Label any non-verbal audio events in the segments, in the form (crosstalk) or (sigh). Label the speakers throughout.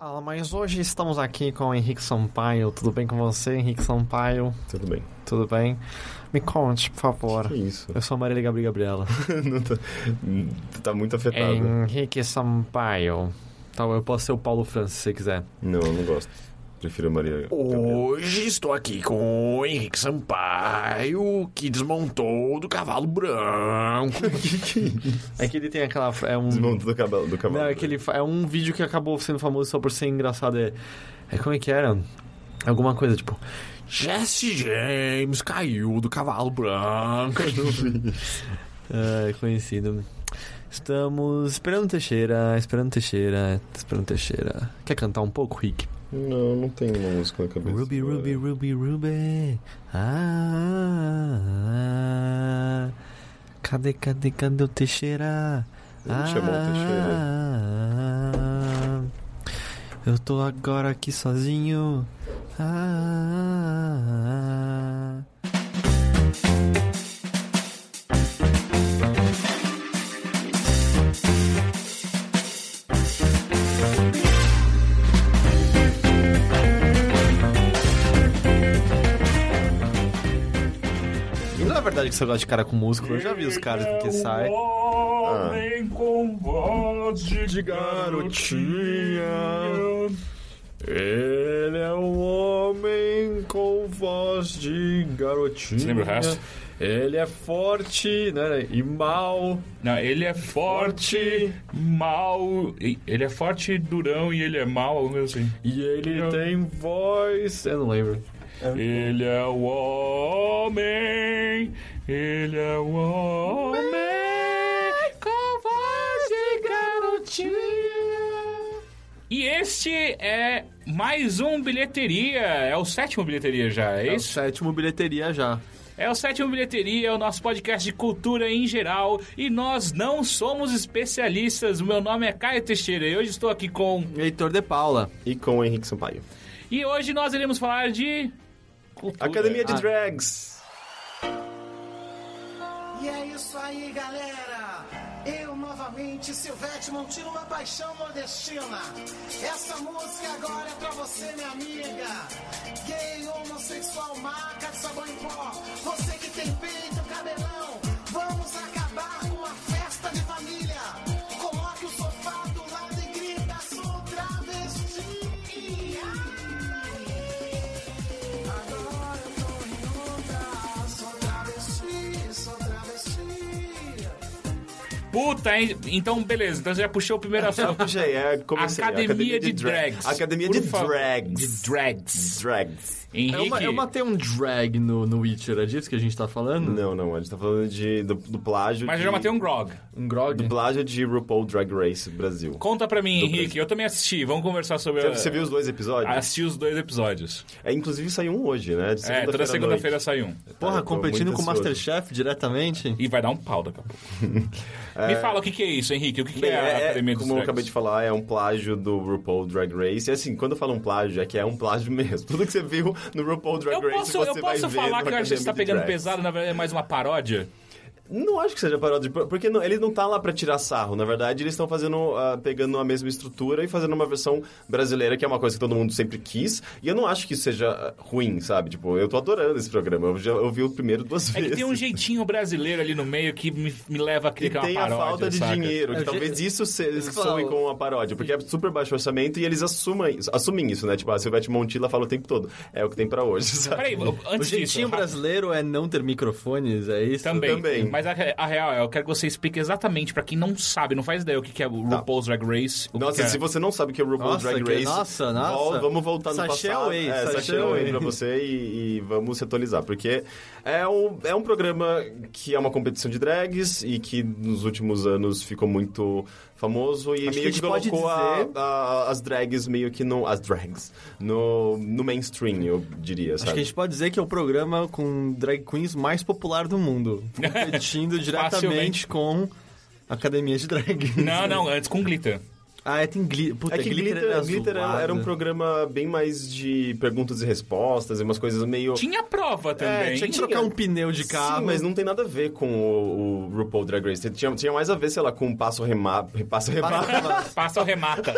Speaker 1: Ah, mas hoje estamos aqui com o Henrique Sampaio. Tudo bem com você, Henrique Sampaio?
Speaker 2: Tudo bem.
Speaker 1: Tudo bem? Me conte, por favor.
Speaker 2: Que
Speaker 1: (laughs)
Speaker 2: isso?
Speaker 1: Eu sou a Marília Gabriela Gabriela.
Speaker 2: Não tá, tá muito afetado.
Speaker 3: É.
Speaker 1: Henrique Sampaio. Tá, eu posso ser o Paulo Francis se você quiser.
Speaker 2: Não, eu não gosto. Prefiro a Maria.
Speaker 1: Oh.
Speaker 2: Gabriela.
Speaker 3: Hoje estou aqui com o Henrique Sampaio, que desmontou do cavalo branco.
Speaker 2: que que é isso?
Speaker 1: (laughs) É que ele tem aquela. É um,
Speaker 2: Desmonto do cabelo. Do né? cabelo.
Speaker 1: Não, é, que ele fa- é um vídeo que acabou sendo famoso só por ser engraçado. É, é como é que era? Alguma coisa tipo.
Speaker 3: Jesse James caiu do cavalo branco.
Speaker 1: é, conhecido. Estamos esperando Teixeira, esperando Teixeira, esperando Teixeira. Quer cantar um pouco, Rick?
Speaker 2: Não, não tem uma música na cabeça.
Speaker 1: Ruby, Ruby, Ruby, Ruby. Ah, ah, ah. cadê, cadê, cadê o Teixeira?
Speaker 2: Ele me chamou o
Speaker 1: Ah, eu tô agora aqui sozinho. Ah, E não é verdade que você gosta de cara com músculo? Eu já vi os caras do que sai.
Speaker 3: Homem com voz de garotinha.
Speaker 2: Ele é um homem com voz de garotinho.
Speaker 3: Você lembra o resto?
Speaker 2: Ele é forte né, e mal.
Speaker 3: Não, ele é forte, mal. Ele é forte, durão e ele é mal, algo mesmo assim.
Speaker 2: E ele
Speaker 3: Eu-
Speaker 2: tem voz. Eu não lembro.
Speaker 3: Ele é o homem, ele é o homem com voz de garotinha. E este é mais um bilheteria, é o sétimo bilheteria já, é
Speaker 1: É o
Speaker 3: isso?
Speaker 1: sétimo bilheteria já.
Speaker 3: É o sétimo bilheteria, é o nosso podcast de cultura em geral e nós não somos especialistas. O Meu nome é Caio Teixeira e hoje estou aqui com
Speaker 1: Heitor de Paula.
Speaker 2: E com o Henrique Sampaio.
Speaker 3: e hoje nós iremos falar de cultura.
Speaker 2: Academia de
Speaker 1: Ah.
Speaker 2: Drags.
Speaker 4: E é isso aí, galera! Eu novamente, Silvete Montino, uma paixão nordestina. Essa música agora é pra você, minha amiga. Gay, homossexual, maca de sabão em pó. Você que tem peito, cabelão. Vamos acabar com a festa de família. Coloque o sofá do lado e grita: sou travesti. Agora eu tô em onda, sou travesti, sou travesti.
Speaker 3: Puta, hein? Então, beleza. Então, você já puxou o
Speaker 2: (laughs)
Speaker 3: primeiro assunto.
Speaker 2: Já é, comecei.
Speaker 3: Academia, de, Drags.
Speaker 2: Academia
Speaker 3: Por
Speaker 2: de É
Speaker 3: favor.
Speaker 2: Drags.
Speaker 3: De Drags.
Speaker 2: Drags.
Speaker 1: Eu,
Speaker 3: Henrique,
Speaker 1: ma- eu matei um drag no, no Witcher, é disso que a gente tá falando?
Speaker 2: Não, não, a gente tá falando de, do, do plágio.
Speaker 3: mas eu
Speaker 2: de,
Speaker 3: já matei um grog.
Speaker 1: Um grog?
Speaker 2: Do plágio de RuPaul Drag Race Brasil.
Speaker 3: Conta pra mim,
Speaker 2: Do
Speaker 3: Henrique.
Speaker 2: Brasil.
Speaker 3: Eu também assisti. Vamos conversar sobre...
Speaker 2: Você, você viu os dois episódios?
Speaker 3: Assisti os dois episódios.
Speaker 2: É, inclusive saiu um hoje, né? De
Speaker 3: é, toda
Speaker 2: à
Speaker 3: segunda-feira
Speaker 2: noite.
Speaker 3: sai um.
Speaker 1: Porra,
Speaker 2: Eu tô
Speaker 1: competindo
Speaker 2: muito
Speaker 1: com o
Speaker 2: ansioso.
Speaker 1: Masterchef diretamente?
Speaker 3: E vai dar um pau daqui
Speaker 2: (laughs)
Speaker 3: a pouco. Me fala o que, que é isso, Henrique. O que, que
Speaker 2: Bem,
Speaker 3: é, a
Speaker 2: é, é,
Speaker 3: Academia de
Speaker 2: como eu
Speaker 3: Drags?
Speaker 2: acabei de falar, é um plágio do RuPaul Drag Race. E assim, quando eu falo um plágio, é que é um plágio (laughs) mesmo. Tudo que você viu no RuPaul Drag
Speaker 3: Eu
Speaker 2: Race,
Speaker 3: posso,
Speaker 2: você
Speaker 3: eu
Speaker 2: vai
Speaker 3: posso
Speaker 2: ver
Speaker 3: falar
Speaker 2: na
Speaker 3: que eu acho que você tá
Speaker 2: Academia de
Speaker 3: pegando
Speaker 2: Drags.
Speaker 3: pesado, na verdade é mais uma paródia?
Speaker 2: Não acho que seja paródia, por- porque não- ele não tá lá pra tirar sarro. Na verdade, eles estão fazendo, ah, pegando a mesma estrutura e fazendo uma versão brasileira, que é uma coisa que todo mundo sempre quis. E eu não acho que isso seja ah, ruim, sabe? Tipo, eu tô adorando esse programa. Eu já ouvi o primeiro duas
Speaker 3: É
Speaker 2: vezes.
Speaker 3: que tem um jeitinho brasileiro ali no meio que me, me leva a
Speaker 2: E
Speaker 3: crer que é uma
Speaker 2: tem
Speaker 3: paródia,
Speaker 2: a falta de
Speaker 3: saca?
Speaker 2: dinheiro, que
Speaker 1: É,
Speaker 2: talvez isso se,
Speaker 1: isso
Speaker 2: eles
Speaker 1: que eu falo.
Speaker 2: soe como uma paródia, porque é super baixo orçamento e eles assumem, isso- assumem isso, né? Tipo, a Silvete Montilla fala o tempo todo, é o que tem pra hoje, (laughs) sabe?
Speaker 3: Peraí,
Speaker 1: O
Speaker 3: antes disso...
Speaker 1: jeitinho brasileiro é não ter microfones, é isso?
Speaker 3: Também.
Speaker 2: Também.
Speaker 3: Mas a, a real é, eu quero que você explique exatamente pra quem não sabe, não faz ideia o que, que é o RuPaul's Drag Race. o que que
Speaker 2: Tá. Nossa,
Speaker 3: é.
Speaker 2: se você não sabe o que é o RuPaul
Speaker 1: Nossa,
Speaker 2: Drag
Speaker 1: que-
Speaker 2: Race,
Speaker 1: nossa, nossa.
Speaker 2: vol- vamos voltar no
Speaker 1: Sachê
Speaker 2: passado.
Speaker 1: away,
Speaker 2: é,
Speaker 1: sachê
Speaker 2: sachê
Speaker 1: away.
Speaker 2: away pra você e, e vamos se atualizar, porque é um, é um programa que é uma competição de drags e que nos últimos anos ficou muito famoso e
Speaker 1: Acho que a
Speaker 2: meio
Speaker 1: gente
Speaker 2: que
Speaker 1: pode
Speaker 2: colocou a-
Speaker 1: dizer-
Speaker 2: a- as drags meio que não as drags no, no mainstream, eu diria,
Speaker 1: Acho que
Speaker 2: sabe?
Speaker 1: a gente pode dizer que é o programa com drag queens mais popular do
Speaker 3: (laughs)
Speaker 1: mundo. Competindo diretamente
Speaker 3: Facilmente.
Speaker 1: com academia de drag.
Speaker 3: Não, não, antes com glitter.
Speaker 1: Ah, é, tem glitter. Puta,
Speaker 2: É que
Speaker 1: glitter,
Speaker 2: Glitter,
Speaker 1: era,
Speaker 2: Glitter era,
Speaker 1: zoado.
Speaker 2: era um programa bem mais de perguntas e respostas e umas coisas meio...
Speaker 3: Tinha prova também.
Speaker 1: É, tinha que
Speaker 2: Tinha.
Speaker 1: trocar um pneu de carro.
Speaker 2: Sim, mas não tem nada a ver com o, o RuPaul Drag um (laughs) Race. Tinha, tinha mais a ver, sei lá, com o passo remar... Passo remar...
Speaker 1: Para-
Speaker 3: Passa o remata.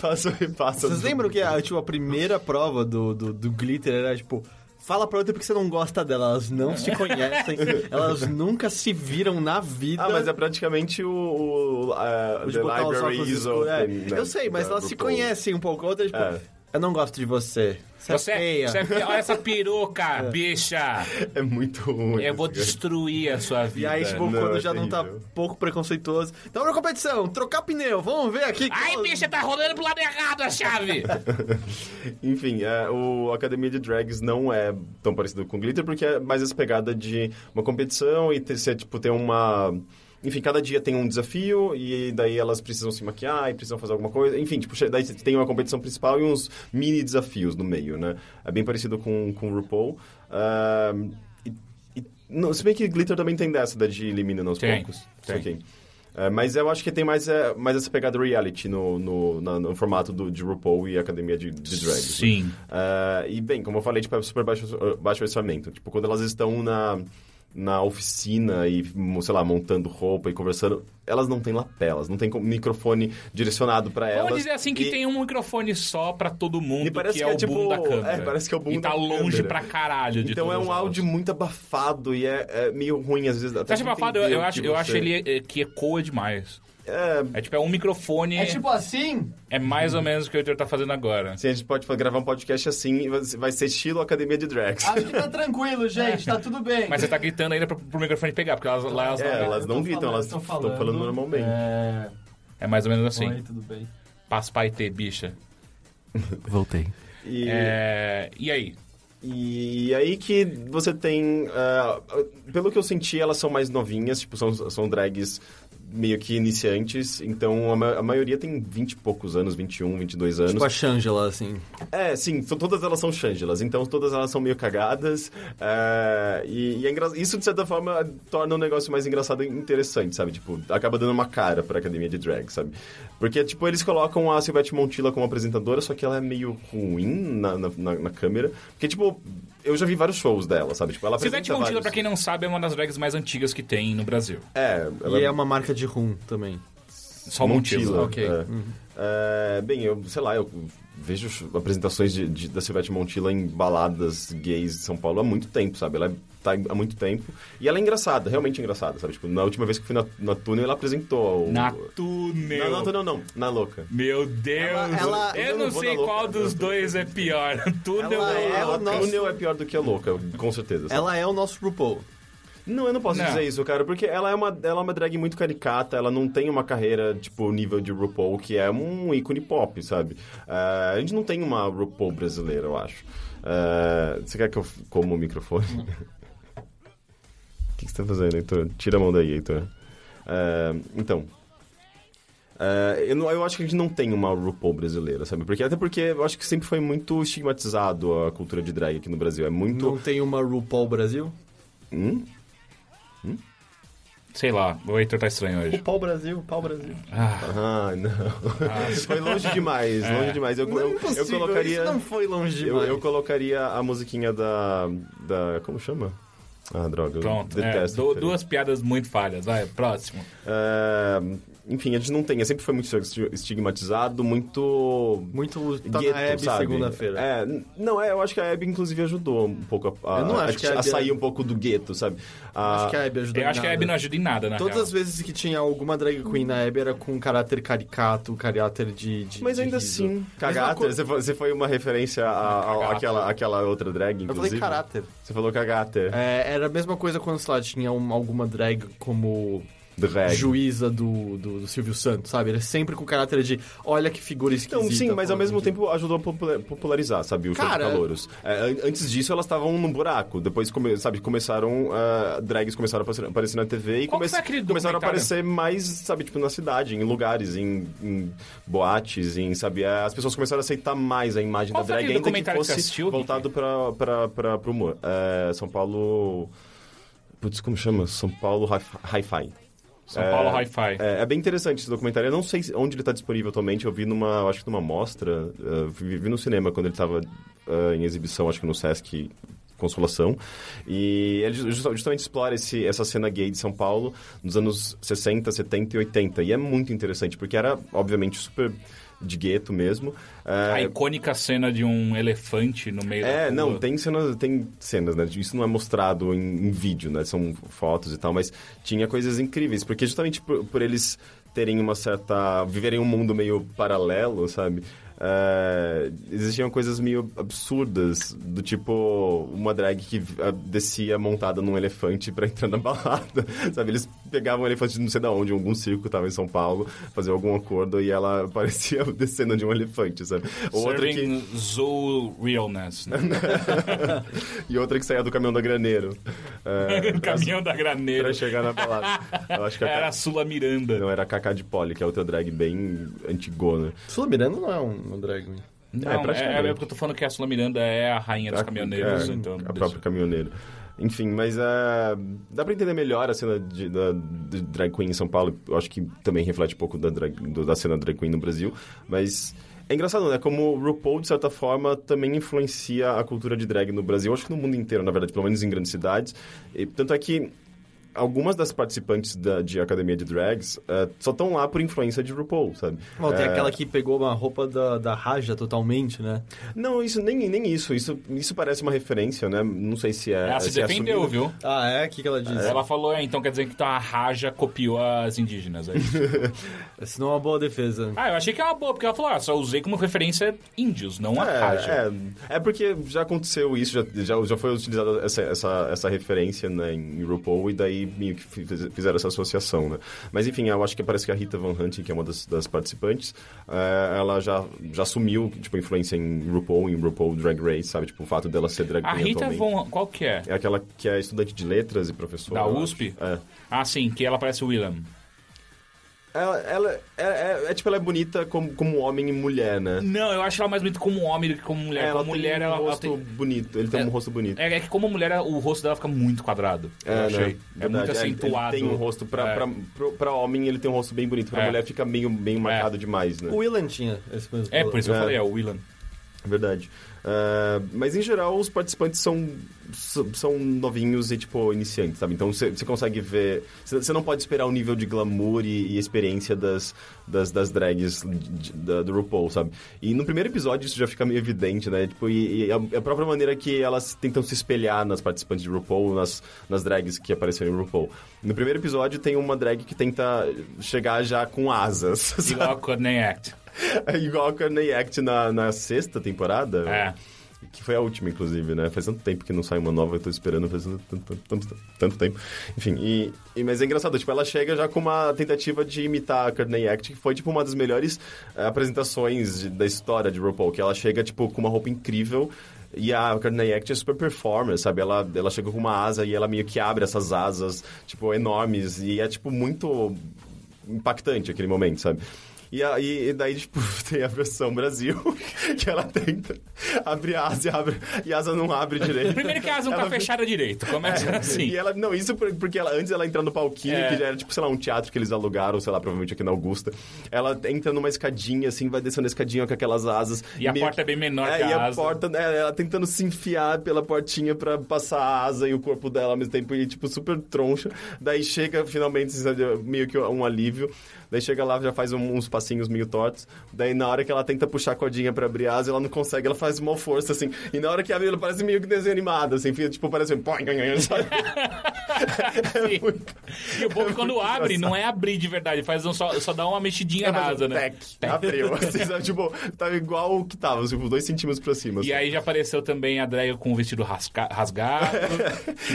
Speaker 2: Passam e passam.
Speaker 1: Vocês lembram que a, tipo, a primeira prova do, do, do glitter era tipo. Fala pra outra porque você não gosta dela, elas não
Speaker 3: É.
Speaker 1: se conhecem, elas nunca se viram na vida.
Speaker 2: Ah, mas é praticamente o, o a,
Speaker 1: Tipo,
Speaker 2: The
Speaker 1: botar os
Speaker 2: Library
Speaker 1: óculos
Speaker 2: is
Speaker 1: escuros, é.
Speaker 2: Open, né?
Speaker 1: Eu sei, mas
Speaker 2: Da
Speaker 1: elas se
Speaker 2: RuPaul.
Speaker 1: conhecem um pouco. A outra, tipo,
Speaker 2: É.
Speaker 1: eu não gosto de você. Você,
Speaker 3: Você
Speaker 1: é
Speaker 3: é,
Speaker 1: feia.
Speaker 3: você é feia. Olha essa peruca, bicha.
Speaker 2: É muito ruim.
Speaker 3: Eu vou
Speaker 2: esse cara.
Speaker 3: destruir a sua
Speaker 1: E
Speaker 3: vida.
Speaker 1: aí, tipo,
Speaker 2: Não,
Speaker 1: quando
Speaker 2: é
Speaker 1: já não tá
Speaker 2: terrível.
Speaker 1: pouco preconceituoso. Então, na competição, trocar pneu, vamos ver aqui.
Speaker 3: Ai,
Speaker 1: qual-
Speaker 3: bicha, tá rolando pro lado errado
Speaker 2: (laughs)
Speaker 3: a chave.
Speaker 2: É, Enfim, é, o Academia de Drags não é tão parecido com Glitter, porque é mais essa pegada de uma competição e ter, ser, tipo, ter uma... Enfim, cada dia tem um desafio e daí elas precisam se maquiar e precisam fazer alguma coisa. Enfim, tipo, che- daí tem uma competição principal e uns mini desafios no meio, né? É bem parecido com, com o RuPaul. Ah, e- e- não, se bem que Glitter também tem dessa, da de eliminando aos
Speaker 3: Tem,
Speaker 2: poucos.
Speaker 3: tem.
Speaker 2: Ok. É, mas eu acho que tem mais, é, mais essa pegada reality no, no, na- no formato do, de RuPaul e Academia de, de Drag. assim.
Speaker 3: Sim.
Speaker 2: e bem, como eu falei, tipo, é super baixo, baixo orçamento. Tipo, quando elas estão na, na oficina e, mo- sei lá, montando roupa e conversando, elas não têm lapel, elas não têm com- microfone direcionado pra elas.
Speaker 3: Vamos dizer assim que
Speaker 2: E-
Speaker 3: tem um microfone só pra todo mundo,
Speaker 2: E parece
Speaker 3: que é
Speaker 2: que é
Speaker 3: o boom
Speaker 2: tipo-
Speaker 3: da câmera.
Speaker 2: é, parece que é o boom
Speaker 3: E tá
Speaker 2: da
Speaker 3: longe
Speaker 2: câmera.
Speaker 3: pra caralho de
Speaker 2: Então é
Speaker 3: todas
Speaker 2: um
Speaker 3: elas.
Speaker 2: áudio muito abafado e é, é meio ruim às vezes. até
Speaker 3: Você acha
Speaker 2: de
Speaker 3: abafado? Eu,
Speaker 2: entender
Speaker 3: eu
Speaker 2: o
Speaker 3: acho,
Speaker 2: que
Speaker 3: eu
Speaker 2: você-
Speaker 3: acho ele é, que ecoa demais.
Speaker 2: É,
Speaker 3: É tipo, é um microfone. É,
Speaker 1: assim?
Speaker 3: mais ou menos o que o Heitor tá fazendo agora.
Speaker 2: Sim, a gente pode fa- gravar um podcast assim e vai- vai ser estilo Academia de Drags.
Speaker 3: Ah,
Speaker 1: que tá tranquilo, gente, tá tudo bem.
Speaker 3: Mas você tá gritando ainda pro, pro microfone pegar, porque elas, lá elas
Speaker 2: É,
Speaker 3: não.
Speaker 2: elas não gritam, elas estão falando, normalmente.
Speaker 1: É,
Speaker 3: É mais ou menos assim.
Speaker 1: oi, tudo bem.
Speaker 3: Passa pra IT, bicha.
Speaker 5: Voltei.
Speaker 2: (laughs) E,
Speaker 3: É, e aí?
Speaker 2: e aí que você tem. ah, pelo que eu senti, elas são mais novinhas, tipo, são, são drags meio que iniciantes, então a, ma- a maioria tem 20 e um, poucos anos, 21, 22 anos.
Speaker 1: Tipo a Shangela, assim.
Speaker 2: É, sim, são- todas elas são changelas, então todas elas são meio cagadas. é, e e é engra- isso, de certa forma, torna o negócio mais engraçado e interessante, sabe? Tipo, acaba dando uma cara pra academia de drag, sabe? Porque, tipo, eles colocam a Silvete Montilla como apresentadora, só que ela é meio ruim na, na, na- na câmera. Porque, tipo, eu já vi vários shows dela, sabe? Tipo, ela apresenta
Speaker 3: Silvete Montilla,
Speaker 2: vários...
Speaker 3: pra quem não sabe, é uma das drags mais antigas que tem no Brasil.
Speaker 2: É, ela
Speaker 1: E é uma marca de rum também.
Speaker 3: Só um Montilla.
Speaker 2: Ok. É, bem, eu, sei lá, eu vejo apresentações de, de- da Silvete Montilla em baladas gays de São Paulo há muito tempo, sabe? Ela tá há muito tempo. E ela é engraçada, realmente engraçada, sabe? Tipo, na última vez que eu fui na, na Túnel, ela apresentou. o-
Speaker 3: Na
Speaker 2: Não,
Speaker 3: túnel.
Speaker 2: não, não, não, não. Na louca.
Speaker 3: Meu Deus!
Speaker 1: Ela- ela-
Speaker 3: eu
Speaker 2: eu
Speaker 3: não,
Speaker 2: não vou
Speaker 3: sei
Speaker 2: na louca,
Speaker 3: qual
Speaker 2: né?
Speaker 3: dos dois é pior. (laughs) Túnel
Speaker 1: Ela
Speaker 3: ou
Speaker 1: é
Speaker 3: louca?
Speaker 1: o
Speaker 2: a
Speaker 1: nosso-
Speaker 2: túnel é pior do que a louca, com certeza. sabe?
Speaker 1: Ela é o nosso RuPaul.
Speaker 2: Não, eu não posso
Speaker 3: Não.
Speaker 2: dizer isso, cara, porque ela é, uma, ela é uma drag muito caricata, ela não tem uma carreira, tipo, nível de RuPaul, que é um ícone pop, sabe? Ah, a gente não tem uma RuPaul brasileira, eu acho. Ah, você quer que eu f- coma o microfone? (laughs) O que, que você tá fazendo, Heitor? Tira a mão daí, Heitor. Ah, então. Ah, eu, não- eu acho que a gente não tem uma RuPaul brasileira, sabe? Porque, até porque eu acho que sempre foi muito estigmatizado a cultura de drag aqui no Brasil. É muito.
Speaker 1: Não tem uma RuPaul Brasil?
Speaker 2: Hum?
Speaker 3: Sei lá, o Heitor tá estranho hoje.
Speaker 1: Pau Brasil, pau Brasil.
Speaker 2: Ah, não. Foi longe demais,
Speaker 3: É.
Speaker 2: longe demais. Eu, eu, eu colocaria.
Speaker 1: é isso não foi longe
Speaker 2: eu,
Speaker 1: demais.
Speaker 2: eu colocaria a musiquinha da. da. Como chama? Ah, droga. eu
Speaker 3: Pronto, é,
Speaker 2: detesto.
Speaker 3: du-
Speaker 2: referência.
Speaker 3: duas piadas muito falhas. Vai, próximo.
Speaker 2: É, enfim, a gente não tem. é Sempre foi muito estigmatizado, muito.
Speaker 1: Muito tá
Speaker 2: gueto,
Speaker 1: na Hebe
Speaker 2: sabe?
Speaker 1: segunda-feira.
Speaker 2: É, n- não, é, eu acho que a Hebe, inclusive, ajudou um pouco a, a,
Speaker 1: Eu não acho
Speaker 2: a-
Speaker 1: que a Hebe
Speaker 2: a sair
Speaker 1: era-
Speaker 2: um pouco do gueto, sabe? A-
Speaker 1: Acho que a Hebe ajudou
Speaker 3: Eu acho que a Abby não ajuda em nada, na
Speaker 1: Todas
Speaker 3: real.
Speaker 1: as vezes que tinha alguma drag queen na Hebe era com caráter caricato, caráter de. de-
Speaker 2: Mas
Speaker 1: de
Speaker 2: ainda
Speaker 1: riso.
Speaker 2: assim,
Speaker 1: Mesma
Speaker 2: caráter,
Speaker 1: coisa-
Speaker 2: você foi- você foi uma referência a- a-
Speaker 3: Cagata.
Speaker 2: àquela, àquela outra drag,
Speaker 1: Eu
Speaker 2: inclusive.
Speaker 1: falei caráter.
Speaker 2: Você falou caráter.
Speaker 1: É, era a mesma coisa quando, sei lá, tinha um- alguma drag como
Speaker 2: Drag.
Speaker 1: juíza do, do, do Silvio Santos, sabe? Ele é sempre com caráter de olha que figura esquisita.
Speaker 2: Então, sim, mas ao
Speaker 1: falando
Speaker 2: mesmo
Speaker 1: de-
Speaker 2: tempo ajudou a popula- popularizar, sabe, o show
Speaker 1: Cara-
Speaker 2: de calouros. É, an- antes disso, elas estavam num buraco. Depois, come- sabe, começaram... ah, drags começaram a aparecer- aparecer na TV e
Speaker 3: Qual
Speaker 2: come-
Speaker 3: que foi aquele
Speaker 2: começaram a
Speaker 3: documentário?
Speaker 2: aparecer mais, sabe, tipo, na cidade, em lugares, em, em boates, em, sabe... ah, As pessoas começaram a aceitar mais a imagem
Speaker 3: Qual
Speaker 2: da
Speaker 3: foi
Speaker 2: drag,
Speaker 3: aquele
Speaker 2: ainda que
Speaker 3: documentário que você
Speaker 2: fosse
Speaker 3: assistiu,
Speaker 2: voltado pra, pra, pra, pro humor. É, São Paulo... Putz, como chama? São Paulo Hi- Hi-Fi.
Speaker 3: São Paulo Hi-Fi.
Speaker 2: É, é bem interessante esse documentário. Eu não sei se- onde ele está disponível atualmente. Eu vi numa, acho que numa mostra, eh, vi, vi no cinema quando ele estava em exibição, acho que no Sesc Consolação. E ele ju- justa- justamente explora esse, essa cena gay de São Paulo nos anos 60, 70 e 80. E é muito interessante, porque era, obviamente, super de gueto mesmo. É,
Speaker 3: A icônica cena de um elefante no meio da
Speaker 2: é,
Speaker 3: rua.
Speaker 2: não, tem cenas, tem cenas, né? Isso não é mostrado em, em vídeo, né? São fotos e tal, mas tinha coisas incríveis, porque justamente por, por eles terem uma certa. viverem um mundo meio paralelo, sabe? É, existiam coisas meio absurdas, do tipo uma drag que ah, descia montada num elefante pra entrar na balada, (laughs) sabe? Eles pegavam um elefante de não sei da onde, em algum circo que tava em São Paulo, faziam algum acordo e ela (laughs) parecia descendo de um elefante, sabe? Ou outra que-
Speaker 3: Serving Zoo Realness, né?
Speaker 2: E outra que saía do caminhão da Graneiro.
Speaker 3: (laughs)
Speaker 2: É,
Speaker 3: O Caminhão da
Speaker 2: pra, pra
Speaker 3: graneira.
Speaker 2: chegar na balada. Eu acho que a
Speaker 3: Era a
Speaker 2: Ca-
Speaker 3: Sula Miranda.
Speaker 2: Não, era a Cacá de Poli, que é outra drag bem né? antigona.
Speaker 1: Sula Miranda não é um, um drag queen.
Speaker 2: é,
Speaker 3: Não, é, é,
Speaker 2: praticamente.
Speaker 3: porque eu tô falando que a Sula Miranda é a rainha dos caminhoneiros,
Speaker 2: É,
Speaker 3: então...
Speaker 2: A própria caminhoneira. Enfim, mas é, dá pra entender melhor a cena de, da, de drag queen em São Paulo. Eu acho que também reflete um pouco da, drag- do- da cena drag queen no Brasil. Mas é engraçado, né? Como o RuPaul, de certa forma, também influencia a cultura de drag no Brasil. Acho que no mundo inteiro, na verdade, pelo menos em grandes cidades. E, tanto é que algumas das participantes da, de Academia de Drags é, só estão lá por influência de RuPaul, sabe?
Speaker 1: Bom, tem
Speaker 2: É,
Speaker 1: aquela que pegou uma roupa da, da Raja totalmente, né?
Speaker 2: Não, isso nem, nem isso. isso. Isso parece uma referência, né? Não sei se é.
Speaker 3: Ela se
Speaker 2: é
Speaker 3: defendeu,
Speaker 2: assumida.
Speaker 3: viu?
Speaker 1: Ah, é? O que, que ela diz?
Speaker 3: Ela falou, é, então quer dizer que a Raja copiou as
Speaker 2: (laughs)
Speaker 3: indígenas. é isso.
Speaker 1: Se não é uma boa defesa.
Speaker 3: ah, eu achei que era uma boa, porque ela falou, ah, só usei como referência índios, não a Raja.
Speaker 2: É, é, é porque já aconteceu isso, já, já, já foi utilizada essa, essa, essa referência né, em RuPaul e daí meio que fiz- fizeram essa associação, né? Mas enfim, eu acho que parece que a Rita Van Hunting, que é uma das, das participantes, eh, ela já, já assumiu, tipo, influência em RuPaul, em RuPaul Drag Race, sabe? Tipo, o fato dela ser drag
Speaker 3: A
Speaker 2: queen
Speaker 3: Rita
Speaker 2: atualmente.
Speaker 3: Von... Qual que é?
Speaker 2: É aquela que é estudante de letras e professora.
Speaker 3: Da
Speaker 2: eu acho.
Speaker 3: USP?
Speaker 2: É.
Speaker 3: Ah, sim, que ela parece o Willam.
Speaker 2: Ela, ela é, é- é, tipo, ela é bonita como, como homem e mulher, né?
Speaker 3: Não, eu acho ela mais bonita como homem do que como mulher.
Speaker 2: ela
Speaker 3: como mulher,
Speaker 2: tem um
Speaker 3: ela, ela
Speaker 2: rosto
Speaker 3: tem-
Speaker 2: bonito. Ele tem
Speaker 3: É.
Speaker 2: um rosto bonito.
Speaker 3: É, é que como mulher, o rosto dela fica muito quadrado. eu
Speaker 2: né?
Speaker 3: achei. É
Speaker 2: Verdade. ele-
Speaker 3: muito acentuado.
Speaker 2: Ele tem um rosto pra,
Speaker 3: É.
Speaker 2: pra, pro- pra homem, ele tem um rosto bem bonito. Pra
Speaker 3: É.
Speaker 2: mulher fica meio, meio marcado demais, né?
Speaker 1: O Willan tinha esse mesmo.
Speaker 3: É, por isso que eu
Speaker 2: É.
Speaker 3: falei, é o Willan.
Speaker 2: Verdade. Ah, mas em geral, os participantes são, são são novinhos e, tipo, iniciantes, sabe? Então você você consegue ver. Você você não pode esperar o nível de glamour e, e experiência das, das, das drags de- da- do RuPaul, sabe? E no primeiro episódio isso já fica meio evidente, né? Tipo, e, e a, a própria maneira que elas tentam se espelhar nas participantes de RuPaul, nas, nas drags que apareceram em RuPaul. No primeiro episódio tem uma drag que tenta chegar já com asas, (laughs) sabe?
Speaker 3: Igual a Courtney
Speaker 2: (laughs)
Speaker 3: Act.
Speaker 2: Igual a Courtney Act na, na sexta temporada.
Speaker 3: É.
Speaker 2: Que foi a última, inclusive, né? Faz tanto tempo que não sai uma nova, eu tô esperando faz tanto, tanto, tanto, tanto tempo. Enfim, e, e- Mas é engraçado, tipo, ela chega já com uma tentativa de imitar a Courtney Act, que foi, tipo, uma das melhores eh, apresentações de- da história de RuPaul, que ela chega, tipo, com uma roupa incrível... E a Courtney Act é super performer, sabe? Ela, ela chega com uma asa e ela meio que abre essas asas, tipo, enormes. E é, tipo, muito impactante aquele momento, sabe? E, aí, e daí, tipo, (laughs) tem a versão Brasil, (laughs) que ela tenta abrir a asa e, abre, e a asa não abre direito.
Speaker 3: Primeiro que a asa não tá
Speaker 2: Ela- É,
Speaker 3: fechada direito. Começa
Speaker 2: (laughs)
Speaker 3: assim.
Speaker 2: E ela, não, isso por- porque ela, antes ela entrar no palquinho,
Speaker 3: É.
Speaker 2: que já era tipo, sei lá, um teatro que eles alugaram, sei lá, provavelmente aqui na Augusta. Ela entra numa escadinha, assim, vai descendo a escadinha com aquelas asas.
Speaker 3: E a
Speaker 2: meio
Speaker 3: porta é bem menor
Speaker 2: é,
Speaker 3: que a
Speaker 2: e a
Speaker 3: asa.
Speaker 2: porta, né, ela tentando se enfiar pela portinha pra passar a asa e o corpo dela ao mesmo tempo, e tipo, super troncha. Daí chega, finalmente, sabe, meio que um alívio. Daí chega lá, já faz um- uns passinhos meio tortos. Daí na hora que ela tenta puxar a cordinha pra abrir a asa, ela não consegue, ela faz uma força, assim. E na hora que abre, ela parece meio que desenho animado, assim, fica, tipo, parece um...
Speaker 3: (laughs)
Speaker 2: sabe? É
Speaker 3: Sim. E o bom é que quando abre, não é abrir de verdade. Faz um, só, só dá uma mexidinha na
Speaker 2: É, Mas, um
Speaker 3: asa, né?
Speaker 2: tec, Abriu. Assim, sabe, tipo, tava igual o que tava, tipo, dois centímetros pra cima. assim.
Speaker 3: E aí já apareceu também a drag com o vestido rasca- rasgado, que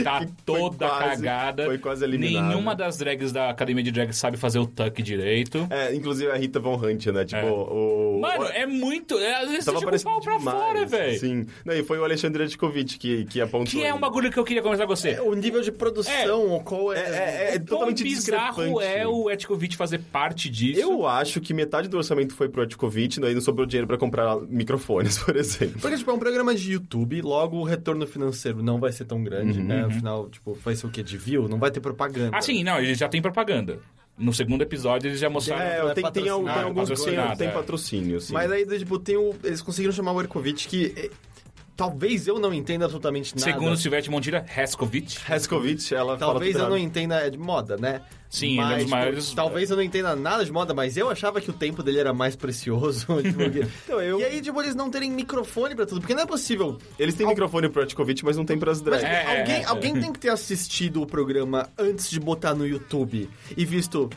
Speaker 2: (laughs)
Speaker 3: tá
Speaker 2: Foi
Speaker 3: toda
Speaker 2: quase-
Speaker 3: cagada.
Speaker 2: foi quase eliminada.
Speaker 3: Nenhuma das drags da academia de drag sabe fazer o tuck direito.
Speaker 2: É, inclusive a Rita Von Hunt, né? Tipo,
Speaker 3: É.
Speaker 2: o.
Speaker 3: Mano,
Speaker 2: o-
Speaker 3: é muito. é, às vezes
Speaker 2: Tava
Speaker 3: deixa o
Speaker 2: parecendo
Speaker 3: pau pra
Speaker 2: demais, assim,
Speaker 3: fora, velho.
Speaker 2: Sim. Não, e foi o Alexandre Antikovic que, que apontou.
Speaker 3: Que é um
Speaker 2: ele.
Speaker 3: bagulho que eu queria conversar com você.
Speaker 1: O nível de produção, ou qual é.
Speaker 2: É, é, é
Speaker 3: Quão
Speaker 2: totalmente
Speaker 3: bizarro
Speaker 2: discrepante.
Speaker 3: é o Etkovic fazer parte disso.
Speaker 2: Eu acho que metade do orçamento foi pro Etikovic, daí não sobrou dinheiro pra comprar microfones, (laughs) por exemplo.
Speaker 1: Porque, tipo, é um programa de YouTube, logo o retorno financeiro não vai ser tão grande, né? Afinal, tipo, vai ser o quê? De view? Não vai ter propaganda.
Speaker 3: Assim, não, eles já têm propaganda. No segundo episódio eles já mostraram.
Speaker 1: É,
Speaker 2: É,
Speaker 1: não
Speaker 2: tem, tem, al-
Speaker 3: Ah,
Speaker 2: tem
Speaker 1: patrocinado,
Speaker 2: alguns que tem,
Speaker 3: patrocinado,
Speaker 2: tem
Speaker 3: é.
Speaker 2: patrocínio, sim.
Speaker 1: Mas aí, tipo, tem o... eles conseguiram chamar o Erkovic, que... talvez eu não entenda absolutamente nada.
Speaker 3: Segundo Silvete Montira, Heskovic.
Speaker 2: Heskovich, ela fala
Speaker 1: Talvez
Speaker 2: tudo
Speaker 1: eu não
Speaker 2: errado.
Speaker 1: entenda é de moda, né?
Speaker 3: Sim, ele é um dos
Speaker 1: tipo,
Speaker 3: maiores-
Speaker 1: Talvez eu não entenda nada de moda, mas eu achava que o tempo dele era mais precioso. (laughs) tipo, que-
Speaker 2: eu-
Speaker 1: E aí, tipo, eles não terem microfone pra tudo, porque não é possível.
Speaker 2: Eles têm microfone pro Artkovic, mas não tem pras
Speaker 1: Mas
Speaker 2: drags.
Speaker 3: É.
Speaker 1: alguém, alguém tem que ter assistido o programa antes de botar no YouTube e visto.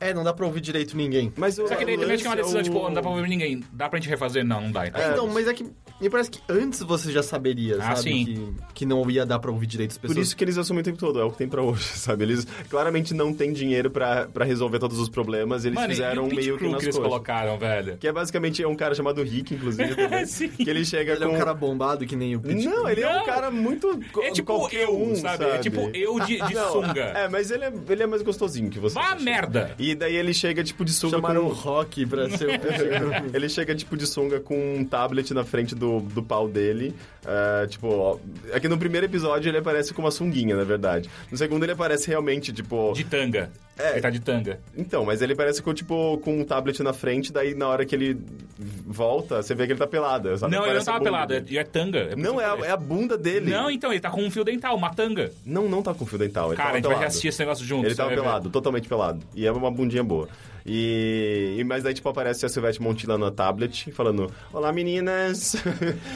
Speaker 1: É, não dá pra ouvir direito ninguém.
Speaker 2: Mas o,
Speaker 3: Só que daí também acho que é uma decisão, tipo, não dá pra ouvir ninguém. Dá pra gente refazer? Não, não dá. Então.
Speaker 1: É, então, mas é que. Me parece que antes você já saberia,
Speaker 3: Ah,
Speaker 1: sabe?
Speaker 3: sim.
Speaker 1: Que, que não ia dar pra ouvir direito as pessoas.
Speaker 2: Por isso que eles assumem o tempo todo, é o que tem pra hoje, (laughs) sabe? Eles claramente não têm dinheiro pra, pra resolver todos os problemas, eles
Speaker 3: Mano,
Speaker 2: fizeram
Speaker 3: e o
Speaker 2: meio
Speaker 3: meio
Speaker 2: que nas
Speaker 3: que eles
Speaker 2: coisas.
Speaker 3: colocaram, velho.
Speaker 2: Que é basicamente é um cara chamado Rick,
Speaker 3: (laughs)
Speaker 2: inclusive, também,
Speaker 3: Sim.
Speaker 2: que ele chega
Speaker 1: ele
Speaker 2: com...
Speaker 1: é um cara bombado que nem o Pete.
Speaker 2: Não, ele é um
Speaker 3: Não.
Speaker 2: cara muito... co-
Speaker 3: É tipo
Speaker 2: qualquer
Speaker 3: eu,
Speaker 2: um,
Speaker 3: sabe? É tipo eu de,
Speaker 2: (laughs)
Speaker 3: de
Speaker 2: Não,
Speaker 3: sunga.
Speaker 2: É, mas ele é, ele é mais gostosinho que você.
Speaker 3: Vá a merda!
Speaker 2: E daí ele chega, tipo, de sunga
Speaker 1: Chamaram o
Speaker 2: com...
Speaker 1: Rock pra ser o.
Speaker 2: (laughs) Ele chega, tipo, de sunga com um tablet na frente do, do pau dele. É, tipo, ó, aqui no primeiro episódio ele aparece com uma sunguinha, na verdade. No segundo ele aparece realmente, tipo...
Speaker 3: De tanga.
Speaker 2: É.
Speaker 3: Ele tá de tanga.
Speaker 2: Então, mas ele aparece com, tipo, com um tablet na frente, daí na hora que ele volta, você vê que ele tá pelado, sabe?
Speaker 3: Não, ele não
Speaker 2: Aparece a
Speaker 3: tava
Speaker 2: bunda
Speaker 3: pelado.
Speaker 2: dele.
Speaker 3: É, é tanga. É por isso
Speaker 2: Não,
Speaker 3: que
Speaker 2: é
Speaker 3: eu
Speaker 2: a,
Speaker 3: falei.
Speaker 2: é a bunda dele.
Speaker 3: Não, então, ele tá com um fio dental, uma tanga.
Speaker 2: Não, não tá com fio dental. Ele
Speaker 3: Cara,
Speaker 2: tava
Speaker 3: a gente vai
Speaker 2: pelado.
Speaker 3: assistir esse negócio É, junto.
Speaker 2: Ele
Speaker 3: você
Speaker 2: tava
Speaker 3: vai ver.
Speaker 2: pelado, totalmente pelado. E é uma bundinha boa. E, e- mas daí, tipo, aparece a Silvete Montila na tablet, falando: Olá, meninas!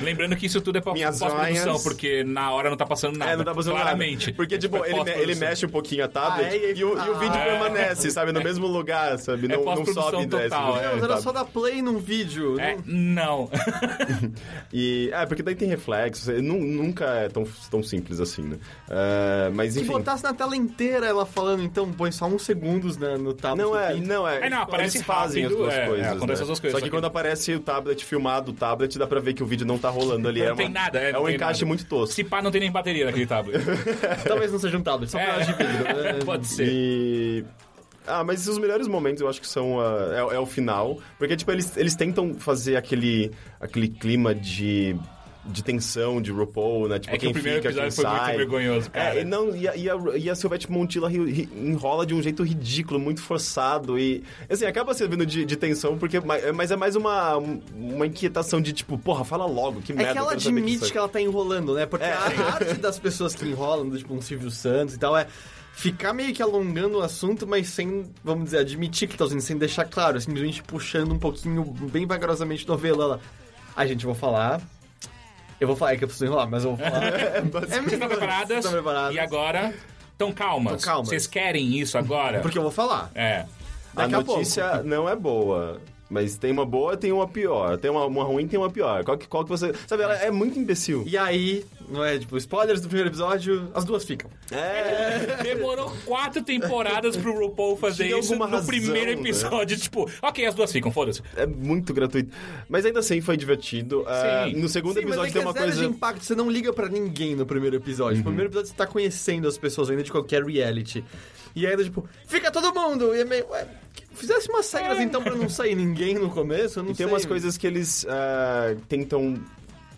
Speaker 3: Lembrando que isso tudo é pra
Speaker 2: Minhas
Speaker 3: pós-produção,
Speaker 2: joias.
Speaker 3: porque na hora não tá passando nada.
Speaker 2: (laughs) é, não tá passando
Speaker 3: claramente.
Speaker 2: nada. Porque,
Speaker 3: É
Speaker 2: tipo, ele, me- ele
Speaker 3: pós-produção.
Speaker 2: mexe um pouquinho a tablet
Speaker 1: Ah, é?
Speaker 2: e, o, e o vídeo
Speaker 1: Ah,
Speaker 3: é.
Speaker 2: permanece, sabe? No mesmo lugar, sabe?
Speaker 3: É
Speaker 2: Não, não
Speaker 3: pós-produção
Speaker 2: sobe e desce. (laughs) tá
Speaker 3: total,
Speaker 2: não-
Speaker 3: é,
Speaker 1: Mas era
Speaker 2: sabe?
Speaker 1: só dar play num vídeo.
Speaker 3: É,
Speaker 1: não-
Speaker 3: não. (laughs)
Speaker 2: E, é, porque daí tem reflexos, e nu- nunca é tão, tão simples assim, né? É, mas
Speaker 1: Se
Speaker 2: enfim.
Speaker 1: botasse na tela inteira ela falando, então põe só uns segundos na- no tablet.
Speaker 2: Não
Speaker 1: do
Speaker 2: é,
Speaker 1: Pete.
Speaker 2: não é.
Speaker 3: É, não, aparece
Speaker 2: eles fazem
Speaker 3: rápido,
Speaker 2: as duas
Speaker 3: é,
Speaker 2: coisas.
Speaker 3: é, acontece
Speaker 2: né?
Speaker 3: as duas coisas,
Speaker 2: Só que
Speaker 3: só que-
Speaker 2: quando aparece o tablet filmado, o tablet, dá pra ver que o vídeo não tá rolando ali. é
Speaker 3: (laughs) não
Speaker 2: uma-
Speaker 3: tem nada. É,
Speaker 2: É
Speaker 3: não
Speaker 2: um
Speaker 3: tem
Speaker 2: encaixe
Speaker 3: nada.
Speaker 2: muito tosco.
Speaker 3: Se pá, não tem nem bateria
Speaker 2: (laughs)
Speaker 3: naquele tablet.
Speaker 1: Talvez não seja um tablet, só um
Speaker 3: (laughs)
Speaker 1: pedaço de vidro. né?
Speaker 3: É, pode ser.
Speaker 2: E. Ah, mas os melhores momentos eu acho que são. ah, é, é o final. Porque, tipo, eles, eles tentam fazer aquele, aquele clima de. De tensão, de RuPaul, né? Tipo,
Speaker 3: É que
Speaker 2: quem
Speaker 3: o primeiro
Speaker 2: fica, quem
Speaker 3: episódio foi
Speaker 2: sai.
Speaker 3: muito vergonhoso, cara.
Speaker 2: É, e não, e a, e a, e a Silvete Montilla ri- ri- enrola de um jeito ridículo, muito forçado e... Assim, acaba servindo de, de tensão, porque, ma- mas é mais uma, uma inquietação de tipo, porra, fala logo, que merda.
Speaker 1: É que ela
Speaker 2: eu quero saber É.
Speaker 1: admite
Speaker 2: disso
Speaker 1: que,
Speaker 2: aí.
Speaker 1: ela tá enrolando, né? Porque a arte das pessoas que enrolam, do tipo um Silvio Santos e tal, é ficar meio que alongando o assunto, mas sem, vamos dizer, admitir que tá usando, sem deixar claro, simplesmente puxando um pouquinho, bem vagarosamente novela. Ela, ai gente, eu vou falar. Eu vou falar, é que eu preciso enrolar, mas eu vou
Speaker 2: (laughs)
Speaker 1: falar. é,
Speaker 3: Vocês estão preparadas?
Speaker 1: Estão preparadas.
Speaker 3: E agora? Tão calmas.
Speaker 1: Tão calmas.
Speaker 3: Vocês querem isso agora?
Speaker 1: Porque eu vou falar.
Speaker 3: É.
Speaker 2: A
Speaker 1: Daqui a
Speaker 2: notícia não é boa. Mas tem uma boa, tem uma pior. Tem uma, uma ruim, tem uma pior. Qual que, qual que você... Sabe, ela é muito imbecil.
Speaker 1: E aí, não é, tipo, spoilers do primeiro episódio, as duas ficam.
Speaker 2: É,
Speaker 1: é
Speaker 3: Demorou quatro temporadas pro RuPaul fazer
Speaker 2: Tinha
Speaker 3: isso no
Speaker 2: alguma razão,
Speaker 3: primeiro
Speaker 2: né?
Speaker 3: episódio. Tipo, ok, as duas ficam, foda-se.
Speaker 2: É muito gratuito. Mas ainda assim foi divertido. Ah, no segundo
Speaker 1: Sim,
Speaker 2: episódio
Speaker 1: mas é que
Speaker 2: tem uma
Speaker 1: é zero
Speaker 2: coisa...
Speaker 1: de impacto, você não liga pra ninguém no primeiro episódio. No primeiro episódio você tá conhecendo as pessoas ainda de qualquer reality. E ainda, tipo, fica todo mundo! E é meio. Ué, que- fizesse umas regras então pra não sair ninguém no começo, eu não
Speaker 2: E tem
Speaker 1: sei.
Speaker 2: umas coisas que eles ah, tentam.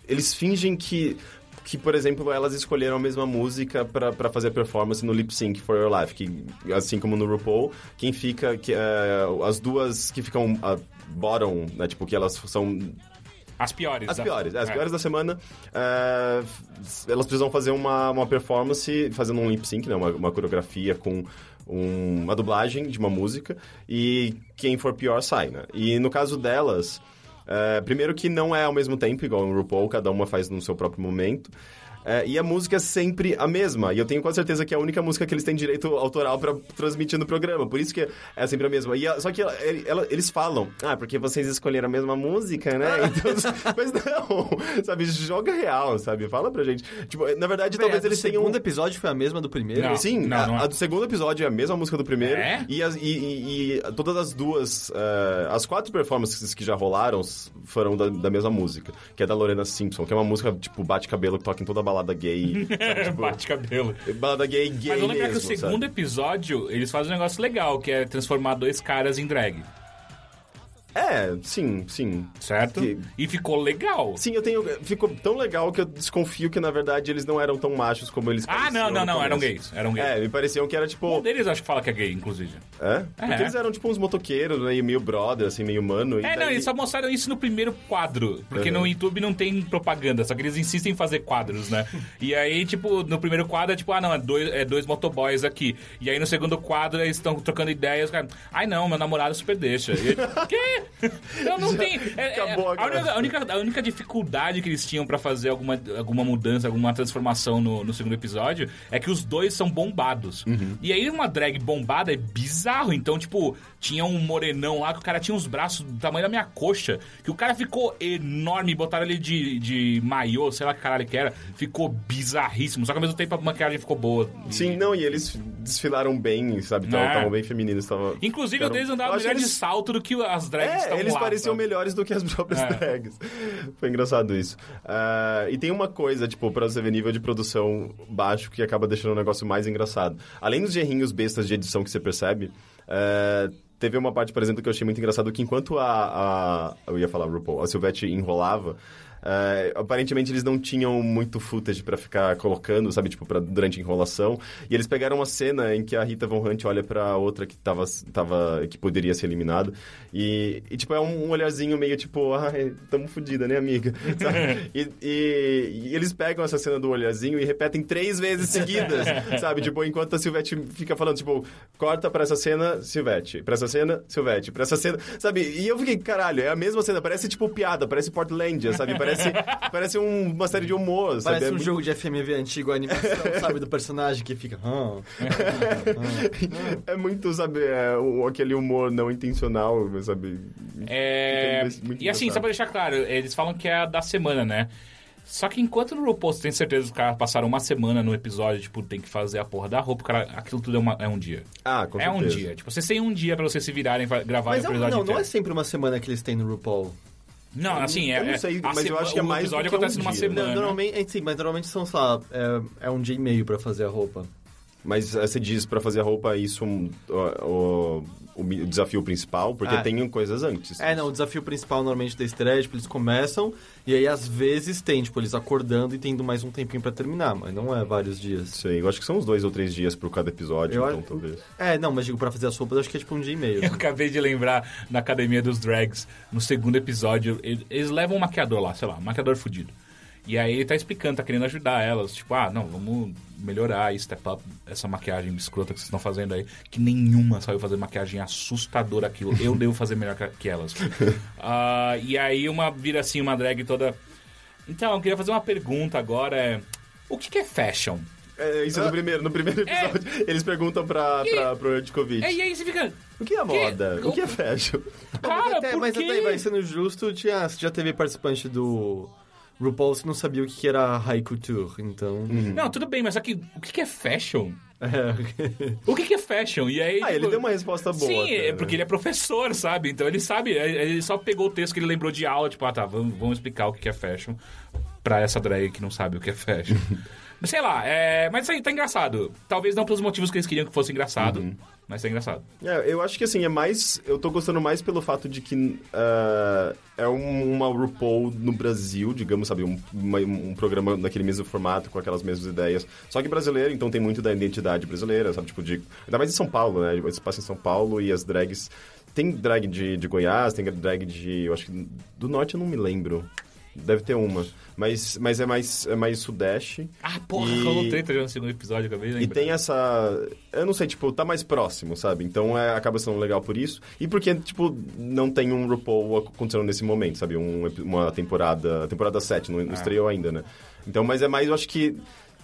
Speaker 2: Eles fingem que. Que, por exemplo, elas escolheram a mesma música pra pra fazer a performance no Lip Sync for Your Life, que, assim como no RuPaul, quem fica. Que, ah, as duas que ficam ah, bottom, né? Tipo, que elas são
Speaker 3: As piores.
Speaker 2: as
Speaker 3: da-
Speaker 2: piores, as
Speaker 3: é. (laughs)
Speaker 2: piores da semana. é, f- elas precisam fazer uma, uma performance, fazendo um lip sync, né? Uma, uma coreografia com um- uma dublagem de uma música. E quem for pior sai, né? E no caso delas, é, primeiro que não é ao mesmo tempo, igual no RuPaul, cada uma faz no seu próprio momento. É, e a música é sempre a mesma. E eu tenho quase certeza que é a única música que eles têm direito autoral pra transmitir no programa. Por isso que é sempre a mesma. E a- só que ela- ele- ela- eles falam, ah, porque vocês escolheram a mesma música, né?
Speaker 1: (laughs)
Speaker 2: Então, (laughs) mas não, sabe? Joga real, sabe? Fala pra gente. Tipo, na verdade,
Speaker 1: Pera,
Speaker 2: talvez
Speaker 1: a é, do
Speaker 2: eles tenham. um
Speaker 1: segundo episódio foi a mesma do primeiro?
Speaker 3: Não.
Speaker 2: Sim, a,
Speaker 3: não é.
Speaker 2: a do segundo episódio é a mesma música do primeiro.
Speaker 3: É?
Speaker 2: E, as- e- e- e todas as duas. eh, as quatro performances que já rolaram s- foram da, da mesma música, que é da Lorena Simpson, que é uma música tipo bate-cabelo que toca em toda balada
Speaker 3: (laughs)
Speaker 2: gay. sabe? Tipo,
Speaker 3: Bate cabelo.
Speaker 2: balada gay, gay.
Speaker 3: Mas vamos lembrar
Speaker 2: mesmo,
Speaker 3: que o segundo
Speaker 2: sabe?
Speaker 3: episódio, eles fazem um negócio legal, que é transformar dois caras em drag.
Speaker 2: É, sim, sim.
Speaker 3: certo?
Speaker 2: Que-
Speaker 3: E ficou legal.
Speaker 2: Sim, eu tenho. Ficou tão legal que eu desconfio que, na verdade, eles não eram tão machos como eles
Speaker 3: Ah, não,
Speaker 2: pareciam
Speaker 3: não,
Speaker 2: no
Speaker 3: não, eram
Speaker 2: começo.
Speaker 3: gays, eram gays.
Speaker 2: É, me pareciam que era tipo.
Speaker 3: Um deles acho que fala que é gay, inclusive.
Speaker 2: É?
Speaker 3: É.
Speaker 2: Porque eles eram tipo uns motoqueiros, né, e meio brother, assim, meio humano. e
Speaker 3: É, não,
Speaker 2: daí-
Speaker 3: eles só mostraram isso no primeiro quadro. Porque
Speaker 2: Uhum.
Speaker 3: no YouTube não tem propaganda, só que eles insistem em fazer quadros, né? e aí, tipo, no primeiro quadro é tipo, ah, não, é dois, é dois motoboys aqui. E aí no segundo quadro eles estão trocando ideias, cara. Ai não, meu namorado super deixa. E, Quê? Então não tem. é- é-
Speaker 2: acabou a
Speaker 3: a, única,
Speaker 2: graça.
Speaker 3: a única- a única dificuldade que eles tinham pra fazer alguma, alguma mudança, alguma transformação no, no segundo episódio é que os dois são bombados.
Speaker 2: Uhum.
Speaker 3: E aí uma drag bombada é bizarro. Então, tipo, tinha um morenão lá que o cara tinha uns braços do tamanho da minha coxa. Que o cara ficou enorme, botaram ele de, de maiô, sei lá que caralho que era. Ficou bizarríssimo. Só que ao mesmo tempo a maquiagem ficou boa. E-
Speaker 2: Sim, não, e eles desfilaram bem, sabe? Estavam
Speaker 3: É.
Speaker 2: bem femininos. Tava...
Speaker 3: Inclusive,
Speaker 2: eram-
Speaker 3: eles
Speaker 2: Eu
Speaker 3: andavam
Speaker 2: acho
Speaker 3: melhor
Speaker 2: que
Speaker 3: de salto do que as drags
Speaker 2: É,
Speaker 3: estavam
Speaker 2: eles
Speaker 3: lá,
Speaker 2: pareciam
Speaker 3: sabe?
Speaker 2: melhores do que as próprias
Speaker 3: É.
Speaker 2: drags. (laughs) Foi engraçado isso. Ah, e tem uma coisa, tipo, pra você ver nível de produção baixo que acaba deixando o negócio mais engraçado. Além dos gerrinhos bestas de edição que você percebe, ah, teve uma parte, por exemplo, que eu achei muito engraçado, que enquanto a... a- eu ia falar RuPaul, a Silvete enrolava... ah, aparentemente eles não tinham muito footage pra ficar colocando, sabe, tipo, pra, durante a enrolação. E eles pegaram uma cena em que a Rita Von Hunt olha pra outra que tava, tava que poderia ser eliminada. E, e, tipo, é um olharzinho meio tipo, ai, tamo fodida, né, amiga? (laughs) Sabe? e, e- e eles pegam essa cena do olharzinho e repetem três vezes
Speaker 3: (laughs)
Speaker 2: seguidas, sabe? Tipo, enquanto a Silvete fica falando, tipo, corta pra essa cena, Silvete. Pra essa cena, Silvete. Pra essa cena, sabe? E eu fiquei, caralho, é a mesma cena. Parece, tipo, piada. Parece Portlandia, sabe?
Speaker 3: (laughs)
Speaker 2: Parece, parece um- uma série de humor, sabe?
Speaker 1: Parece
Speaker 2: É
Speaker 1: um
Speaker 2: muito-
Speaker 1: jogo de FMV antigo, a animação, (laughs) sabe, do personagem que fica. "Hum".
Speaker 2: (laughs) É muito, sabe, é, o- aquele humor não intencional, sabe?
Speaker 3: É...
Speaker 2: Fica um muito
Speaker 3: E assim,
Speaker 2: engraçado.
Speaker 3: só pra deixar claro, eles falam que é a da semana, né? Só que enquanto no RuPaul você tem certeza que os caras passaram uma semana no episódio, tipo, tem que fazer a porra da roupa, cara, aquilo tudo é, uma- é um dia.
Speaker 2: Ah, com
Speaker 3: é um
Speaker 2: certeza.
Speaker 3: dia. Tipo, vocês têm um dia pra vocês se virarem e gravar o
Speaker 1: Mas é um-
Speaker 3: episódio
Speaker 1: não, não é
Speaker 3: inteiro.
Speaker 1: sempre uma semana que eles têm no RuPaul.
Speaker 3: Não, assim, é...
Speaker 2: um eu não
Speaker 3: é-
Speaker 2: sei,
Speaker 3: a
Speaker 2: mas eu
Speaker 3: sema-
Speaker 2: acho que é mais
Speaker 3: O episódio
Speaker 2: do que um
Speaker 3: acontece numa
Speaker 2: dia.
Speaker 3: semana.
Speaker 1: Não,
Speaker 3: né?
Speaker 1: normalmente, é, sim, mas normalmente são, sei lá, é, é um dia e meio pra fazer a roupa.
Speaker 2: Mas eh, você diz pra fazer a roupa isso um, o, o, o mi- desafio principal, porque
Speaker 1: Ah.
Speaker 2: tem coisas antes.
Speaker 1: É, não, o desafio principal normalmente da estreia, é, tipo, eles começam e aí às vezes tem, tipo, eles acordando e tendo mais um tempinho pra terminar, mas não é vários dias.
Speaker 2: Sei, eu acho que são uns dois ou três dias por cada episódio,
Speaker 1: Eu
Speaker 2: então
Speaker 1: acho-
Speaker 2: talvez.
Speaker 1: É, não, mas digo, pra fazer as roupas acho que é tipo um dia e
Speaker 3: (laughs)
Speaker 1: meio.
Speaker 3: Eu acabei de lembrar na academia dos drags, no segundo episódio, ele- eles levam um maquiador lá, sei lá, um maquiador fudido. E aí ele tá explicando, tá querendo ajudar elas, tipo, ah, não, vamos melhorar e step up essa maquiagem escrota que vocês estão fazendo aí, que nenhuma saiu fazer maquiagem assustadora aquilo.
Speaker 1: (laughs)
Speaker 3: Eu devo fazer melhor que- que elas. Ah, e aí uma vira assim, uma drag toda. Então, eu queria fazer uma pergunta agora, é. O que, que é fashion?
Speaker 2: É, isso é no primeiro, no primeiro
Speaker 3: É.
Speaker 2: episódio. Eles perguntam pra,
Speaker 3: E-
Speaker 2: pra, pro Edkovic.
Speaker 3: É, e aí você fica.
Speaker 2: O que é moda? O que é fashion?
Speaker 3: Cara,
Speaker 1: até,
Speaker 3: por
Speaker 1: mas
Speaker 3: quê?
Speaker 1: até aí, vai sendo justo, tinha, já teve participante do RuPaul que não sabia o que que era high couture, então...
Speaker 3: Não, tudo bem, mas só que o que que é fashion?
Speaker 1: (laughs) É.
Speaker 3: O que, que é fashion? E aí. tipo,
Speaker 2: Ah, ele deu uma resposta boa.
Speaker 3: Sim,
Speaker 2: até,
Speaker 3: é
Speaker 2: né?
Speaker 3: porque ele é professor, sabe? Então ele sabe, é- ele só pegou o texto que ele lembrou de aula, tipo, ah tá, vamos, vamos explicar o que que é fashion pra essa drag que não sabe o que
Speaker 2: (laughs)
Speaker 3: é fashion. Mas Sei lá, é, mas isso aí tá engraçado. Talvez não pelos motivos que eles queriam que fosse engraçado,
Speaker 2: Uhum.
Speaker 3: mas tá engraçado.
Speaker 2: É, eu acho que assim, é mais. Eu tô gostando mais pelo fato de que ah, é um- uma RuPaul no Brasil, digamos, sabe? Um, uma- um programa naquele mesmo formato, com aquelas mesmas ideias. Só que brasileiro, então tem muito da identidade brasileira, sabe? Tipo, de. Ainda mais em São Paulo, né? Eles passam em São Paulo e as drags. Tem drag de, de Goiás, tem drag de. Eu acho que. Do norte eu não me lembro. Deve ter uma. Mas, mas é mais é mais sudeste.
Speaker 3: Ah, porra,
Speaker 2: E-
Speaker 3: rolou treta já no segundo episódio, acabei de
Speaker 2: e
Speaker 3: lembrar.
Speaker 2: tem essa. Eu não sei, tipo, tá mais próximo, sabe? Então é, acaba sendo legal por isso. E porque, tipo, não tem um RuPaul acontecendo nesse momento, sabe? Um epi- uma temporada. Temporada 7, não,
Speaker 3: É.
Speaker 2: não estreou ainda, né? Então, mas é mais, eu acho que.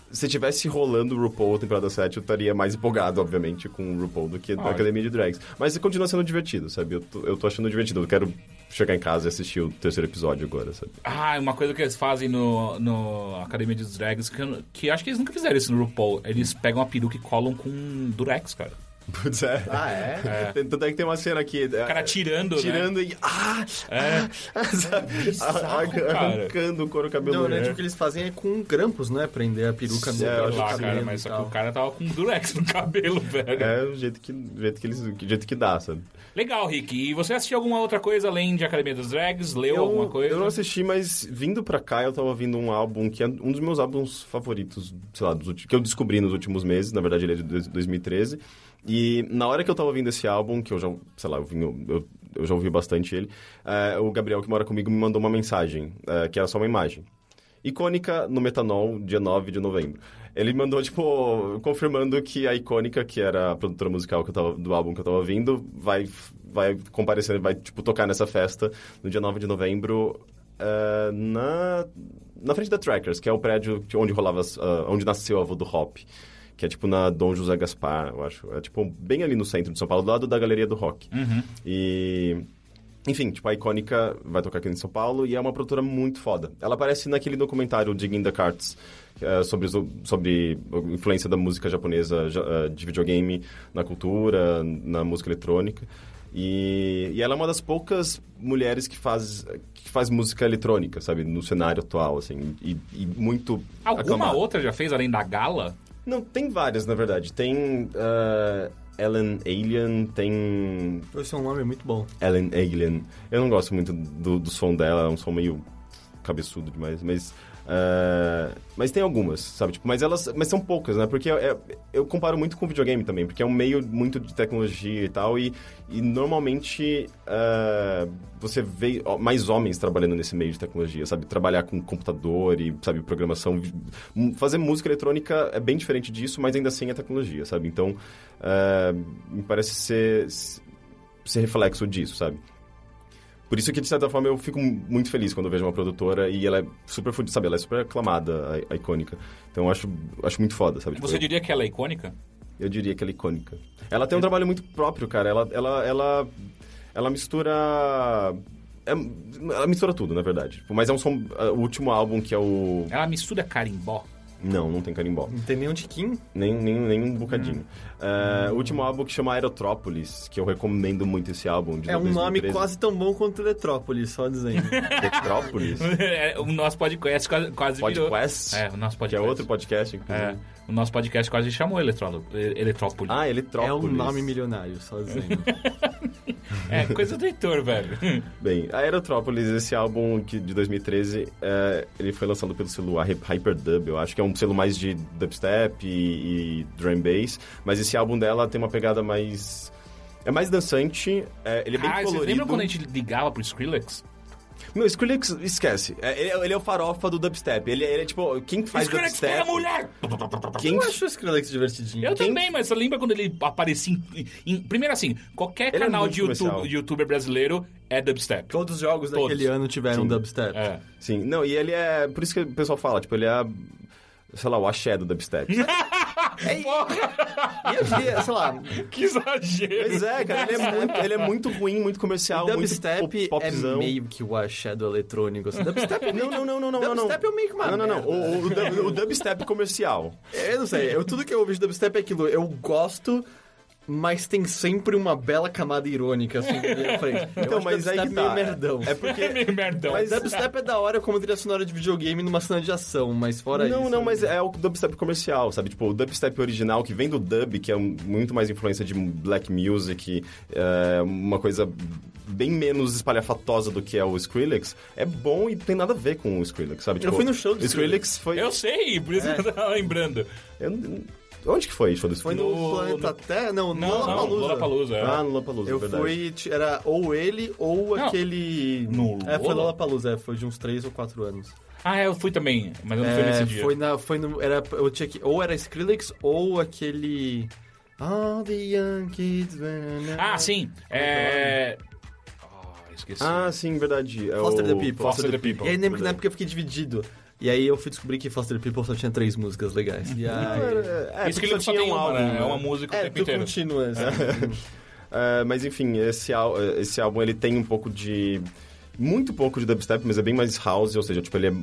Speaker 2: Se tivesse rolando o RuPaul temporada 7, eu estaria mais empolgado, obviamente, com o RuPaul do que na
Speaker 3: Óbvio.
Speaker 2: Academia de Drags. Mas continua sendo divertido, sabe? Eu tô, eu tô achando divertido. Eu quero chegar em casa e assistir o terceiro episódio agora, sabe? (laughs)
Speaker 3: Ah, uma coisa que eles fazem no, no Academia dos Drags, que, eu não- que acho que eles nunca fizeram isso no RuPaul. Eles pegam a peruca e colam com durex, cara.
Speaker 2: Putz, é.
Speaker 1: Ah, é?
Speaker 2: É. Tem- (laughs) Tanto é que tem uma cena aqui.
Speaker 3: O cara tirando, né?
Speaker 2: tirando e. Ah!
Speaker 3: É.
Speaker 2: ah, sabe? Arranca-
Speaker 3: cara.
Speaker 2: arrancando o couro cabeludo.
Speaker 1: Não, né? Tipo, o que eles fazem é com grampos, né? Prender a peruca no
Speaker 2: Sei
Speaker 1: no
Speaker 2: lá,
Speaker 3: Sei lá,
Speaker 1: cabelo
Speaker 3: cara,
Speaker 1: e
Speaker 3: mas só
Speaker 1: tal.
Speaker 3: que o cara tava com um durex no (laughs) cabelo, velho.
Speaker 2: né, É o jeito que, o jeito que eles. O jeito que dá, sabe?
Speaker 3: Legal, Rick. E você assistiu alguma outra coisa além de Academia dos Drags? Leu alguma coisa?
Speaker 2: eu não assisti, mas vindo pra cá eu tava ouvindo um álbum que é um dos meus álbuns favoritos, sei lá, dos ulti- que eu descobri nos últimos meses, na verdade ele é de dois- 2013. E na hora que eu tava ouvindo esse álbum, que eu já, sei lá, eu, vim- eu- eu- eu já ouvi bastante ele, eh, o Gabriel que mora comigo me mandou uma mensagem, eh, que era só uma imagem. Icônica no Metanol, dia 9 de novembro. Ele mandou, tipo, confirmando que a Icônica, que era a produtora musical que eu tava, do álbum que eu tava ouvindo, vai, vai comparecer, vai, tipo, tocar nessa festa no dia 9 de novembro eh, na, na frente da Trackers, que é o prédio de onde rolava, as- ah, onde nasceu a avô do Hop. Que é, tipo, na Dom José Gaspar, eu acho. É, tipo, bem ali no centro de São Paulo, do lado da Galeria do Rock. E... Enfim, tipo, a Icônica vai tocar aqui em São Paulo e é uma produtora muito foda. Ela aparece naquele documentário Digging the Cards eh, sobre, zo- sobre a influência da música japonesa ja- eh, de videogame na cultura, na música eletrônica. E, e ela é uma das poucas mulheres que faz, que faz música eletrônica, sabe? No cenário atual, assim. E, e muito
Speaker 3: Alguma
Speaker 2: aclamada.
Speaker 3: outra já fez além da gala?
Speaker 2: Não, tem várias, na verdade. Tem eh, Ellen Alien, tem
Speaker 1: Esse é um nome muito bom.
Speaker 2: Ellen Eglin. Eu não gosto muito do, do som dela, é um som meio cabeçudo demais, mas. eh, mas tem algumas, sabe? Tipo, mas elas. Mas são poucas, né? Porque é- eu comparo muito com videogame também, porque é um meio muito de tecnologia e tal, e, e normalmente eh, você vê ó, mais homens trabalhando nesse meio de tecnologia, sabe? Trabalhar com computador e, sabe, programação. vi- m- Fazer música eletrônica é bem diferente disso, mas ainda assim é tecnologia, sabe? Então, eh, me parece ser ser reflexo disso, sabe? Por isso que, de certa forma, eu fico muito feliz quando eu vejo uma produtora e ela é super fudida, sabe? Ela é super aclamada, a, a icônica. Então eu acho, acho muito foda, sabe? Tipo,
Speaker 3: Você
Speaker 2: eu,
Speaker 3: diria que ela é icônica?
Speaker 2: eu diria que ela é icônica. Ela tem um trabalho muito próprio, cara. Ela, ela, ela, ela mistura. é- ela mistura tudo, na verdade. Tipo, Mas é um som. é, O último álbum que é o.
Speaker 3: Ela mistura carimbó. (laughs)
Speaker 2: Não, não tem carimbó.
Speaker 1: Não tem nenhum tiquinho.
Speaker 2: Nem, nem, nem um bocadinho. É, o último álbum que chama Aerotrópolis, que eu recomendo muito esse álbum. de
Speaker 1: É um nome
Speaker 2: 2013.
Speaker 1: quase tão bom quanto Eletrópolis, só dizendo. (laughs)
Speaker 2: Aerotrópolis?
Speaker 3: É, o nosso podcast quase, quase virou.
Speaker 2: Podcast?
Speaker 3: É, o nosso
Speaker 2: Que é
Speaker 3: podcast.
Speaker 2: outro podcast, inclusive.
Speaker 3: É, o nosso podcast quase chamou Eletró- Eletrópolis.
Speaker 2: Ah,
Speaker 1: é
Speaker 2: Eletrópolis.
Speaker 1: um nome milionário, só dizendo.
Speaker 3: É, coisa do
Speaker 2: (laughs)
Speaker 3: Heitor, velho.
Speaker 2: Bem, a Aerotrópolis, esse álbum que- de 2013, é, ele foi lançado pelo selo Hy- Hyperdub, eu acho que é um selo mais de dubstep e, e drum bass, mas esse álbum dela tem uma pegada mais... É mais dançante, é, ele é bem
Speaker 3: ah,
Speaker 2: colorido.
Speaker 3: vocês lembram quando a gente ligava pro Skrillex?
Speaker 2: Meu, Skrillex, esquece. É, ele, é- ele é o farofa do dubstep. Ele, ele é tipo, quem faz
Speaker 3: Skrillex
Speaker 2: dubstep...
Speaker 3: pega a mulher!
Speaker 2: Quem
Speaker 1: Eu acho o Skrillex divertidinho.
Speaker 3: Eu também, mas você lembra quando ele aparecia em, em- Primeiro assim, qualquer
Speaker 2: Ele é
Speaker 3: canal
Speaker 2: muito
Speaker 3: de, YouTube-
Speaker 2: comercial.
Speaker 3: de youtuber brasileiro é dubstep.
Speaker 1: Todos os jogos
Speaker 3: Todos.
Speaker 1: daquele ano tiveram
Speaker 2: Sim.
Speaker 1: dubstep.
Speaker 2: (laughs)
Speaker 3: É.
Speaker 2: Sim, não, e ele é... Por isso que o pessoal fala, tipo, ele é... a- Sei lá, o axé do dubstep.
Speaker 1: E eu diria, sei lá,
Speaker 3: Que exagero!
Speaker 2: Pois é, cara, ele é muito, ele é muito ruim, muito comercial, muito
Speaker 1: dubstep
Speaker 2: pop- popzão.
Speaker 1: é meio que o axé do eletrônico. assim. Dubstep (laughs) é meio
Speaker 2: Não, não, não, não, não, não.
Speaker 1: Dubstep é meio que uma
Speaker 2: Não, não,
Speaker 1: merda.
Speaker 2: não.
Speaker 1: né?
Speaker 2: O, o, dub- o dubstep comercial.
Speaker 1: Eu não sei, eu, tudo que eu ouvi de dubstep é aquilo. Eu gosto, mas tem sempre uma bela camada irônica, assim, na minha frente. Eu
Speaker 2: Então,
Speaker 1: acho
Speaker 2: mas aí
Speaker 1: dubstep
Speaker 2: que tá.
Speaker 1: meio merdão.
Speaker 2: É porque...
Speaker 3: (laughs) É meio merdão.
Speaker 2: Mas-
Speaker 1: Dubstep é da hora como trilha sonora de videogame numa cena de ação, mas fora
Speaker 2: não,
Speaker 1: isso... né?
Speaker 2: não, mas é o dubstep comercial, sabe? Tipo, o dubstep original que vem do dub, que é um- muito mais influência de black music, é, uma coisa bem menos espalhafatosa do que é o Skrillex, é bom e tem nada a ver com o Skrillex, sabe?
Speaker 1: Eu fui no show do
Speaker 2: o Skrillex. foi... É.
Speaker 3: Eu sei, por isso que eu tava lembrando.
Speaker 2: Eu não- Onde que foi o show do
Speaker 1: Foi
Speaker 2: Skrillex?
Speaker 1: no,
Speaker 3: No-
Speaker 1: Planeta Terra? Não, no
Speaker 3: Não, não,
Speaker 1: Lollapalooza.
Speaker 3: Lollapalooza. é.
Speaker 2: Ah, no Lollapalooza,
Speaker 1: Eu
Speaker 2: verdade.
Speaker 1: fui, t- era ou ele ou aquele...
Speaker 3: No
Speaker 1: é, foi
Speaker 3: Lola?
Speaker 1: Lollapalooza, é, foi de uns 3 ou 4 anos.
Speaker 3: Ah, é, eu fui também, mas eu não fui
Speaker 1: É,
Speaker 3: nesse dia.
Speaker 1: Foi na. Foi no. Era, eu tinha que, ou era Skrillex ou aquele. All the young kids.
Speaker 3: Ah, sim. É... Ah, esqueci.
Speaker 2: Ah, sim, verdade. É
Speaker 1: Foster
Speaker 2: o...
Speaker 1: the People.
Speaker 3: Foster the People. né?
Speaker 1: E aí lembro que na época eu fiquei dividido. E aí eu fui descobrir que Foster the People só tinha três músicas legais. E aí.
Speaker 2: É,
Speaker 3: isso que
Speaker 2: porque
Speaker 3: ele só tem
Speaker 2: um
Speaker 3: uma,
Speaker 2: álbum,
Speaker 3: né? É
Speaker 2: né?
Speaker 3: uma música o
Speaker 1: É,
Speaker 3: tempo
Speaker 1: tu
Speaker 3: inteiro.
Speaker 1: continua. assim.
Speaker 2: É, mas enfim, esse, al- esse álbum ele tem um pouco de. Muito pouco de dubstep, mas é bem mais house, ou seja, tipo, ele é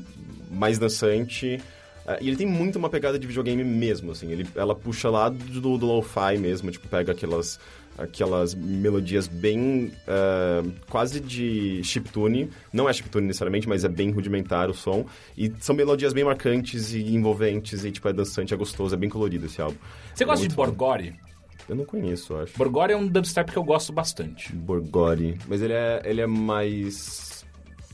Speaker 2: mais dançante. Ah, e ele tem muito uma pegada de videogame mesmo, assim. Ele, ela puxa lá do, do lo-fi mesmo, tipo, pega aquelas, aquelas melodias bem... ah, quase de chiptune. Não é chiptune necessariamente, mas é bem rudimentar o som. E são melodias bem marcantes e envolventes e, tipo, é dançante, é gostoso, é bem colorido esse álbum.
Speaker 3: Você gosta
Speaker 2: É
Speaker 3: de
Speaker 2: muito bom.
Speaker 3: Borgore?
Speaker 2: Eu não conheço, eu acho.
Speaker 3: Borgore é um dubstep que eu gosto bastante.
Speaker 2: Borgore. Mas ele é, ele é mais.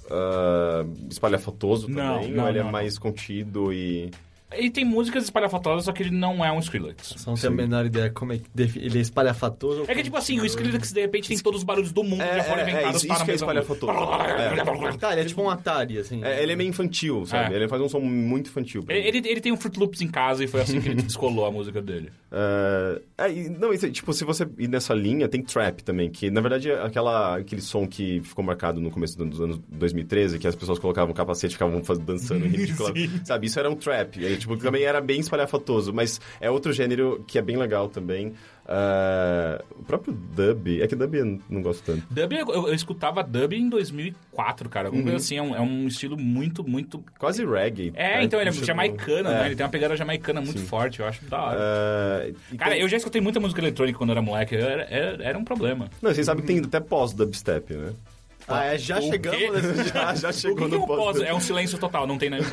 Speaker 2: ah, espalhafatoso
Speaker 3: Não,
Speaker 2: também?
Speaker 3: não,
Speaker 2: ou ele
Speaker 3: não,
Speaker 2: é mais contido e.
Speaker 3: Ele tem músicas espalhafatosas, só que ele não é um Skrillex.
Speaker 1: Só não tenho a menor ideia como é que defi- ele é espalhafatoso. ou
Speaker 3: É que, tipo assim, o Skrillex, de repente, tem todos os barulhos do mundo que já foram inventados
Speaker 2: isso,
Speaker 3: para
Speaker 2: isso que é
Speaker 3: a mesma
Speaker 2: espalhafatoso.
Speaker 3: música.
Speaker 1: Tá, ele é tipo um Atari, assim.
Speaker 2: É, ele é meio infantil, sabe?
Speaker 3: É.
Speaker 2: Ele faz um som muito infantil. pra mim.
Speaker 3: Ele, ele tem um Fruit Loops em casa e foi assim que ele descolou a música dele.
Speaker 2: Ah, é, e- não, isso, tipo, se você ir nessa linha, tem trap também, que na verdade é aquela, aquele som que ficou marcado no começo dos anos 2013, que as pessoas colocavam capacete e ficavam faz-
Speaker 3: (laughs)
Speaker 2: dançando ridícula, sabe? Isso era um trap, e, tipo, também era bem espalhafatoso, mas é outro gênero que é bem legal também. Ah, o próprio dub, é que dub eu não gosto tanto.
Speaker 3: Dub, eu, eu escutava dub em 2004, cara. Alguma
Speaker 2: Uhum.
Speaker 3: coisa assim, é um, é um estilo muito, muito...
Speaker 2: Quase reggae.
Speaker 3: É,
Speaker 2: né?
Speaker 3: então, ele é
Speaker 2: Puxa,
Speaker 3: jamaicano,
Speaker 2: é.
Speaker 3: né? Ele tem uma pegada jamaicana muito forte, eu acho da hora.
Speaker 2: Ah, e
Speaker 3: Cara,
Speaker 2: tem-
Speaker 3: eu já escutei muita música eletrônica quando eu era moleque, era, era, era um problema.
Speaker 2: Não, vocês sabem que tem até pós-dubstep,
Speaker 3: (laughs)
Speaker 2: né?
Speaker 1: Ah, é, já
Speaker 3: quê?
Speaker 1: chegamos nesse
Speaker 2: já, já
Speaker 3: O que,
Speaker 2: chegou
Speaker 3: que é
Speaker 2: no
Speaker 3: um pós?
Speaker 2: pós-dubstep.
Speaker 3: É um silêncio total, não tem nada.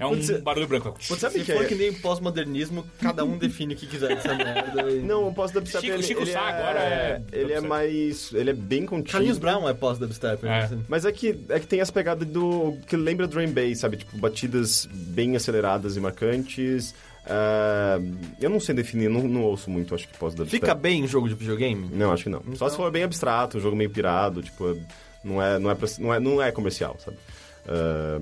Speaker 3: É um barulho branco. Chico,
Speaker 2: Sabe
Speaker 1: Se
Speaker 2: que
Speaker 1: for
Speaker 2: é-
Speaker 1: que nem pós-modernismo, cada um define o que quiser dessa merda. e-
Speaker 2: Não, o pós-dubstep
Speaker 3: Chico,
Speaker 2: ele,
Speaker 3: Chico
Speaker 2: ele
Speaker 3: Sá
Speaker 2: é,
Speaker 3: agora é
Speaker 2: Ele é
Speaker 3: dubstep.
Speaker 2: mais... Ele é bem contido.
Speaker 1: Carlinhos Brown é pós-dubstep.
Speaker 3: É.
Speaker 1: né?
Speaker 2: Mas é que, é que tem as pegadas do... Que lembra Dream Bass, sabe? Tipo, batidas bem aceleradas e marcantes. Ah, eu não sei definir, não, não ouço muito, acho que pós-dubstep.
Speaker 1: Fica bem em jogo de videogame?
Speaker 2: Não, acho que não. Só se for bem abstrato, um jogo meio pirado, tipo, não é, não é, pra- não é, não é comercial, sabe? Ah,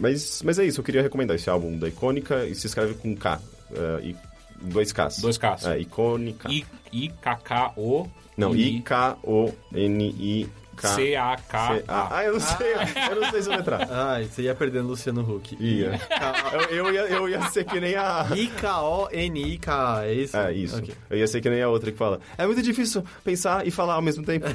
Speaker 2: mas, mas é isso, eu queria recomendar esse álbum da Icônica e se escreve com K. ah, e dois Ks.
Speaker 3: Dois Ks.
Speaker 2: É, Icônica.
Speaker 3: I, I, K, K, O.
Speaker 2: Não,
Speaker 3: I,
Speaker 2: I-K-O-N-I-K.
Speaker 3: C, A, K.
Speaker 2: Ah, ah, eu não sei, eu não sei se eu vou entrar.
Speaker 1: Ai, você ia perdendo Luciano Huck.
Speaker 2: Ia. Eu, eu ia, eu ia ser que nem a.
Speaker 1: I-K-O-N-I-K-A, é isso?
Speaker 2: É, isso.
Speaker 1: Ok.
Speaker 2: Eu ia ser que nem a outra que fala. É muito difícil pensar e falar ao mesmo tempo.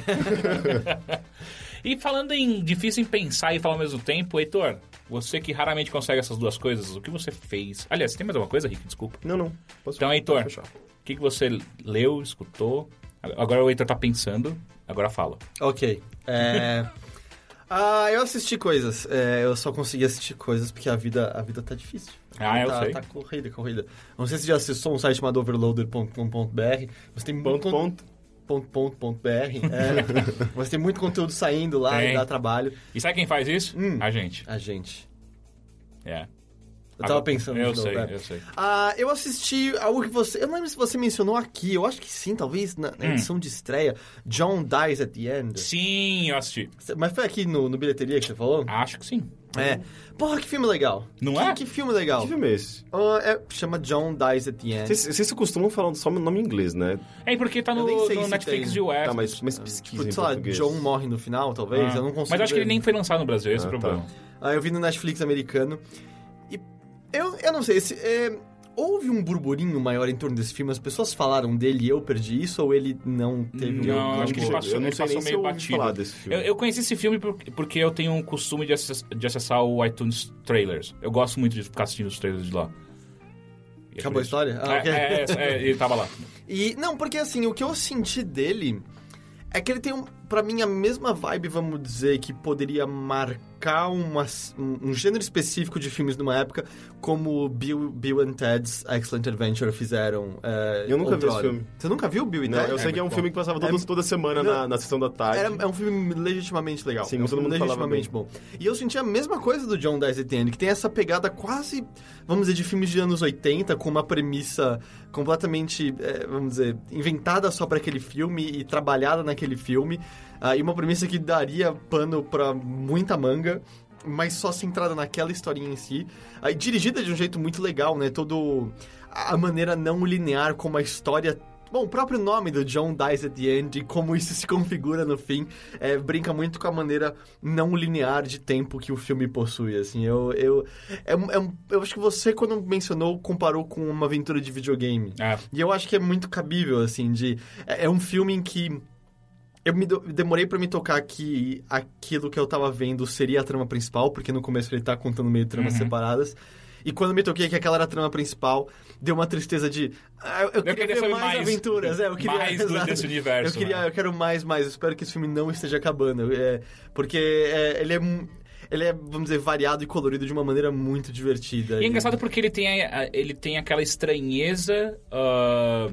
Speaker 3: E falando em difícil em pensar e falar ao mesmo tempo, Heitor, você que raramente consegue essas duas coisas, o que você fez? Aliás, tem mais alguma coisa, Rick? Desculpa.
Speaker 2: Não, não. Posso
Speaker 3: Então, Heitor,
Speaker 2: fechar.
Speaker 3: o que, que você leu, escutou? Agora o Heitor tá pensando, agora fala.
Speaker 1: Ok. É... (laughs) ah, eu assisti coisas. É, eu só consegui assistir coisas porque a vida, a vida tá difícil.
Speaker 3: Ah, eu
Speaker 1: tá,
Speaker 3: sei.
Speaker 1: Tá corrida, corrida. Não sei se já acessou um site chamado overloader.com.br. Você tem muito
Speaker 2: Ponto, ponto.
Speaker 1: ponto, ponto, ponto br. É.
Speaker 3: (laughs)
Speaker 1: Você tem muito conteúdo saindo lá
Speaker 3: Tem.
Speaker 1: e dá trabalho.
Speaker 3: E sabe quem faz isso?
Speaker 1: Hum.
Speaker 3: A gente.
Speaker 1: A gente.
Speaker 3: É.
Speaker 1: Eu tava
Speaker 3: Agora-
Speaker 1: pensando.
Speaker 3: Eu
Speaker 1: de novo,
Speaker 3: sei,
Speaker 1: né?
Speaker 3: eu sei.
Speaker 1: Ah, eu assisti algo que você. Eu não lembro se você mencionou aqui, eu acho que sim, talvez na,
Speaker 3: Hum.
Speaker 1: na edição de estreia. John Dies at the End.
Speaker 3: Sim, eu assisti.
Speaker 1: Mas foi aqui no, no bilheteria que você falou?
Speaker 3: Acho que sim.
Speaker 1: É. Porra, que filme legal.
Speaker 3: Não
Speaker 1: que,
Speaker 3: é?
Speaker 1: Que filme legal.
Speaker 2: Que filme é esse?
Speaker 1: Ah, é- chama John Dies at the End.
Speaker 2: Vocês vocês costumam falar só o nome em inglês, né?
Speaker 3: É porque tá
Speaker 1: Eu
Speaker 3: no,
Speaker 1: nem sei
Speaker 3: no
Speaker 1: se
Speaker 3: Netflix
Speaker 1: tem.
Speaker 3: US.
Speaker 2: Tá, mas, mas pesquisa
Speaker 1: Tipo,
Speaker 2: em
Speaker 1: sei lá,
Speaker 2: português.
Speaker 1: John morre no final, talvez.
Speaker 3: Ah.
Speaker 1: Eu não consigo.
Speaker 3: Mas acho que
Speaker 1: ver.
Speaker 3: ele nem foi lançado no Brasil, esse é o
Speaker 2: Ah, tá.
Speaker 3: problema.
Speaker 1: Ah, eu vi no Netflix americano. E eu, eu não sei, esse, é, houve um burburinho maior em torno desse filme? As pessoas falaram dele e eu perdi isso? Ou ele não teve um...
Speaker 3: Não, acho que ele
Speaker 2: Pô,
Speaker 3: passou,
Speaker 2: eu não
Speaker 3: ele
Speaker 2: sei
Speaker 3: passou
Speaker 2: nem se
Speaker 3: meio
Speaker 2: eu ouvi
Speaker 3: batido.
Speaker 2: falar desse filme.
Speaker 3: Eu, eu conheci esse filme por- porque eu tenho o costume de acess- de acessar o iTunes Trailers. Eu gosto muito de ficar assistindo os trailers de lá. E
Speaker 1: Acabou
Speaker 3: é por
Speaker 1: a
Speaker 3: isso.
Speaker 1: história? Ah,
Speaker 3: É,
Speaker 1: ok.
Speaker 3: é, é, é, ele
Speaker 1: (laughs)
Speaker 3: tava lá.
Speaker 1: E, não, porque assim, o que eu senti dele é que ele tem, um, pra mim, a mesma vibe, vamos dizer, que poderia marcar uma- um, um gênero específico de filmes de uma época, como Bill, Bill and Ted's Excellent Adventure fizeram. é,
Speaker 2: Eu nunca vi esse filme.
Speaker 1: Você nunca viu Bill e
Speaker 2: Não,
Speaker 1: Ted?
Speaker 2: eu sei que é um
Speaker 3: bom.
Speaker 2: filme que passava todas- toda semana na, na sessão da tarde.
Speaker 1: Era, é um filme legitimamente legal.
Speaker 2: Sim,
Speaker 1: é um
Speaker 2: todo
Speaker 1: filme
Speaker 2: mundo falava
Speaker 1: legitimamente bom. E eu senti a mesma coisa do John Dizetand, que tem essa pegada quase, vamos dizer, de filmes de anos 80, com uma premissa completamente, é, vamos dizer, inventada só pra aquele filme e trabalhada naquele filme. ah, e uma premissa que daria pano pra muita manga. Mas só centrada naquela historinha em si. Aí, dirigida de um jeito muito legal, né? Todo. A a maneira não linear como a história Bom, o próprio nome do John Dies at the End e como isso se configura no fim é, brinca muito com a maneira não linear de tempo que o filme possui, assim. Eu, eu, é um- é um- eu acho que você, quando mencionou, comparou com uma aventura de videogame.
Speaker 3: É.
Speaker 1: E eu acho que é muito cabível, assim, de... É, é um filme em que... Eu me do- demorei pra me tocar que
Speaker 3: Uhum.
Speaker 1: aquilo que eu tava vendo seria a trama principal, porque no começo ele tá contando meio tramas separadas. E quando me toquei que aquela era a trama principal, deu uma tristeza de. Ah, eu, eu queria,
Speaker 3: queria
Speaker 1: ver
Speaker 3: saber
Speaker 1: mais,
Speaker 3: mais.
Speaker 1: aventuras. É, eu queria
Speaker 3: Mais
Speaker 1: (laughs)
Speaker 3: do-
Speaker 1: exato.
Speaker 3: desse universo,
Speaker 1: Eu queria,
Speaker 3: né?
Speaker 1: eu quero mais, mais. Eu espero que esse filme não esteja acabando. é, porque é, ele é. mu- Ele é, vamos dizer, variado e colorido de uma maneira muito divertida.
Speaker 3: E é engraçado porque ele tem, a- a- ele tem aquela estranheza ah,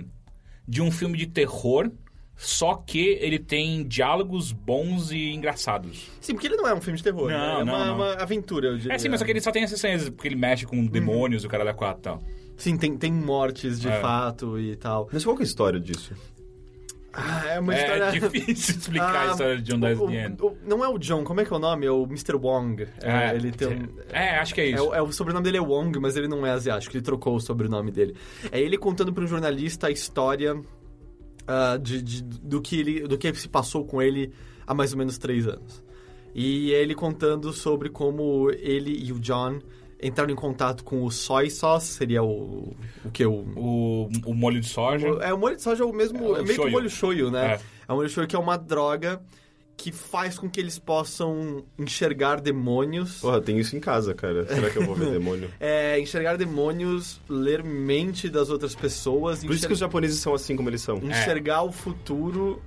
Speaker 3: de um filme de terror, só que ele tem diálogos bons e engraçados.
Speaker 1: Sim, porque ele não é um filme de terror.
Speaker 3: Não,
Speaker 1: né? É
Speaker 3: não,
Speaker 1: uma,
Speaker 3: não.
Speaker 1: uma aventura, eu diria.
Speaker 3: É sim, mas só que ele só tem essa estranheza, porque ele mexe
Speaker 1: Uhum.
Speaker 3: com demônios, o cara da 4 e tal.
Speaker 1: Sim, tem, tem mortes de
Speaker 3: É.
Speaker 1: fato e tal.
Speaker 2: Mas qual que é a história disso?
Speaker 1: Ah, é uma
Speaker 3: é
Speaker 1: história.
Speaker 3: (laughs) difícil explicar
Speaker 1: Ah,
Speaker 3: a história de um John
Speaker 1: o- o-
Speaker 3: Dice
Speaker 1: o- Não é o John, como é que é o nome? É o Mr. Wong. É, ele tem um-
Speaker 3: É, acho que é
Speaker 1: É,
Speaker 3: isso.
Speaker 1: o- é o sobrenome dele é Wong, mas ele não é asiático, ele trocou o sobrenome dele. É ele contando para um jornalista a história ah, de, de- do, que ele, do que se passou com ele há mais ou menos três anos. E é ele contando sobre como ele e o John entraram em contato com o soy sauce, seria o, o que? O,
Speaker 3: O, o molho de soja.
Speaker 1: o- É, o molho de soja é o mesmo.
Speaker 3: É,
Speaker 1: É,
Speaker 3: o
Speaker 1: meio que o
Speaker 3: shoyu.
Speaker 1: molho shoyu, né?
Speaker 3: É.
Speaker 1: É. o molho shoyu que é uma droga que faz com que eles possam enxergar demônios.
Speaker 2: Porra, tem isso em casa, cara. Será que
Speaker 1: (laughs)
Speaker 2: eu vou ver demônio?
Speaker 1: É, enxergar demônios, ler mente das outras pessoas,
Speaker 2: Por isso
Speaker 1: enxer-
Speaker 2: que os japoneses são assim como eles são.
Speaker 1: enxergar o futuro,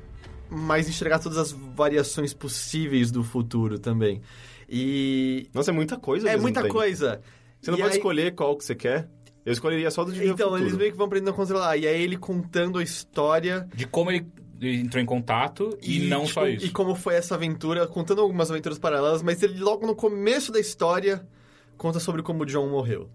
Speaker 1: mas enxergar todas as variações possíveis do futuro também. E
Speaker 2: Nossa, é muita coisa. ao
Speaker 1: é
Speaker 2: mesmo
Speaker 1: muita
Speaker 2: tempo.
Speaker 1: coisa.
Speaker 2: Você não
Speaker 1: E
Speaker 2: pode
Speaker 1: aí-
Speaker 2: escolher qual que você quer. Eu escolheria só do de ver o
Speaker 1: Então,
Speaker 2: futuro.
Speaker 1: eles meio que vão aprendendo a controlar. E aí ele contando a história
Speaker 3: De como ele ele entrou em contato e, não
Speaker 1: tipo,
Speaker 3: só isso.
Speaker 1: E como foi essa aventura, contando algumas aventuras paralelas, mas ele logo no começo da história conta sobre como o John morreu.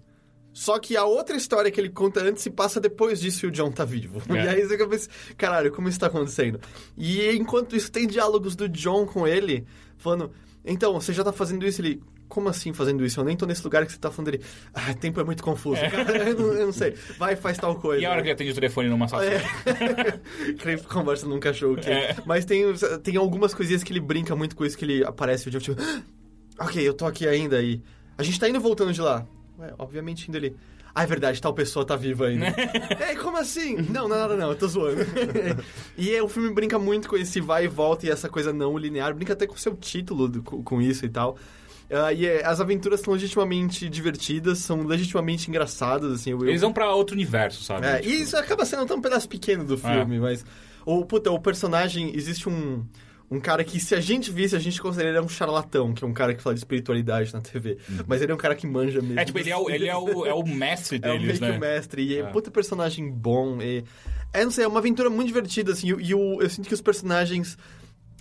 Speaker 1: Só que a outra história que ele conta antes se passa depois disso e o John tá vivo. (laughs)
Speaker 3: É.
Speaker 1: E aí você pensa, caralho, como isso tá acontecendo? E enquanto isso, tem diálogos do John com ele, falando, então, você já tá fazendo isso? Ele, como assim fazendo isso? Eu nem tô nesse lugar que você tá falando dele. Ah, tempo é muito confuso. Cara, (laughs) eu, não, eu não sei. Vai, faz tal coisa.
Speaker 3: E a hora que ele atende o telefone numa sala.
Speaker 1: É. Creio (laughs) que conversa num cachorro que.
Speaker 3: É.
Speaker 1: Mas tem, tem algumas coisinhas que ele brinca muito com isso, que ele aparece o dia tipo. "Ah, ok, eu tô aqui ainda aí. A gente tá indo e voltando de lá. Ué, obviamente indo ali. Ah, é verdade, tal pessoa tá viva ainda. Ei, como assim? Não, não, não, não, eu tô zoando. e é, o filme brinca muito com esse vai e volta e essa coisa não linear. Brinca até com o seu título do- com com isso e tal. Ah, e é, as aventuras são legitimamente divertidas, são legitimamente engraçadas, assim. eu- eu-
Speaker 3: Eles vão pra outro universo, sabe?
Speaker 1: é,
Speaker 3: Tipo, É.
Speaker 1: e isso acaba sendo até um pedaço pequeno do filme, mas. O, puta, o personagem. Existe um. Um cara que, se a gente visse, a gente consideraria um charlatão, que é um cara que fala de espiritualidade na TV.
Speaker 3: Uhum.
Speaker 1: Mas ele é um cara que manja mesmo.
Speaker 3: é, tipo, ele é o, ele é o, é o
Speaker 1: (laughs)
Speaker 3: mestre
Speaker 1: É o meio
Speaker 3: deles,
Speaker 1: que o
Speaker 3: né?
Speaker 1: mestre. E é,
Speaker 3: É.
Speaker 1: puta personagem bom. E, é, não sei, é uma aventura muito divertida, assim. E, o- e o- eu sinto que os personagens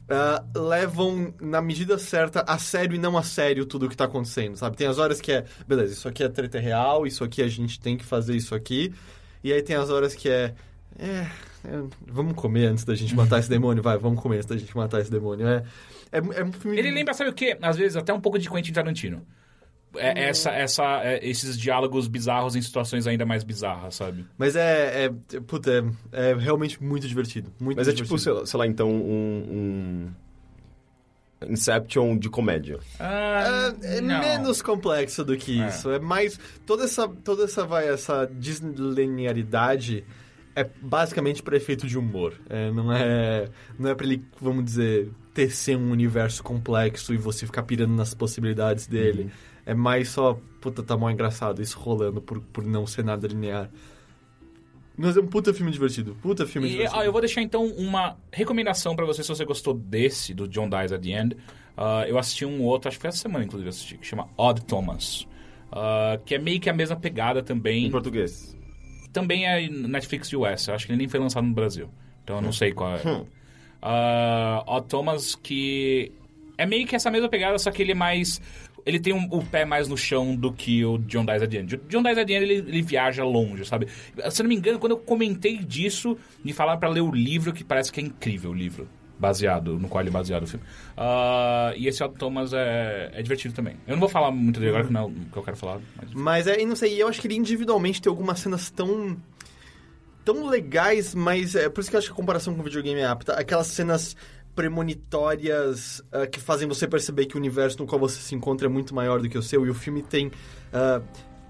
Speaker 1: ah, levam, na medida certa, a sério e não a sério tudo o que tá acontecendo, sabe? Tem as horas que é, beleza, isso aqui é treta real, isso aqui a gente tem que fazer isso aqui. E aí tem as horas que é... É, é, vamos comer antes da gente matar esse demônio, vai, vamos comer antes da gente matar esse demônio. É, é, é um filme...
Speaker 3: Ele lembra, sabe o quê? Às vezes até um pouco de Quentin Tarantino.
Speaker 1: Uhum.
Speaker 3: É, essa, essa, é, esses diálogos bizarros em situações ainda mais bizarras, sabe?
Speaker 1: Mas é, é, puta, é, é realmente muito divertido. Muito
Speaker 2: Mas é tipo,
Speaker 1: divertido.
Speaker 2: sei lá, sei lá, então, um, um... Inception de comédia.
Speaker 3: Ah,
Speaker 1: É, é
Speaker 3: não.
Speaker 1: menos complexo do que isso. É mais toda essa toda essa vai essa deslinearidade é basicamente para efeito de humor. É, não é não é para ele, vamos dizer, tecer um universo complexo e você ficar pirando nas possibilidades dele. É mais só, puta, tá mal engraçado isso rolando por, por não ser nada linear. Mas é um puta filme divertido. Puta filme
Speaker 3: E,
Speaker 1: divertido.
Speaker 3: ah, eu vou deixar então uma recomendação pra você se você gostou desse, do John Dies at the End. Ah, eu assisti um outro, acho que foi essa semana, inclusive, eu assisti, que chama Odd Thomas. Ah, que é meio que a mesma pegada também.
Speaker 2: Em português.
Speaker 3: Também é Netflix US, eu acho que ele nem foi lançado no Brasil. Então eu não sei qual é. Ah, Odd Thomas, que é meio que essa mesma pegada, só que ele é mais. Ele tem um- o pé mais no chão do que o John Dies at the End. O John Dies at the End, ele, ele viaja longe, sabe? Se eu não me engano, quando eu comentei disso, me falaram pra ler o livro, que parece que é incrível o livro. Baseado, no qual ele é baseado o filme. Ah, e esse Odd Thomas é, é divertido também. Eu não vou falar muito dele agora, que não é o que eu quero falar. Mas...
Speaker 1: Mas é, e não sei, e eu acho que ele individualmente tem algumas cenas tão. tão legais, mas é por isso que eu acho que a comparação com o videogame é apta. Aquelas cenas premonitórias ah, que fazem você perceber que o universo no qual você se encontra é muito maior do que o seu, e o filme tem. ah,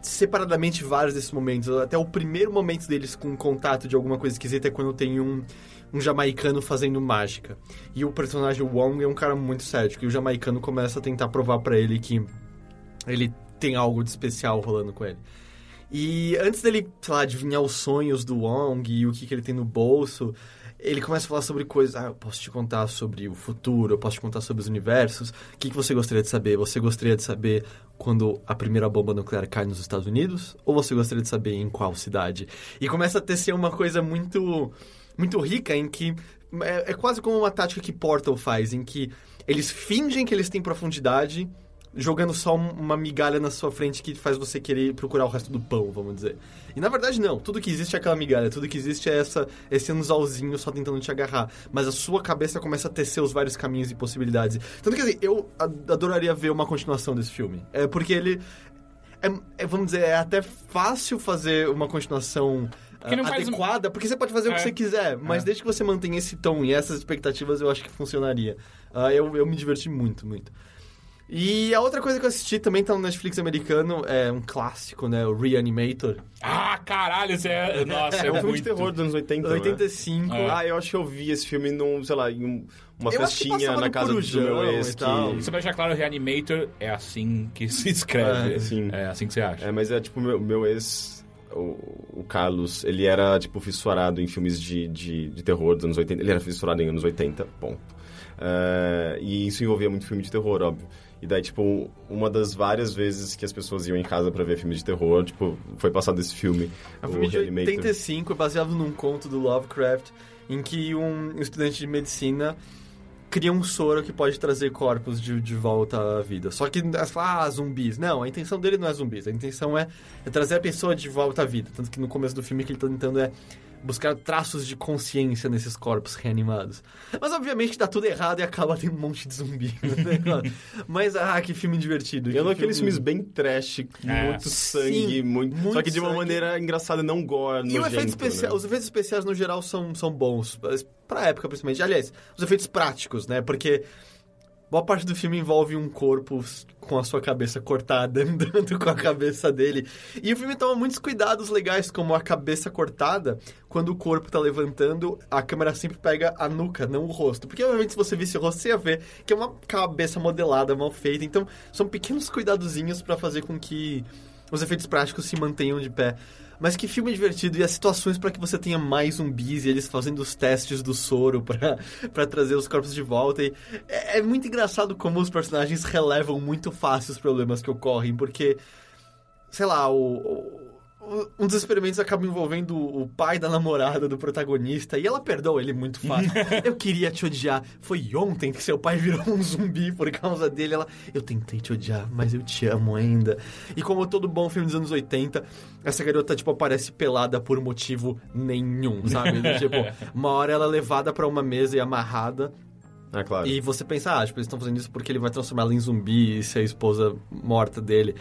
Speaker 1: separadamente vários desses momentos. Até o primeiro momento deles com contato de alguma coisa esquisita é quando tem um, um jamaicano fazendo mágica. E o personagem Wong é um cara muito cético. E o jamaicano começa a tentar provar pra ele que ele tem algo de especial rolando com ele. E antes dele, sei lá, adivinhar os sonhos do Wong e o que, que ele tem no bolso, ele começa a falar sobre coisas. Ah, eu posso te contar sobre o futuro, eu posso te contar sobre os universos. O que, que você gostaria de saber? Você gostaria de saber quando a primeira bomba nuclear cai nos Estados Unidos? Ou você gostaria de saber em qual cidade? E começa a tecer uma coisa muito, muito rica em que. É, é quase como uma tática que Portal faz, em que eles fingem que eles têm profundidade, jogando só um- uma migalha na sua frente que faz você querer procurar o resto do pão, vamos dizer. E na verdade não, tudo que existe é aquela migalha, tudo que existe é essa esse anusalzinho só tentando te agarrar, mas a sua cabeça começa a tecer os vários caminhos e possibilidades. Tanto que assim, eu a- adoraria ver uma continuação desse filme. É porque ele é- é, vamos dizer, é até fácil fazer uma continuação
Speaker 3: Porque não
Speaker 1: ah,
Speaker 3: faz um-
Speaker 1: adequada, porque você pode fazer o
Speaker 3: É.
Speaker 1: que você quiser, mas desde que você mantenha esse tom e essas expectativas, eu acho que funcionaria. Ah, eu, eu me diverti muito, muito. E a outra coisa que eu assisti também tá no Netflix americano, é um clássico, né? O Reanimator.
Speaker 3: Ah, caralho, você é. Nossa, é,
Speaker 2: É um filme de
Speaker 3: muito.
Speaker 2: terror dos anos 80, né?
Speaker 1: 85.
Speaker 3: Então, É.
Speaker 2: Ah, eu acho que eu vi esse filme num, sei lá, em um- uma
Speaker 1: Eu acho que
Speaker 2: festinha
Speaker 1: passava
Speaker 2: na
Speaker 1: no
Speaker 2: casa do meu
Speaker 1: Corujão
Speaker 2: ex.
Speaker 1: e tal.
Speaker 2: que-
Speaker 3: Você vai deixar claro, Reanimator é assim que se escreve.
Speaker 2: É, sim.
Speaker 3: É assim que você acha.
Speaker 2: É, mas é tipo, meu, meu ex, o, o Carlos, ele era, tipo, fissurado em filmes de, de, de terror dos anos 80. Ele era fissurado em anos 80, ponto. É, e isso envolvia muito filme de terror, óbvio. E daí, tipo, uma das várias vezes que as pessoas iam em casa pra ver filme de terror, tipo, foi passado esse filme.
Speaker 1: É um
Speaker 2: o
Speaker 1: filme de
Speaker 2: Reanimator.
Speaker 1: 85, é baseado num conto do Lovecraft, em que um estudante de medicina cria um soro que pode trazer corpos de, de volta à vida. Só que, as- ah, zumbis. Não, a intenção dele não é zumbis. A intenção é, é trazer a pessoa de volta à vida. Tanto que no começo do filme o que ele tá tentando é buscar traços de consciência nesses corpos reanimados. Mas, obviamente, dá tudo errado e acaba tendo um monte de zumbi. (laughs) no negócio. Mas, ah, que filme divertido.
Speaker 2: E
Speaker 1: que
Speaker 2: eram aqueles
Speaker 1: filme-
Speaker 2: filmes bem trash,
Speaker 3: É.
Speaker 2: muito sangue,
Speaker 1: Sim,
Speaker 2: muito,
Speaker 1: muito
Speaker 2: Só que de uma
Speaker 1: sangue.
Speaker 2: maneira engraçada, não gore,
Speaker 1: E o efeito
Speaker 2: nojento,
Speaker 1: especial,
Speaker 2: né?
Speaker 1: os efeitos especiais no geral são, são bons, mas pra época principalmente. Aliás, os efeitos práticos, né? Porque boa parte do filme envolve um corpo s- com a sua cabeça cortada (laughs) andando com a cabeça dele. E o filme toma muitos cuidados legais, como a cabeça cortada, quando o corpo tá levantando, a câmera sempre pega a nuca, não o rosto. Porque obviamente se você visse o rosto, você ia ver que é uma cabeça modelada, mal feita. Então, são pequenos cuidadozinhos pra fazer com que os efeitos práticos se mantenham de pé. Mas que filme divertido e as situações pra que você tenha mais zumbis e eles fazendo os testes do soro (laughs) pra pra trazer os corpos de volta. E é, é muito engraçado como os personagens relevam muito fácil os problemas que ocorrem, porque, sei lá, o, o- o- um dos experimentos acaba envolvendo o pai da namorada do protagonista e ela perdoa ele muito fácil. eu queria te odiar. Foi ontem que seu pai virou um zumbi por causa dele. Ela, eu tentei te odiar, mas eu te amo ainda. E como todo bom filme dos anos 80, essa garota, tipo, aparece pelada por motivo nenhum, sabe? Do tipo, uma hora ela é levada pra uma mesa e amarrada.
Speaker 2: Ah, claro.
Speaker 1: E você pensa, ah, tipo, eles estão fazendo isso porque ele vai transformar ela em zumbi e ser a esposa morta dele.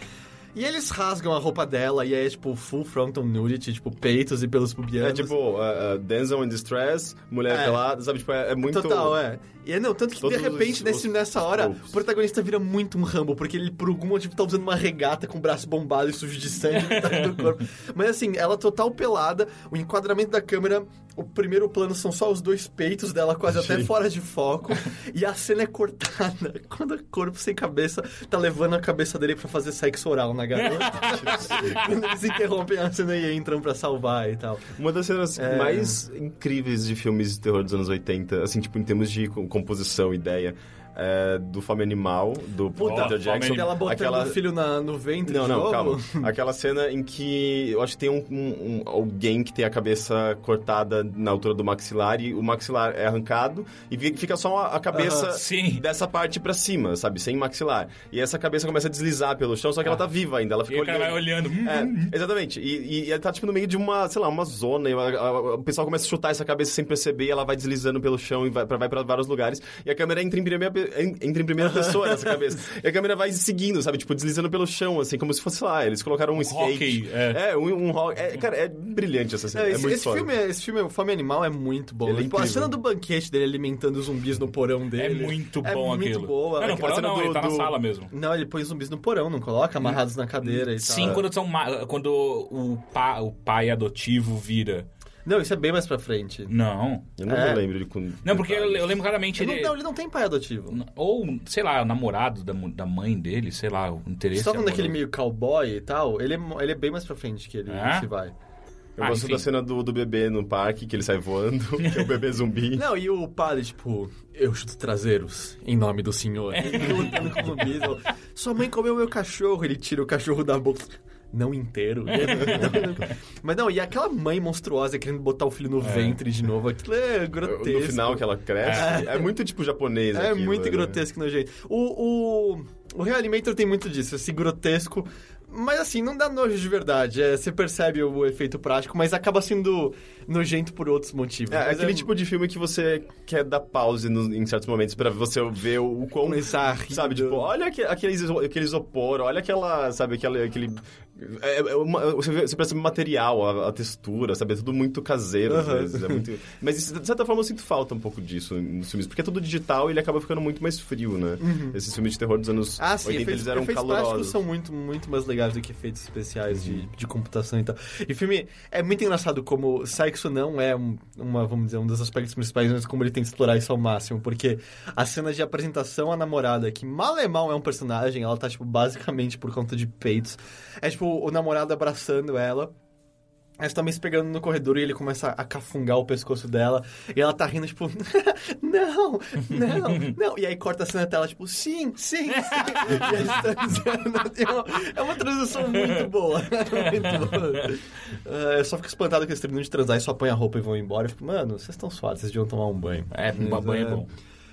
Speaker 1: E eles rasgam a roupa dela e aí é, tipo, full frontal nudity, tipo, peitos e pelos pubianos.
Speaker 2: É tipo, uh, uh, Denzel in Distress, mulher
Speaker 1: É.
Speaker 2: pelada, sabe? Tipo, é, é muito...
Speaker 1: Total, é. E é, não, tanto que de
Speaker 2: Todos os-
Speaker 1: repente, nesse,
Speaker 2: os-
Speaker 1: nessa hora,
Speaker 2: os-
Speaker 1: o protagonista vira muito um Rambo, porque ele, por algum motivo, tá usando uma regata com o braço bombado e sujo de sangue metade do
Speaker 2: (laughs)
Speaker 1: corpo. Mas assim, ela total pelada, o enquadramento da câmera, o primeiro plano são só os dois peitos dela, quase até fora de foco, e a cena é cortada (laughs) quando o corpo sem cabeça tá levando a cabeça dele pra fazer sexo oral na
Speaker 2: (laughs)
Speaker 1: garota. quando eles interrompem a cena e entram pra salvar e tal.
Speaker 2: Uma das cenas
Speaker 1: É.
Speaker 2: mais incríveis de filmes de terror dos anos 80, assim, tipo, em termos de co- composição, ideia, é do Fome Animal, do
Speaker 3: Puta,
Speaker 2: Peter
Speaker 3: Fome
Speaker 2: Jackson.
Speaker 3: Animal.
Speaker 1: Ela botando
Speaker 2: aquela...
Speaker 1: o filho na, no ventre
Speaker 2: Não,
Speaker 1: de
Speaker 2: não,
Speaker 1: novo.
Speaker 2: calma.
Speaker 3: (laughs)
Speaker 2: Aquela cena em que eu acho que tem um, um- um- alguém que tem a cabeça cortada na altura do maxilar e o maxilar é arrancado e vi- fica só a, a cabeça
Speaker 1: Aham.
Speaker 3: Sim.
Speaker 2: dessa parte pra cima, sabe? Sem maxilar. E essa cabeça começa a deslizar pelo chão, só que ela tá viva ainda, ela
Speaker 3: Ah. E
Speaker 2: fica
Speaker 3: o cara vai olhando. hum, hum.
Speaker 2: é, exatamente. E, e, e ela tá, tipo, no meio de uma, sei lá, uma zona. E a- a- o pessoal começa a chutar essa cabeça sem perceber e ela vai deslizando pelo chão e vai pra, vai pra vários lugares. E a câmera entra em primeira, pe- en- entra em primeira pessoa
Speaker 3: (laughs)
Speaker 2: nessa cabeça. E a câmera vai seguindo, sabe? Tipo, deslizando pelo chão, assim, como se fosse, sei lá, eles colocaram um skate.
Speaker 3: hockey, é.
Speaker 2: um, um rock. É, cara, é brilhante essa cena.
Speaker 1: É,
Speaker 2: É,
Speaker 1: esse,
Speaker 2: muito
Speaker 1: esse
Speaker 2: foda.
Speaker 1: filme, é- esse filme, O Fome Animal, é muito bom.
Speaker 2: Ele é
Speaker 1: Tipo, a
Speaker 2: incrível.
Speaker 1: cena do banquete dele alimentando os zumbis no porão
Speaker 3: É
Speaker 1: dele.
Speaker 3: muito
Speaker 1: é
Speaker 3: bom
Speaker 1: muito
Speaker 3: aquilo.
Speaker 1: boa.
Speaker 3: Não, não,
Speaker 1: Aquela
Speaker 3: porão
Speaker 1: cena
Speaker 3: não,
Speaker 1: do-
Speaker 3: ele tá na
Speaker 1: do-
Speaker 3: sala mesmo.
Speaker 1: Não, ele põe os zumbis no porão, não coloca? Amarrados na cadeira e
Speaker 3: Sim,
Speaker 1: tal.
Speaker 3: quando, são ma- quando o, pa- o pai adotivo vira.
Speaker 1: Não, isso é bem mais pra frente.
Speaker 3: Não.
Speaker 2: Eu não
Speaker 1: É.
Speaker 2: me lembro de quando.
Speaker 3: Não, porque eu, eu lembro claramente
Speaker 1: Ele
Speaker 3: ele.
Speaker 1: não, ele não tem pai adotivo.
Speaker 3: Ou, sei lá, o namorado da, mu- da mãe dele, sei lá, é o interesse.
Speaker 1: Só quando
Speaker 3: amoroso.
Speaker 1: aquele meio cowboy e tal, ele é, mo- ele é bem mais pra frente que ele
Speaker 3: É?
Speaker 1: se vai.
Speaker 2: Eu
Speaker 3: Ah,
Speaker 2: gosto
Speaker 3: enfim.
Speaker 2: da cena do, do bebê no parque, que ele sai voando, (laughs) que é o bebê zumbi.
Speaker 1: Não, e o padre, tipo, eu chuto traseiros, em nome do senhor.
Speaker 2: É.
Speaker 1: (laughs) Ele lutando com o Beatle. Sua mãe comeu meu cachorro, ele tira o cachorro da boca. Não
Speaker 2: (laughs)
Speaker 1: inteiro. Mas não, e aquela mãe monstruosa querendo botar o filho no ventre de novo, aquilo é grotesco.
Speaker 2: É. No final que ela cresce. É, muito tipo japonês
Speaker 1: É
Speaker 2: aquilo,
Speaker 1: muito
Speaker 2: né?
Speaker 1: grotesco no jeito. O, o, o Reanimator tem muito disso, esse grotesco. Mas assim, não dá nojo de verdade. É, você percebe o, efeito prático, mas acaba sendo nojento por outros motivos.
Speaker 2: É, é
Speaker 1: Mas
Speaker 2: aquele tipo de filme que você quer dar pause no- em certos momentos pra você ver o, o quão...
Speaker 1: Começar a rir
Speaker 2: Sabe,
Speaker 1: do-
Speaker 2: tipo, olha aque- aquele, iso- aquele isopor, olha aquela, sabe, aquela, aquele... é- é uma- você, vê- você percebe o material, a, a textura, sabe? É tudo muito caseiro, às
Speaker 1: Aham.
Speaker 2: vezes. é
Speaker 1: (laughs)
Speaker 2: muito- Mas, isso, de certa forma, eu sinto falta um pouco disso nos filmes. Porque é tudo digital e ele acaba ficando muito mais frio, né? Esses filmes de terror dos anos
Speaker 1: Uhum. Ah, sim,
Speaker 2: 80,
Speaker 1: efeitos,
Speaker 2: eles eram
Speaker 1: efeitos práticos
Speaker 2: calorosos. Uhum.
Speaker 1: são muito, muito mais legais do que efeitos especiais de, de computação e tal. E filme é muito engraçado como sexo não é um, uma, vamos dizer, um dos aspectos principais, mas como ele tem que explorar isso ao máximo, porque a cena de apresentação à namorada, que mal é mal é um personagem, ela tá, tipo, basicamente por conta de peitos. É tipo o namorado abraçando ela. Aí você tá meio se pegando no corredor e ele começa a cafungar o pescoço dela. E ela tá rindo, tipo, (laughs) não, não, não. E aí corta a cena tela, tipo, sim, sim, sim. E eles transando. É uma- É uma transição muito boa. (laughs) muito boa. Ah, eu só fico espantado que eles terminam de transar e só põem a roupa e vão embora. Eu fico, mano, vocês estão suados, vocês deviam tomar um banho.
Speaker 3: É, uma
Speaker 1: Mas,
Speaker 3: banha é bom.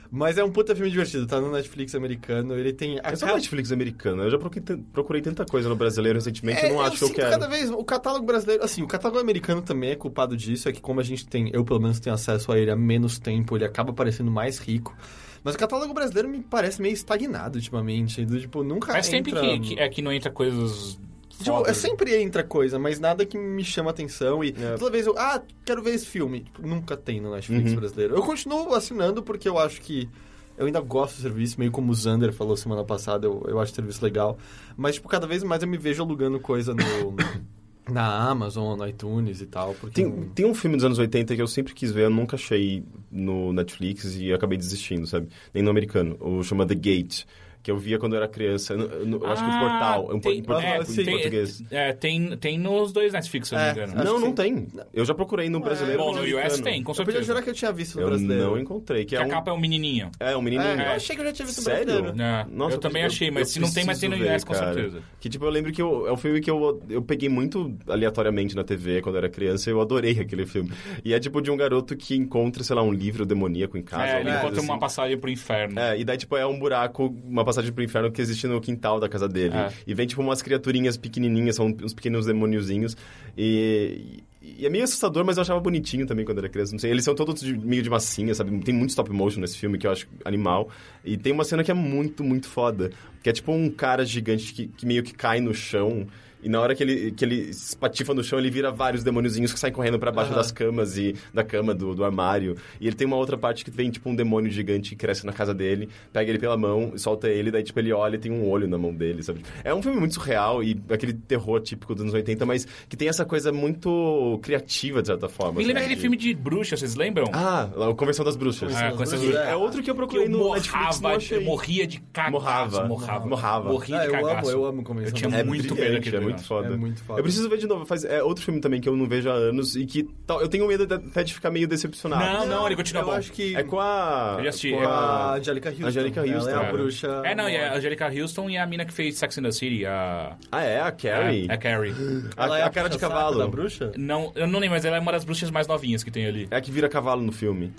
Speaker 1: Mas é um puta filme divertido, tá no Netflix americano. Ele tem.
Speaker 2: É só Netflix americana. Eu já procurei, tan- procurei tanta coisa no brasileiro recentemente, eu não acho que eu
Speaker 1: É, sinto
Speaker 2: quero.
Speaker 1: cada vez o catálogo brasileiro, assim, o catálogo americano também é culpado disso, é que como a gente tem, eu pelo menos tenho acesso a ele há menos tempo, ele acaba parecendo mais rico. Mas o catálogo brasileiro me parece meio estagnado ultimamente, do tipo, nunca
Speaker 3: Faz tempo
Speaker 1: entra...
Speaker 3: que, que- é que não entra coisas.
Speaker 1: Tipo,
Speaker 3: fodas.
Speaker 1: é, sempre entra coisa, mas nada que me chama atenção. E
Speaker 2: É.
Speaker 1: toda vez eu, ah, quero ver esse filme. Tipo, nunca tem no Netflix
Speaker 2: Uhum.
Speaker 1: brasileiro. Eu continuo assinando porque eu acho que. Eu ainda gosto do serviço, meio como o Zander falou semana passada, eu, eu acho o serviço legal. Mas, tipo, cada vez mais eu me vejo alugando coisa no. (coughs) Na Amazon, no iTunes e tal, porque...
Speaker 2: Tem, tem um filme dos anos 80 que eu sempre quis ver, eu nunca achei no Netflix e acabei desistindo, sabe? Nem no americano. O chama The Gate, que eu via quando eu era criança. Eu, não- eu não- eu acho que o
Speaker 3: Ah,
Speaker 2: portal. é um po-
Speaker 3: tem-
Speaker 2: em português.
Speaker 3: é,
Speaker 2: em
Speaker 3: tem-
Speaker 2: português.
Speaker 3: É, tem, tem nos dois Netflix, se eu não
Speaker 1: É,
Speaker 3: me engano.
Speaker 1: acho
Speaker 2: não,
Speaker 1: que
Speaker 2: não
Speaker 1: sim.
Speaker 2: tem. Eu já procurei no brasileiro.
Speaker 3: É. Bom,
Speaker 2: mas
Speaker 3: no
Speaker 2: americano.
Speaker 3: US tem, com
Speaker 1: Eu podia
Speaker 3: certeza.
Speaker 1: jurar que eu tinha visto no
Speaker 2: Eu
Speaker 1: brasileiro.
Speaker 2: não encontrei. Que
Speaker 3: Que
Speaker 2: é
Speaker 3: a
Speaker 2: um,
Speaker 3: capa é um menininho.
Speaker 2: é um menino.
Speaker 1: É, eu
Speaker 2: É.
Speaker 1: achei que eu já tinha visto no
Speaker 2: Sério?
Speaker 1: brasileiro.
Speaker 3: É,
Speaker 2: Nossa,
Speaker 3: eu também
Speaker 2: preciso-
Speaker 3: achei,
Speaker 2: eu
Speaker 3: mas se não tem, mas tem no
Speaker 2: preciso ver,
Speaker 3: US, com
Speaker 2: cara.
Speaker 3: certeza.
Speaker 2: Que tipo, eu lembro que eu- é um filme que eu, eu peguei muito aleatoriamente na TV quando eu era criança e eu adorei (laughs) aquele filme. E é tipo de um garoto que encontra, sei lá, um livro demoníaco em casa.
Speaker 3: é, ele
Speaker 2: alguma
Speaker 3: encontra
Speaker 2: coisa
Speaker 3: uma
Speaker 2: assim.
Speaker 3: passagem pro inferno.
Speaker 2: É, e daí, tipo, é um buraco, uma passagem pro inferno que existe no quintal da casa dele.
Speaker 3: É.
Speaker 2: E vem, tipo, umas criaturinhas pequenininhas, são uns pequenos demôniozinhos. E, e é meio assustador, mas eu achava bonitinho também quando era criança. Não sei, eles são todos de- meio de massinha, sabe? Tem muito stop motion nesse filme, que eu acho animal. E tem uma cena que é muito, muito foda. Que é tipo um cara gigante que, que meio que cai no chão... E na hora que ele, que ele espatifa no chão, ele vira vários demôniozinhos que saem correndo pra baixo
Speaker 1: Aham.
Speaker 2: das camas e da cama do, do armário. E ele tem uma outra parte que vem, tipo, um demônio gigante que cresce na casa dele, pega ele pela mão, e solta ele, daí, tipo, ele olha e tem um olho na mão dele, sabe? É um filme muito surreal e aquele terror típico dos anos 80, mas que tem essa coisa muito criativa, de certa forma.
Speaker 3: Me lembra
Speaker 2: sabe?
Speaker 3: aquele filme de bruxa, vocês lembram?
Speaker 2: Ah, lá, o Convenção das Bruxas.
Speaker 3: Ah, Convenção das
Speaker 1: Bruxas.
Speaker 2: É outro que eu
Speaker 3: que eu
Speaker 2: procurei no Netflix, não
Speaker 3: morrava,
Speaker 2: achei.
Speaker 3: eu morria de cagaço.
Speaker 2: Morrava.
Speaker 3: Morrava.
Speaker 2: Morrava.
Speaker 3: Morria
Speaker 1: Ah,
Speaker 3: de
Speaker 1: eu amo,
Speaker 3: cagaço.
Speaker 1: eu amo convenção.
Speaker 3: Eu tinha
Speaker 1: das-
Speaker 2: É
Speaker 3: muito
Speaker 2: brilhante,
Speaker 3: medo aquele
Speaker 2: é muito
Speaker 3: negócio.
Speaker 2: foda.
Speaker 1: É muito foda.
Speaker 2: Eu preciso ver de novo. Faz, é outro filme também que eu não vejo há anos e que tal, eu tenho medo de- até de ficar meio decepcionado.
Speaker 3: Não, não, ele continua
Speaker 1: eu
Speaker 3: bom.
Speaker 1: acho que...
Speaker 2: É com a.
Speaker 3: Eu já assisti,
Speaker 2: com
Speaker 3: é
Speaker 1: A Angelica Houston.
Speaker 2: Angelica Houston,
Speaker 1: Ela é a
Speaker 2: é.
Speaker 1: bruxa...
Speaker 3: É, não, e a Angelica Houston e a mina que fez Sex and the City, a...
Speaker 2: Ah, é, a Carrie.
Speaker 3: É, a Carrie.
Speaker 2: A,
Speaker 1: Ela é
Speaker 2: a cara de
Speaker 1: puxa-saco
Speaker 2: cavalo.
Speaker 1: da bruxa?
Speaker 3: Não, eu não lembro, mas ela é uma das bruxas mais novinhas que tem ali.
Speaker 2: É a que vira cavalo no filme.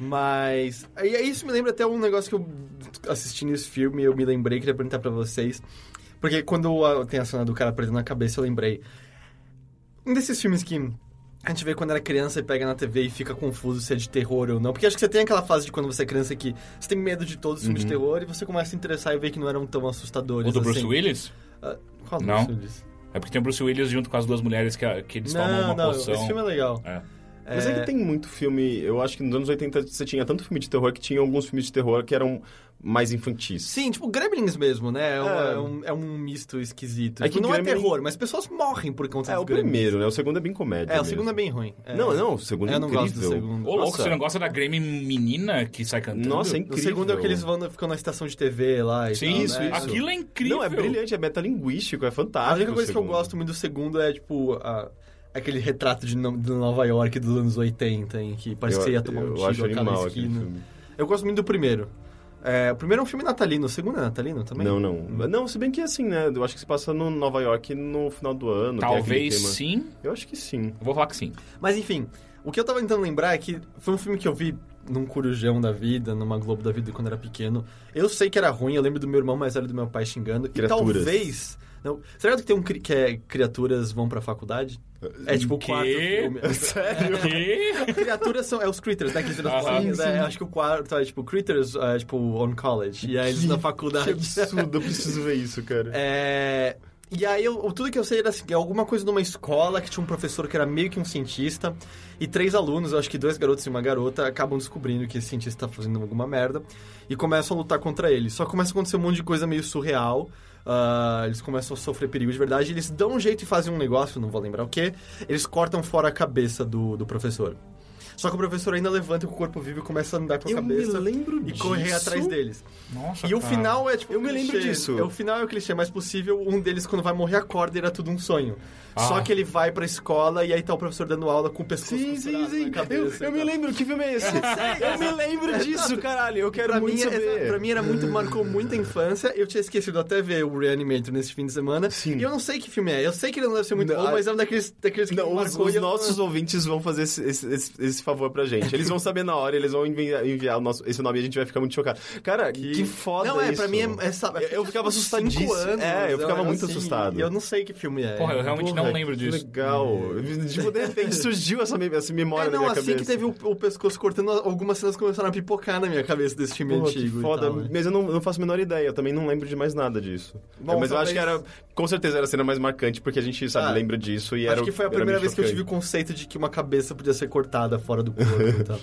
Speaker 1: Mas. E aí isso me lembra até um negócio que eu assistindo esse filme, eu me lembrei, queria perguntar pra vocês. Porque quando a- tem a cena do cara perdendo a cabeça, eu lembrei. Um desses filmes que a gente vê quando era criança e pega na TV e fica confuso se é de terror ou não. Porque acho que você tem aquela fase de quando você é criança que você tem medo de todos os filmes de terror e você começa a se interessar e ver que não eram tão assustadores.
Speaker 3: Uhum. O do Bruce
Speaker 1: assim.
Speaker 3: Willis?
Speaker 1: Ah, qual
Speaker 3: Não.
Speaker 1: Bruce Willis?
Speaker 3: É porque tem o Bruce Willis junto com as duas mulheres que, que eles tomam
Speaker 1: Não,
Speaker 3: uma
Speaker 1: não,
Speaker 3: poção.
Speaker 1: esse filme é legal.
Speaker 3: É.
Speaker 2: Mas é que tem muito filme. Eu acho que nos anos 80 você tinha tanto filme de terror que tinha alguns filmes de terror que eram mais infantis.
Speaker 1: Sim, tipo Gremlins mesmo, né? É um,
Speaker 2: É.
Speaker 1: é um, é um misto esquisito.
Speaker 2: É
Speaker 1: Tipo,
Speaker 2: que
Speaker 1: não é
Speaker 2: Gremlin-
Speaker 1: terror, mas pessoas morrem por conta
Speaker 2: É
Speaker 1: dos
Speaker 2: o
Speaker 1: Gremlins.
Speaker 2: primeiro, né? O segundo é bem comédia.
Speaker 1: É, o
Speaker 2: mesmo.
Speaker 1: segundo é bem ruim. É.
Speaker 2: Não, não, o segundo é
Speaker 1: Eu não
Speaker 2: incrível.
Speaker 1: gosto do segundo.
Speaker 3: Ô, louco,
Speaker 2: Nossa.
Speaker 3: você não gosta da Grêmio menina que sai cantando?
Speaker 2: Nossa,
Speaker 1: O
Speaker 2: é incrível.
Speaker 1: segundo é o que eles vão, ficam na estação de TV lá e
Speaker 3: Sim,
Speaker 1: tal,
Speaker 3: isso,
Speaker 1: né?
Speaker 3: isso. Aquilo é incrível.
Speaker 2: Não, é brilhante, é metalinguístico, é
Speaker 1: A
Speaker 2: fantástico.
Speaker 1: única
Speaker 2: o
Speaker 1: coisa que eu
Speaker 2: segundo.
Speaker 1: gosto muito do segundo é, tipo, a- aquele retrato de, No- de Nova York dos anos 80, em que parece
Speaker 2: eu,
Speaker 1: que você ia tomar um
Speaker 2: eu
Speaker 1: tiro
Speaker 2: acho
Speaker 1: a cada
Speaker 2: animal aquele
Speaker 1: esquina.
Speaker 2: filme.
Speaker 1: Eu gosto muito do primeiro. É, o primeiro é um filme natalino, o segundo é natalino também?
Speaker 2: Não, não. Não, se bem que é assim, né? Eu acho que se passa no Nova York no final do ano. tem aquele
Speaker 3: Talvez
Speaker 2: tema.
Speaker 3: sim.
Speaker 2: Eu acho que sim.
Speaker 3: Eu vou falar que sim.
Speaker 1: Mas enfim, o que eu tava tentando lembrar é que foi um filme que eu vi num Corujão da vida, numa Globo da vida quando era pequeno. Eu sei que era ruim, eu lembro do meu irmão mais velho e do meu pai xingando. E
Speaker 2: Criaturas.
Speaker 1: talvez. Não, será que tem um cri- que é criaturas vão pra faculdade? É tipo o
Speaker 3: Quê?
Speaker 1: quarto filme.
Speaker 3: (laughs) Sério?
Speaker 1: Criaturas são. É os Critters, né? Que viram
Speaker 3: Aham.
Speaker 1: as bolinhas. É, acho que o quarto é tipo Critters, é, tipo, on college. E aí eles na
Speaker 2: Que
Speaker 1: faculdade.
Speaker 2: absurdo, eu preciso ver isso, cara.
Speaker 1: É, E aí, eu, o- tudo que eu sei era assim, alguma coisa numa escola que tinha um professor que era meio que um cientista e três alunos, eu acho que dois garotos e uma garota, acabam descobrindo que esse cientista tá fazendo alguma merda e começam a lutar contra ele. Só começa a acontecer um monte de coisa meio surreal, ah, eles começam a sofrer perigo de verdade, eles dão um jeito e fazem um negócio, não vou lembrar o que, eles cortam fora a cabeça do, do professor. Só que o professor ainda levanta com o corpo vivo e começa a andar com a cabeça
Speaker 2: lembro
Speaker 1: e correr atrás deles.
Speaker 3: Nossa,
Speaker 1: E o
Speaker 3: cara.
Speaker 1: final é tipo.
Speaker 2: Eu me lembro
Speaker 1: clichê.
Speaker 2: disso.
Speaker 1: É, o final é o clichê mais possível. Um deles, quando vai morrer, acorda e era tudo um sonho.
Speaker 3: Ah.
Speaker 1: Só que ele vai pra escola e aí tá o professor dando aula com o pescoço.
Speaker 2: Sim, sim,
Speaker 1: costurado
Speaker 2: sim.
Speaker 1: na cabeça então.
Speaker 2: Eu,
Speaker 1: e
Speaker 2: eu me
Speaker 1: tal.
Speaker 2: lembro, que filme é
Speaker 1: (laughs)
Speaker 2: esse? eu me lembro disso, caralho. Eu quero
Speaker 1: Pra
Speaker 2: muito
Speaker 1: mim, é-
Speaker 2: saber.
Speaker 1: pra mim era muito, marcou muita infância. Eu tinha esquecido até ver o Reanimator nesse fim de semana.
Speaker 2: Sim.
Speaker 1: E eu não sei que filme é. Eu sei que ele não deve ser muito
Speaker 2: Não,
Speaker 1: bom,
Speaker 2: a-
Speaker 1: mas é um daqueles, daqueles que
Speaker 2: Não,
Speaker 1: me
Speaker 2: os,
Speaker 1: marcou
Speaker 2: os
Speaker 1: e eu-
Speaker 2: nossos ouvintes vão fazer esse, esse- esse- esse favor pra gente. Eles vão saber na hora, eles vão envi- enviar, o nosso, esse nome e a gente vai ficar muito chocado. Cara, que, foda
Speaker 1: Não, é, pra
Speaker 2: isso.
Speaker 1: mim é. é sabe,
Speaker 2: Eu- eu
Speaker 1: (laughs)
Speaker 2: ficava
Speaker 1: cinco
Speaker 2: assustadíssimo.
Speaker 1: anos,
Speaker 2: É, eu ficava
Speaker 1: era
Speaker 2: muito assustado.
Speaker 1: E eu não sei que filme é.
Speaker 3: Porra, eu realmente não
Speaker 2: Porra,
Speaker 3: lembro
Speaker 2: que
Speaker 3: disso.
Speaker 2: legal. Tipo, (laughs) de repente surgiu essa, me- essa memória
Speaker 1: É,
Speaker 2: na
Speaker 1: não,
Speaker 2: minha
Speaker 1: assim
Speaker 2: cabeça.
Speaker 1: que teve o, o pescoço cortando, algumas cenas começaram a pipocar na minha cabeça desse time
Speaker 2: Porra, que
Speaker 1: antigo. e
Speaker 2: foda,
Speaker 1: tal, né?
Speaker 2: mas eu não, não faço a menor ideia, eu também não lembro de mais nada disso.
Speaker 1: Bom,
Speaker 2: É, mas eu
Speaker 1: talvez-
Speaker 2: acho que era, com certeza era a cena mais marcante, porque a gente, sabe,
Speaker 1: Ah,
Speaker 2: lembra disso e era
Speaker 1: Acho
Speaker 2: o-
Speaker 1: que foi a
Speaker 2: era
Speaker 1: primeira
Speaker 2: meio
Speaker 1: vez que eu tive o
Speaker 2: chocante.
Speaker 1: conceito de que uma cabeça podia ser cortada fora do corpo e tal.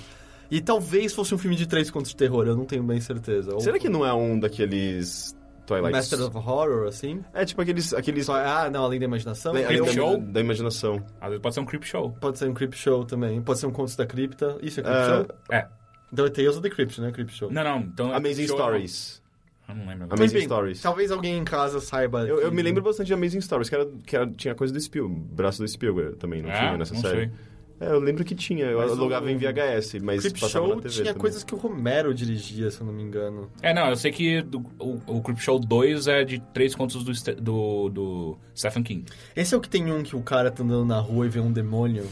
Speaker 1: E talvez fosse um filme de três contos de terror, eu não tenho bem certeza. Ou
Speaker 2: Será que não é um daqueles Twilight...
Speaker 1: Master of Horror, assim?
Speaker 2: É tipo aqueles... aqueles...
Speaker 1: Só- ah, não, além da imaginação?
Speaker 2: da-
Speaker 1: Além da-
Speaker 2: da-
Speaker 3: Show?
Speaker 2: Da imaginação.
Speaker 3: Às vezes pode ser um creep show.
Speaker 1: Pode ser um Creep Show também. Pode ser um Contos da Cripta. Isso é Creep
Speaker 2: Ah,
Speaker 1: Show?
Speaker 3: É.
Speaker 1: Então é Tales of the Crypt, né? Creep Show.
Speaker 3: Não, não. Então, é
Speaker 2: Amazing
Speaker 3: creep show,
Speaker 2: Stories.
Speaker 3: Eu não, eu não lembro agora.
Speaker 2: Amazing
Speaker 1: Enfim,
Speaker 2: Stories.
Speaker 1: Talvez alguém em casa saiba.
Speaker 2: Eu, eu
Speaker 1: que-
Speaker 2: me lembro bastante de Amazing Stories, que, era, que era- tinha coisa do Spielberg, braço do Spielberg também, não
Speaker 3: É?
Speaker 2: tinha nessa
Speaker 3: Não
Speaker 2: série.
Speaker 3: sei.
Speaker 2: É, eu lembro que tinha, eu
Speaker 1: Mas
Speaker 2: alugava
Speaker 1: o-
Speaker 2: em VHS, mas
Speaker 1: Creep
Speaker 2: passava
Speaker 1: Show
Speaker 2: na TV
Speaker 1: tinha
Speaker 2: também.
Speaker 1: coisas que o Romero dirigia, se eu não me engano.
Speaker 3: É, não, eu sei que do- o, o Creep Show 2 é de três contos do, Ste- do, do Stephen King.
Speaker 1: Esse é o que tem um que o cara tá andando na rua e vê um demônio.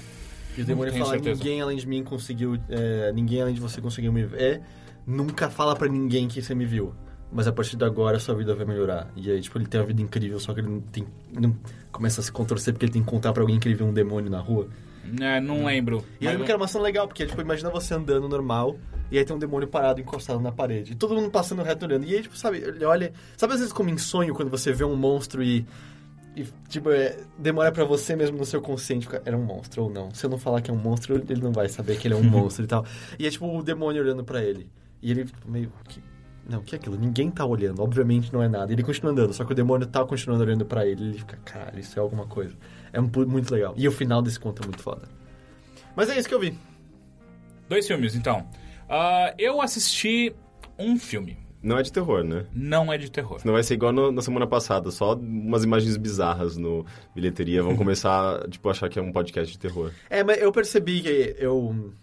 Speaker 1: E o demônio
Speaker 3: tenho
Speaker 1: fala,
Speaker 3: certeza.
Speaker 1: ninguém além de mim conseguiu. é, ninguém além de você conseguiu me ver. É, Nunca fala pra ninguém que você me viu. Mas a partir de agora sua vida vai melhorar. E aí, tipo, ele tem uma vida incrível, só que ele não tem. Não começa a se contorcer porque ele tem que contar pra alguém que ele viu um demônio na rua.
Speaker 3: É, não lembro.
Speaker 1: E eu lembro que era uma cena legal, porque, tipo, imagina você andando normal e aí tem um demônio parado, encostado na parede. E todo mundo passando reto olhando. E aí, tipo, sabe, ele olha. Sabe às vezes como em sonho, quando você vê um monstro e. E, tipo, é, demora pra você mesmo no seu consciente. ficar, Era um monstro ou não. Se eu não falar que é um monstro, ele não vai saber que ele é um monstro e tal. E é tipo o demônio olhando pra ele. E ele, tipo, meio. Que... Não, o que é aquilo? Ninguém tá olhando. Obviamente não é nada. Ele continua andando, só que o demônio tá continuando olhando pra ele. Ele fica, caralho, isso é alguma coisa. É um pu- muito legal. E o final desse conto é muito foda. Mas é isso que eu vi.
Speaker 3: Dois filmes, então. Ah, eu assisti um filme.
Speaker 2: Não é de terror, né?
Speaker 3: Não é de terror.
Speaker 2: Não vai ser igual no- na semana passada, só umas imagens bizarras no bilheteria. Vão começar, (laughs) tipo, a achar que é um podcast de terror.
Speaker 1: É, mas eu percebi que eu.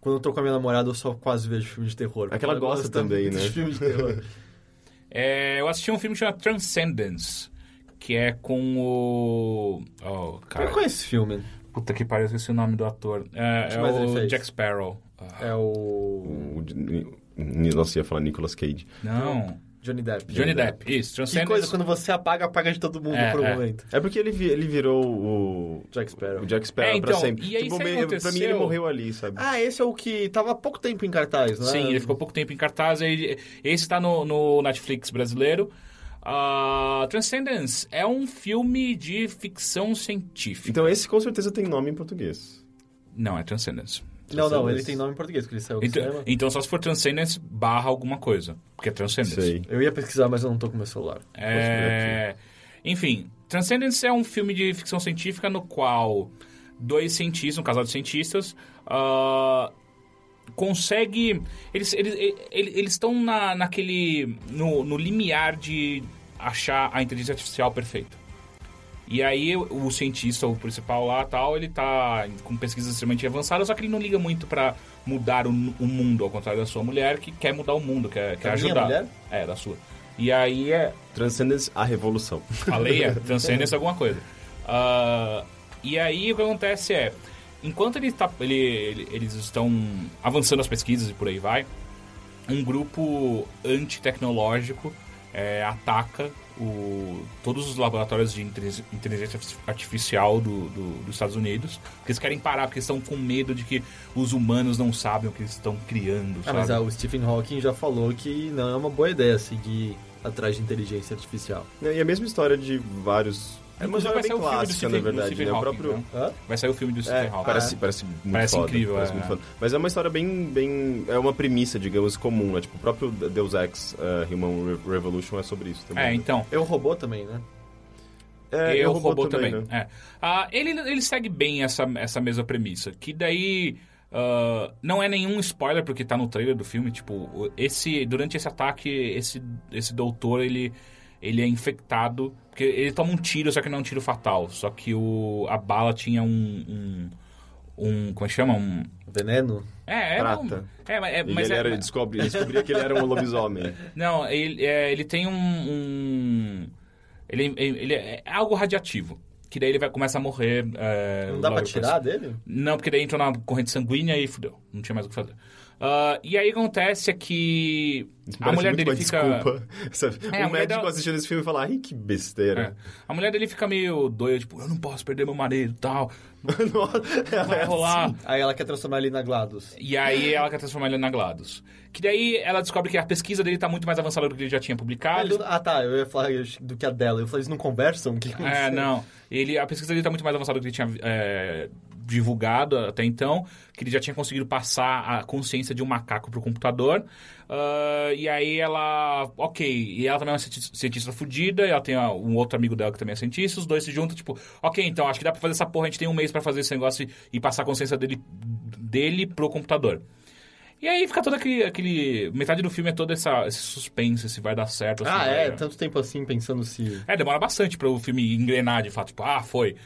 Speaker 1: Quando eu tô com a minha namorada, eu só quase vejo filme de terror.
Speaker 2: É que ela
Speaker 1: Porque
Speaker 2: gosta também,
Speaker 1: muito
Speaker 2: né?
Speaker 1: De filme de terror.
Speaker 3: (laughs) É, eu assisti um filme chamado Transcendence, que é com o... Oh, cara.
Speaker 1: eu conheço esse filme.
Speaker 3: Puta que pariu, eu esqueci o nome do ator. É,
Speaker 1: que
Speaker 3: é
Speaker 1: mais ele
Speaker 3: o
Speaker 1: fez?
Speaker 3: Jack Sparrow. Ah,
Speaker 1: É o.
Speaker 2: O, Ni- Ni- nossa, ia falar Nicolas Cage.
Speaker 3: Não.
Speaker 1: Johnny Depp.
Speaker 3: Johnny Depp. Isso,
Speaker 1: Que
Speaker 3: Transcendence.
Speaker 1: coisa, quando você apaga, apaga de todo mundo
Speaker 3: É,
Speaker 1: por um
Speaker 3: é.
Speaker 1: momento.
Speaker 2: É porque ele, vi- ele virou o,
Speaker 1: Jack Sparrow.
Speaker 2: o Jack Sparrow
Speaker 3: É,
Speaker 2: pra
Speaker 3: então,
Speaker 2: sempre. Tipo,
Speaker 3: e aí isso aí
Speaker 2: meio- pra mim ele
Speaker 3: aconteceu.
Speaker 2: morreu ali, sabe?
Speaker 1: Ah, esse é o que tava há pouco tempo em cartaz, né?
Speaker 3: Sim, ele ficou pouco tempo em cartaz. aí- Esse está no, no Netflix brasileiro. Ah, Transcendence é um filme de ficção científica.
Speaker 2: Então esse com certeza tem nome em português.
Speaker 3: Não, é Transcendence.
Speaker 1: Não, não, ele tem nome em português, porque ele saiu do
Speaker 3: Então,
Speaker 1: cinema.
Speaker 3: então só se for Transcendence barra alguma coisa, porque é Transcendence.
Speaker 2: Sei.
Speaker 1: Eu ia pesquisar, mas eu não tô com meu celular.
Speaker 3: É... Enfim, Transcendence é um filme de ficção científica no qual dois cientistas, um casal de cientistas, ah, consegue... Eles eles eles eles estão na, naquele... No, no limiar de achar a inteligência artificial perfeita. E aí o cientista, o principal lá tal, ele tá com pesquisa extremamente avançada, só que ele não liga muito pra mudar o, o mundo, ao contrário da sua mulher, que quer mudar o mundo, quer, quer
Speaker 1: Da minha
Speaker 3: ajudar.
Speaker 1: mulher?
Speaker 3: É, da sua. E aí é.
Speaker 2: Transcendence, a revolução.
Speaker 3: Falei, é, transcendência alguma coisa. Ah, e aí o que acontece é, enquanto ele tá, ele, ele- eles estão avançando as pesquisas e por aí vai, um grupo antitecnológico é, ataca o, todos os laboratórios de inteligência inteligência artificial do, do- dos Estados Unidos, porque eles querem parar, porque estão com medo de que os humanos não sabem o que eles estão criando,
Speaker 1: Ah,
Speaker 3: sabe?
Speaker 1: mas ah, o Stephen Hawking já falou que não é uma boa ideia seguir atrás de inteligência artificial.
Speaker 2: É, E a mesma história de vários... É uma
Speaker 3: Inclusive,
Speaker 2: história bem
Speaker 3: vai sair o filme do
Speaker 2: clássica, na
Speaker 3: Stephen, do
Speaker 2: verdade.
Speaker 3: Stephen
Speaker 2: Né? O
Speaker 3: Hawking,
Speaker 2: próprio...
Speaker 3: né?
Speaker 1: Hã?
Speaker 3: Vai sair o filme do Stephen
Speaker 2: É,
Speaker 3: Hawking.
Speaker 2: parece, parece muito
Speaker 3: Parece
Speaker 2: foda,
Speaker 3: incrível,
Speaker 2: parece
Speaker 3: é.
Speaker 2: muito foda. Mas é uma história bem, bem... É uma premissa, digamos, comum. Né? Tipo, o próprio Deus Ex eh, Human Re- Revolution é sobre isso também.
Speaker 3: É,
Speaker 2: né?
Speaker 3: então...
Speaker 1: É o robô também, né?
Speaker 2: É,
Speaker 3: eu
Speaker 2: é
Speaker 3: o robô, também.
Speaker 2: né?
Speaker 3: é. Ah, ele, ele segue bem essa, essa mesma premissa. Que daí. ah, não é nenhum spoiler porque tá no trailer do filme. Tipo, o- esse, durante esse ataque, esse, esse doutor ele, ele é infectado. Porque ele toma um tiro, só que não é um tiro fatal. Só que o, a bala tinha um. um, um como é que chama? Um.
Speaker 1: Veneno.
Speaker 3: É, é.
Speaker 2: Prata.
Speaker 3: Um, é, mas- é,
Speaker 2: E
Speaker 3: mas
Speaker 2: ele
Speaker 3: é-
Speaker 2: era, ele descobre, ele descobria que ele era um
Speaker 3: (laughs)
Speaker 2: lobisomem.
Speaker 3: não, ele, é, ele tem um. um- ele, ele é algo radiativo. Que daí ele vai começar a morrer. é,
Speaker 1: Não dá
Speaker 3: logo
Speaker 1: pra
Speaker 3: depois.
Speaker 1: tirar dele?
Speaker 3: Não, porque daí entrou na corrente sanguínea e fudeu. Não tinha mais o que fazer. Ah, e aí acontece é que a
Speaker 2: Parece
Speaker 3: mulher
Speaker 2: é muito
Speaker 3: dele
Speaker 2: uma
Speaker 3: fica.
Speaker 2: Desculpa. (laughs) Sabe?
Speaker 3: É, a
Speaker 2: um
Speaker 3: mulher
Speaker 2: médico
Speaker 3: dela-
Speaker 2: assistindo esse filme e falar, ai, que besteira.
Speaker 3: É. A mulher dele fica meio doida, tipo, eu não posso perder meu marido e tal. É.
Speaker 2: (laughs) Nossa,
Speaker 3: Não vai
Speaker 2: é
Speaker 3: rolar.
Speaker 1: Aí ela quer transformar ele na GLaDOS.
Speaker 3: E aí ela quer transformar ele na GLaDOS. Que daí ela descobre que a pesquisa dele tá muito mais avançada do que ele já tinha publicado.
Speaker 1: Eles- Ah, tá, eu ia falar do que a dela. Eu falei, eles não conversam? (laughs) O que
Speaker 3: É,
Speaker 1: aconteceu?
Speaker 3: não. Ele, a pesquisa dele tá muito mais avançada do que ele tinha é, divulgado até então, que ele já tinha conseguido passar a consciência de um macaco pro computador. Ah, e aí ela. Ok, e ela também é uma cienti- cientista fodida, e ela tem ah, um outro amigo dela que também é cientista, os dois se juntam, tipo, ok, então acho que dá pra fazer essa porra, a gente tem um mês pra fazer esse negócio e- e passar a consciência dele, dele pro computador. E aí fica todo aquele. aquele metade do filme é todo essa, esse suspense, se vai dar certo. se não
Speaker 1: Ah,
Speaker 3: vai
Speaker 1: é? Tanto tempo assim pensando se...
Speaker 3: é, demora bastante para o filme engrenar, de fato. Tipo, ah, foi.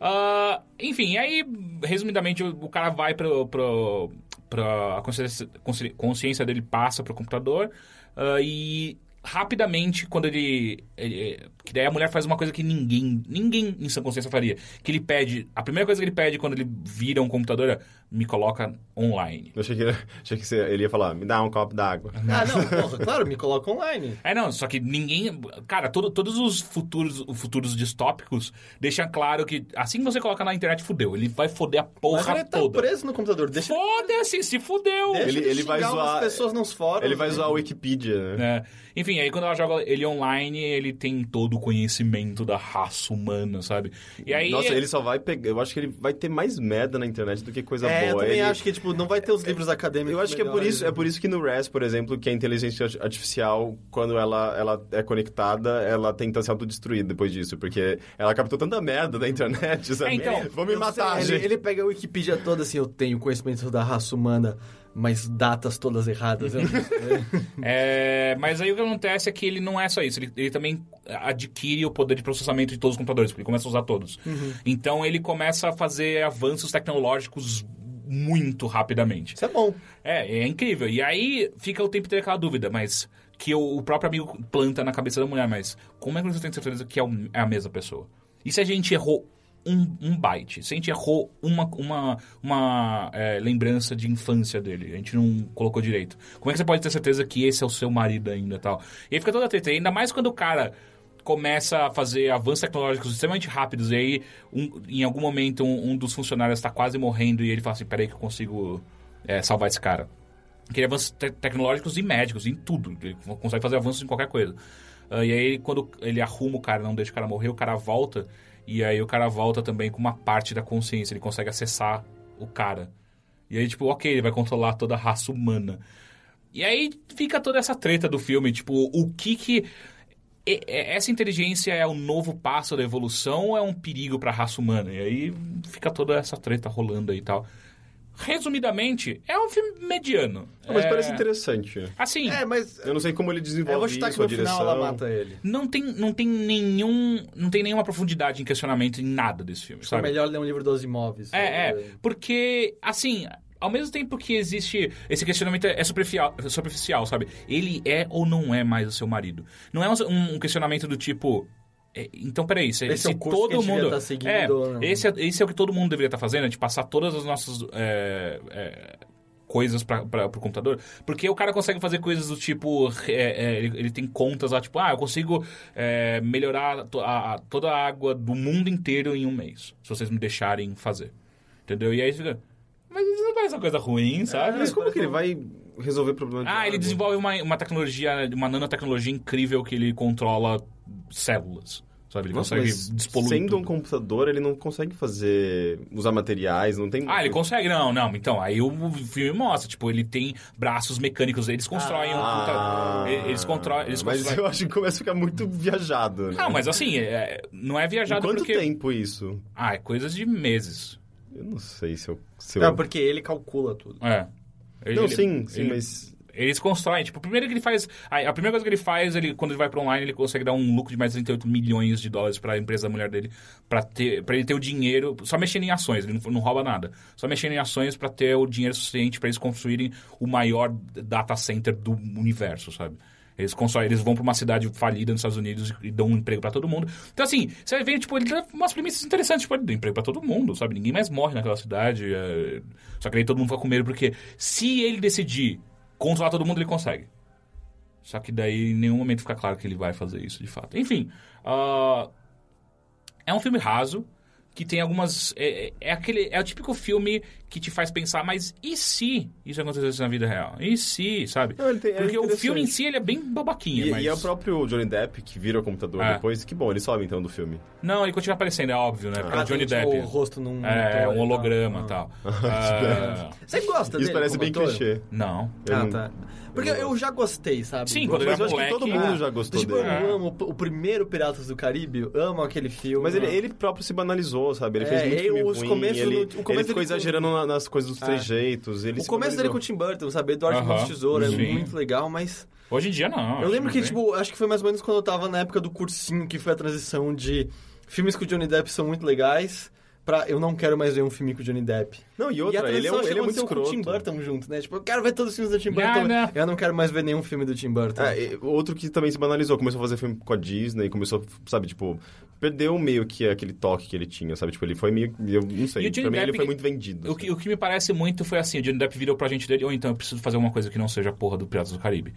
Speaker 3: Ah, enfim, aí, resumidamente, o, o cara vai pro... pro pra, a consciência, consci- consciência dele passa pro computador ah, e rapidamente, quando ele, ele- Que daí a mulher faz uma coisa que ninguém, ninguém em sã consciência faria. Que ele pede... A primeira coisa que ele pede quando ele vira um computador é... Me coloca online.
Speaker 2: Eu achei que, achei que você- ele ia falar, me dá um copo d'água.
Speaker 1: Ah, não, porra, claro, me coloca online.
Speaker 3: É, não, só que ninguém. Cara, todo- todos os futuros, os futuros distópicos deixam claro que assim que você coloca na internet, fudeu. Ele vai foder a
Speaker 1: Mas
Speaker 3: porra
Speaker 1: ele tá
Speaker 3: toda.
Speaker 1: preso no computador. Deixa,
Speaker 3: Foda-se, se fudeu!
Speaker 1: deixa
Speaker 2: Ele- ele vai
Speaker 1: xingar umas
Speaker 2: zoar-
Speaker 1: pessoas nos fóruns. né?
Speaker 2: Ele vai usar a Wikipedia, né?
Speaker 3: É. Enfim, aí quando ela joga ele online, ele tem todo o conhecimento da raça humana, sabe? E aí. é
Speaker 2: Nossa, ele só vai pegar. Eu acho que ele vai ter mais merda na internet do que coisa
Speaker 1: É, eu
Speaker 2: boa.
Speaker 1: também
Speaker 2: Ele-
Speaker 1: acho que, tipo, não vai ter os livros acadêmicos
Speaker 2: Eu acho que é por
Speaker 1: melhores,
Speaker 3: né?
Speaker 2: isso, é por isso que no RES, por exemplo, que a inteligência arti- artificial, quando ela, ela é conectada, ela tenta se autodestruir depois disso, porque ela captou tanta merda da internet, sabe?
Speaker 3: É, então,
Speaker 2: Vão me
Speaker 1: Eu
Speaker 2: matar,
Speaker 1: sei,
Speaker 2: gente.
Speaker 1: Ele, ele pega a Wikipedia toda assim, eu tenho conhecimento da raça humana, mas datas todas erradas. eu não sei.
Speaker 2: (laughs)
Speaker 3: É, mas aí o que acontece é que ele não é só isso, ele, ele também adquire o poder de processamento de todos os computadores, porque ele começa a usar todos.
Speaker 1: Uhum.
Speaker 3: Então ele começa a fazer avanços tecnológicos muito rapidamente.
Speaker 1: isso é bom.
Speaker 3: É, é incrível. E aí fica o tempo inteiro aquela dúvida, mas que o, o próprio amigo planta na cabeça da mulher, mas como é que você tem certeza que é, o- é a mesma pessoa? E se a gente errou um, um byte? Se a gente errou uma, uma, uma é, lembrança de infância dele, a gente não colocou direito. Como é que você pode ter certeza que esse é o seu marido ainda e tal? E aí fica toda a treta, E ainda mais quando o cara começa a fazer avanços tecnológicos extremamente rápidos e aí um- em algum momento um, um dos funcionários está quase morrendo e ele fala assim, peraí que eu consigo é, salvar esse cara. Que ele avanços te- tecnológicos e médicos, em tudo. Ele co- consegue fazer avanços em qualquer coisa. Ah, e aí quando ele arruma o cara, não deixa o cara morrer, o cara volta e aí o cara volta também com uma parte da consciência, ele consegue acessar o cara. E aí, tipo, ok, ele vai controlar toda a raça humana. E aí fica toda essa treta do filme, tipo, o que que... e- e- Essa inteligência é o novo passo da evolução ou é um perigo pra raça humana? E aí fica toda essa treta rolando aí e tal. Resumidamente, é um filme mediano.
Speaker 2: Ah, mas
Speaker 3: É,
Speaker 2: parece interessante.
Speaker 3: Assim,
Speaker 1: É, mas.
Speaker 2: Eu não sei como
Speaker 1: É,
Speaker 2: ele
Speaker 1: eu
Speaker 2: desenvolve
Speaker 1: vou chutar que
Speaker 2: isso, a
Speaker 1: no final
Speaker 2: direção.
Speaker 1: ela mata ele.
Speaker 3: não tem, não tem nenhum. Não tem nenhuma profundidade em questionamento em nada desse
Speaker 2: Tá,
Speaker 3: filme,
Speaker 1: Ou
Speaker 3: sabe?
Speaker 1: melhor ler um livro dos imóveis.
Speaker 3: É,
Speaker 1: Ou-
Speaker 3: é. Porque, assim, ao mesmo tempo que existe. Esse questionamento é superficial, superficial sabe? Ele é ou não é mais o seu marido. Não é um, um questionamento do tipo. é, Então, peraí, se,
Speaker 1: Esse
Speaker 3: se
Speaker 1: é o curso
Speaker 3: todo
Speaker 1: que a gente
Speaker 3: mundo.
Speaker 1: devia tá seguindo,
Speaker 3: é,
Speaker 1: ou não?
Speaker 3: esse, é, esse é o que todo mundo deveria estar fazendo, é de passar todas as nossas. é, é, coisas pra, pra, pro computador, porque o cara consegue fazer coisas do tipo, é, é, ele, ele tem contas lá, tipo, ah, eu consigo é, melhorar to- a- a- toda a água do mundo inteiro em um mês, se vocês me deixarem fazer, entendeu? E aí fica, mas isso não parece uma coisa ruim, sabe?
Speaker 2: É, Mas como que ele vai resolver o problema de
Speaker 3: Tá, (laughs) Ah, ele
Speaker 2: água?
Speaker 3: desenvolve uma, uma tecnologia, uma nanotecnologia incrível que ele controla células, sabe? Ele
Speaker 2: Nossa,
Speaker 3: consegue
Speaker 2: mas
Speaker 3: despoluir
Speaker 2: sendo
Speaker 3: tudo.
Speaker 2: um computador, ele não consegue fazer... Usar materiais, não tem...
Speaker 3: Ah, ele consegue, não, não. Então, aí o filme mostra, tipo, ele tem braços mecânicos, eles constroem um
Speaker 2: Ah,
Speaker 3: puta- e- Eles constroem. Eles
Speaker 2: mas
Speaker 3: constroem...
Speaker 2: eu acho que começa a ficar muito viajado, né?
Speaker 3: Não, mas assim, é- não é
Speaker 2: Em
Speaker 3: viajado
Speaker 2: quanto
Speaker 3: porque.
Speaker 2: tempo isso?
Speaker 3: Ah, é coisas de meses.
Speaker 2: Eu não sei se eu... Se eu...
Speaker 1: É, porque ele calcula tudo.
Speaker 3: É. Ele-
Speaker 2: Não,
Speaker 3: ele-
Speaker 2: sim, sim,
Speaker 3: ele- é
Speaker 2: mas...
Speaker 3: Eles constroem, tipo, primeiro que ele faz. A, a primeira coisa que ele faz, ele, quando ele vai pro online, ele consegue dar um lucro de mais de 38 milhões de dólares pra empresa da mulher dele, pra, ter, pra ele ter o dinheiro, só mexendo em ações, ele não, não rouba nada. Só mexendo em ações pra ter o dinheiro suficiente pra eles construírem o maior data center do universo, sabe? Eles constroem, eles vão pra uma cidade falida nos Estados Unidos e dão um emprego pra todo mundo. Então, assim, você vê, tipo, ele dá umas premissas interessantes, tipo, ele dá emprego pra todo mundo, sabe? Ninguém mais morre naquela cidade. é. Só que aí todo mundo fica com medo, porque se ele decidir controlar todo mundo ele consegue. Só que daí em nenhum momento fica claro que ele vai fazer isso de fato. Enfim, ah, é um filme raso que tem algumas é, é- é aquele é o típico filme que te faz pensar, mas e se isso acontecesse na vida real? E se, sabe?
Speaker 2: Não, ele tem- é
Speaker 3: Porque o
Speaker 2: interessante.
Speaker 3: filme em si ele é bem babaquinha,
Speaker 2: E,
Speaker 3: mas
Speaker 2: e é o próprio Johnny Depp que vira o computador
Speaker 3: É.
Speaker 2: depois. Que bom, ele sobe então do filme.
Speaker 3: não, ele continua aparecendo, é óbvio, né? Porque é o Johnny
Speaker 1: tem, tipo,
Speaker 3: Depp.
Speaker 1: O rosto num.
Speaker 3: É,
Speaker 1: monitor e
Speaker 3: um holograma e
Speaker 1: tal.
Speaker 3: (laughs) tal. Ah,
Speaker 1: Você gosta
Speaker 2: Isso
Speaker 1: dele
Speaker 2: parece
Speaker 1: como
Speaker 2: bem
Speaker 1: ator?
Speaker 2: clichê.
Speaker 3: não.
Speaker 2: Eu
Speaker 1: Ah,
Speaker 2: não-
Speaker 1: tá. Porque
Speaker 2: eu
Speaker 1: eu,
Speaker 2: não
Speaker 1: já gostei, sabe?
Speaker 3: Sim, quando ele
Speaker 2: Mas
Speaker 3: era
Speaker 2: eu acho que
Speaker 3: moleque. né?
Speaker 2: todo mundo já gostou
Speaker 1: tipo,
Speaker 2: dele.
Speaker 1: eu amo o primeiro Piratas do Caribe, eu amo aquele filme.
Speaker 2: Mas ele, ele próprio se banalizou, sabe? Ele
Speaker 1: Ah. É,
Speaker 2: fez muito
Speaker 1: eu-
Speaker 2: filme
Speaker 1: os
Speaker 2: ruim,
Speaker 1: começos
Speaker 2: ele,
Speaker 1: do- o começo
Speaker 2: ele
Speaker 1: dele
Speaker 2: ficou
Speaker 1: com-
Speaker 2: exagerando na- nas coisas dos três jeitos. Ele
Speaker 1: O
Speaker 2: se
Speaker 1: começo dele com o
Speaker 2: banalizou.
Speaker 1: Tim Burton, sabe? Eduardo
Speaker 3: Aham,
Speaker 1: Mãos de Tesoura,
Speaker 3: sim.
Speaker 1: é muito legal, mas...
Speaker 3: Hoje em dia não.
Speaker 1: eu
Speaker 3: acho
Speaker 1: lembro que,
Speaker 3: bem-
Speaker 1: tipo, acho que foi mais ou menos quando eu tava na época do cursinho, que foi a transição de filmes com o Johnny Depp são muito legais pra eu não quero mais ver um filme com o Johnny Depp.
Speaker 2: Não, e
Speaker 1: a
Speaker 2: outra, ele é,
Speaker 1: transição
Speaker 2: um, ele é
Speaker 1: chegou a
Speaker 2: muito
Speaker 1: ser com o
Speaker 2: escroto.
Speaker 1: Tim Burton junto, né? Tipo, eu quero ver todos os filmes do Tim
Speaker 3: Não,
Speaker 1: Burton.
Speaker 3: não.
Speaker 1: Eu não quero mais ver nenhum filme do Tim Burton.
Speaker 2: É, e outro que também se banalizou, começou a fazer filme com a Disney, começou, sabe, tipo, perdeu meio que aquele toque que ele tinha, sabe? Tipo, ele foi meio. Eu não
Speaker 3: E
Speaker 2: sei.
Speaker 3: o Johnny
Speaker 2: Pra mim, ele
Speaker 3: Depp-
Speaker 2: foi muito vendido. assim.
Speaker 3: O que, o que me parece muito foi assim, o Johnny Depp virou pra gente dele, ou então eu preciso fazer alguma coisa que não seja a porra do Piratas do Caribe.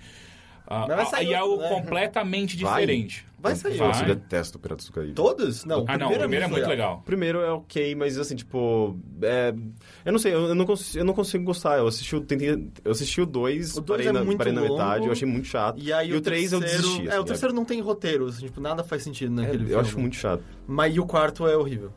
Speaker 3: Ah,
Speaker 1: Mas vai
Speaker 3: ah,
Speaker 1: sair
Speaker 3: e é algo
Speaker 1: outro, né?
Speaker 3: completamente
Speaker 2: Vai.
Speaker 3: diferente.
Speaker 1: Vai sair
Speaker 3: Vai.
Speaker 2: Nossa, Tipo, eu detesto Piratas do Caribe.
Speaker 1: Todos? Não,
Speaker 3: Ah, não, o primeiro é
Speaker 1: muito
Speaker 3: muito legal.
Speaker 2: O primeiro é ok, mas assim, tipo. é, eu não sei, eu, eu não cons- eu não consigo gostar. Eu assisti o, tentei- eu assisti o 2,
Speaker 1: O dois
Speaker 2: parei,
Speaker 1: é
Speaker 2: na,
Speaker 1: muito
Speaker 2: parei na
Speaker 1: longo,
Speaker 2: metade, eu achei muito chato.
Speaker 1: E aí
Speaker 2: o 3 eu
Speaker 1: terceiro-
Speaker 2: desisti.
Speaker 1: É,
Speaker 2: assim,
Speaker 1: o terceiro não tem roteiro, assim, tipo, nada faz sentido
Speaker 2: é,
Speaker 1: naquele
Speaker 2: eu
Speaker 1: filme.
Speaker 2: acho muito chato.
Speaker 1: Mas e o quarto é horrível.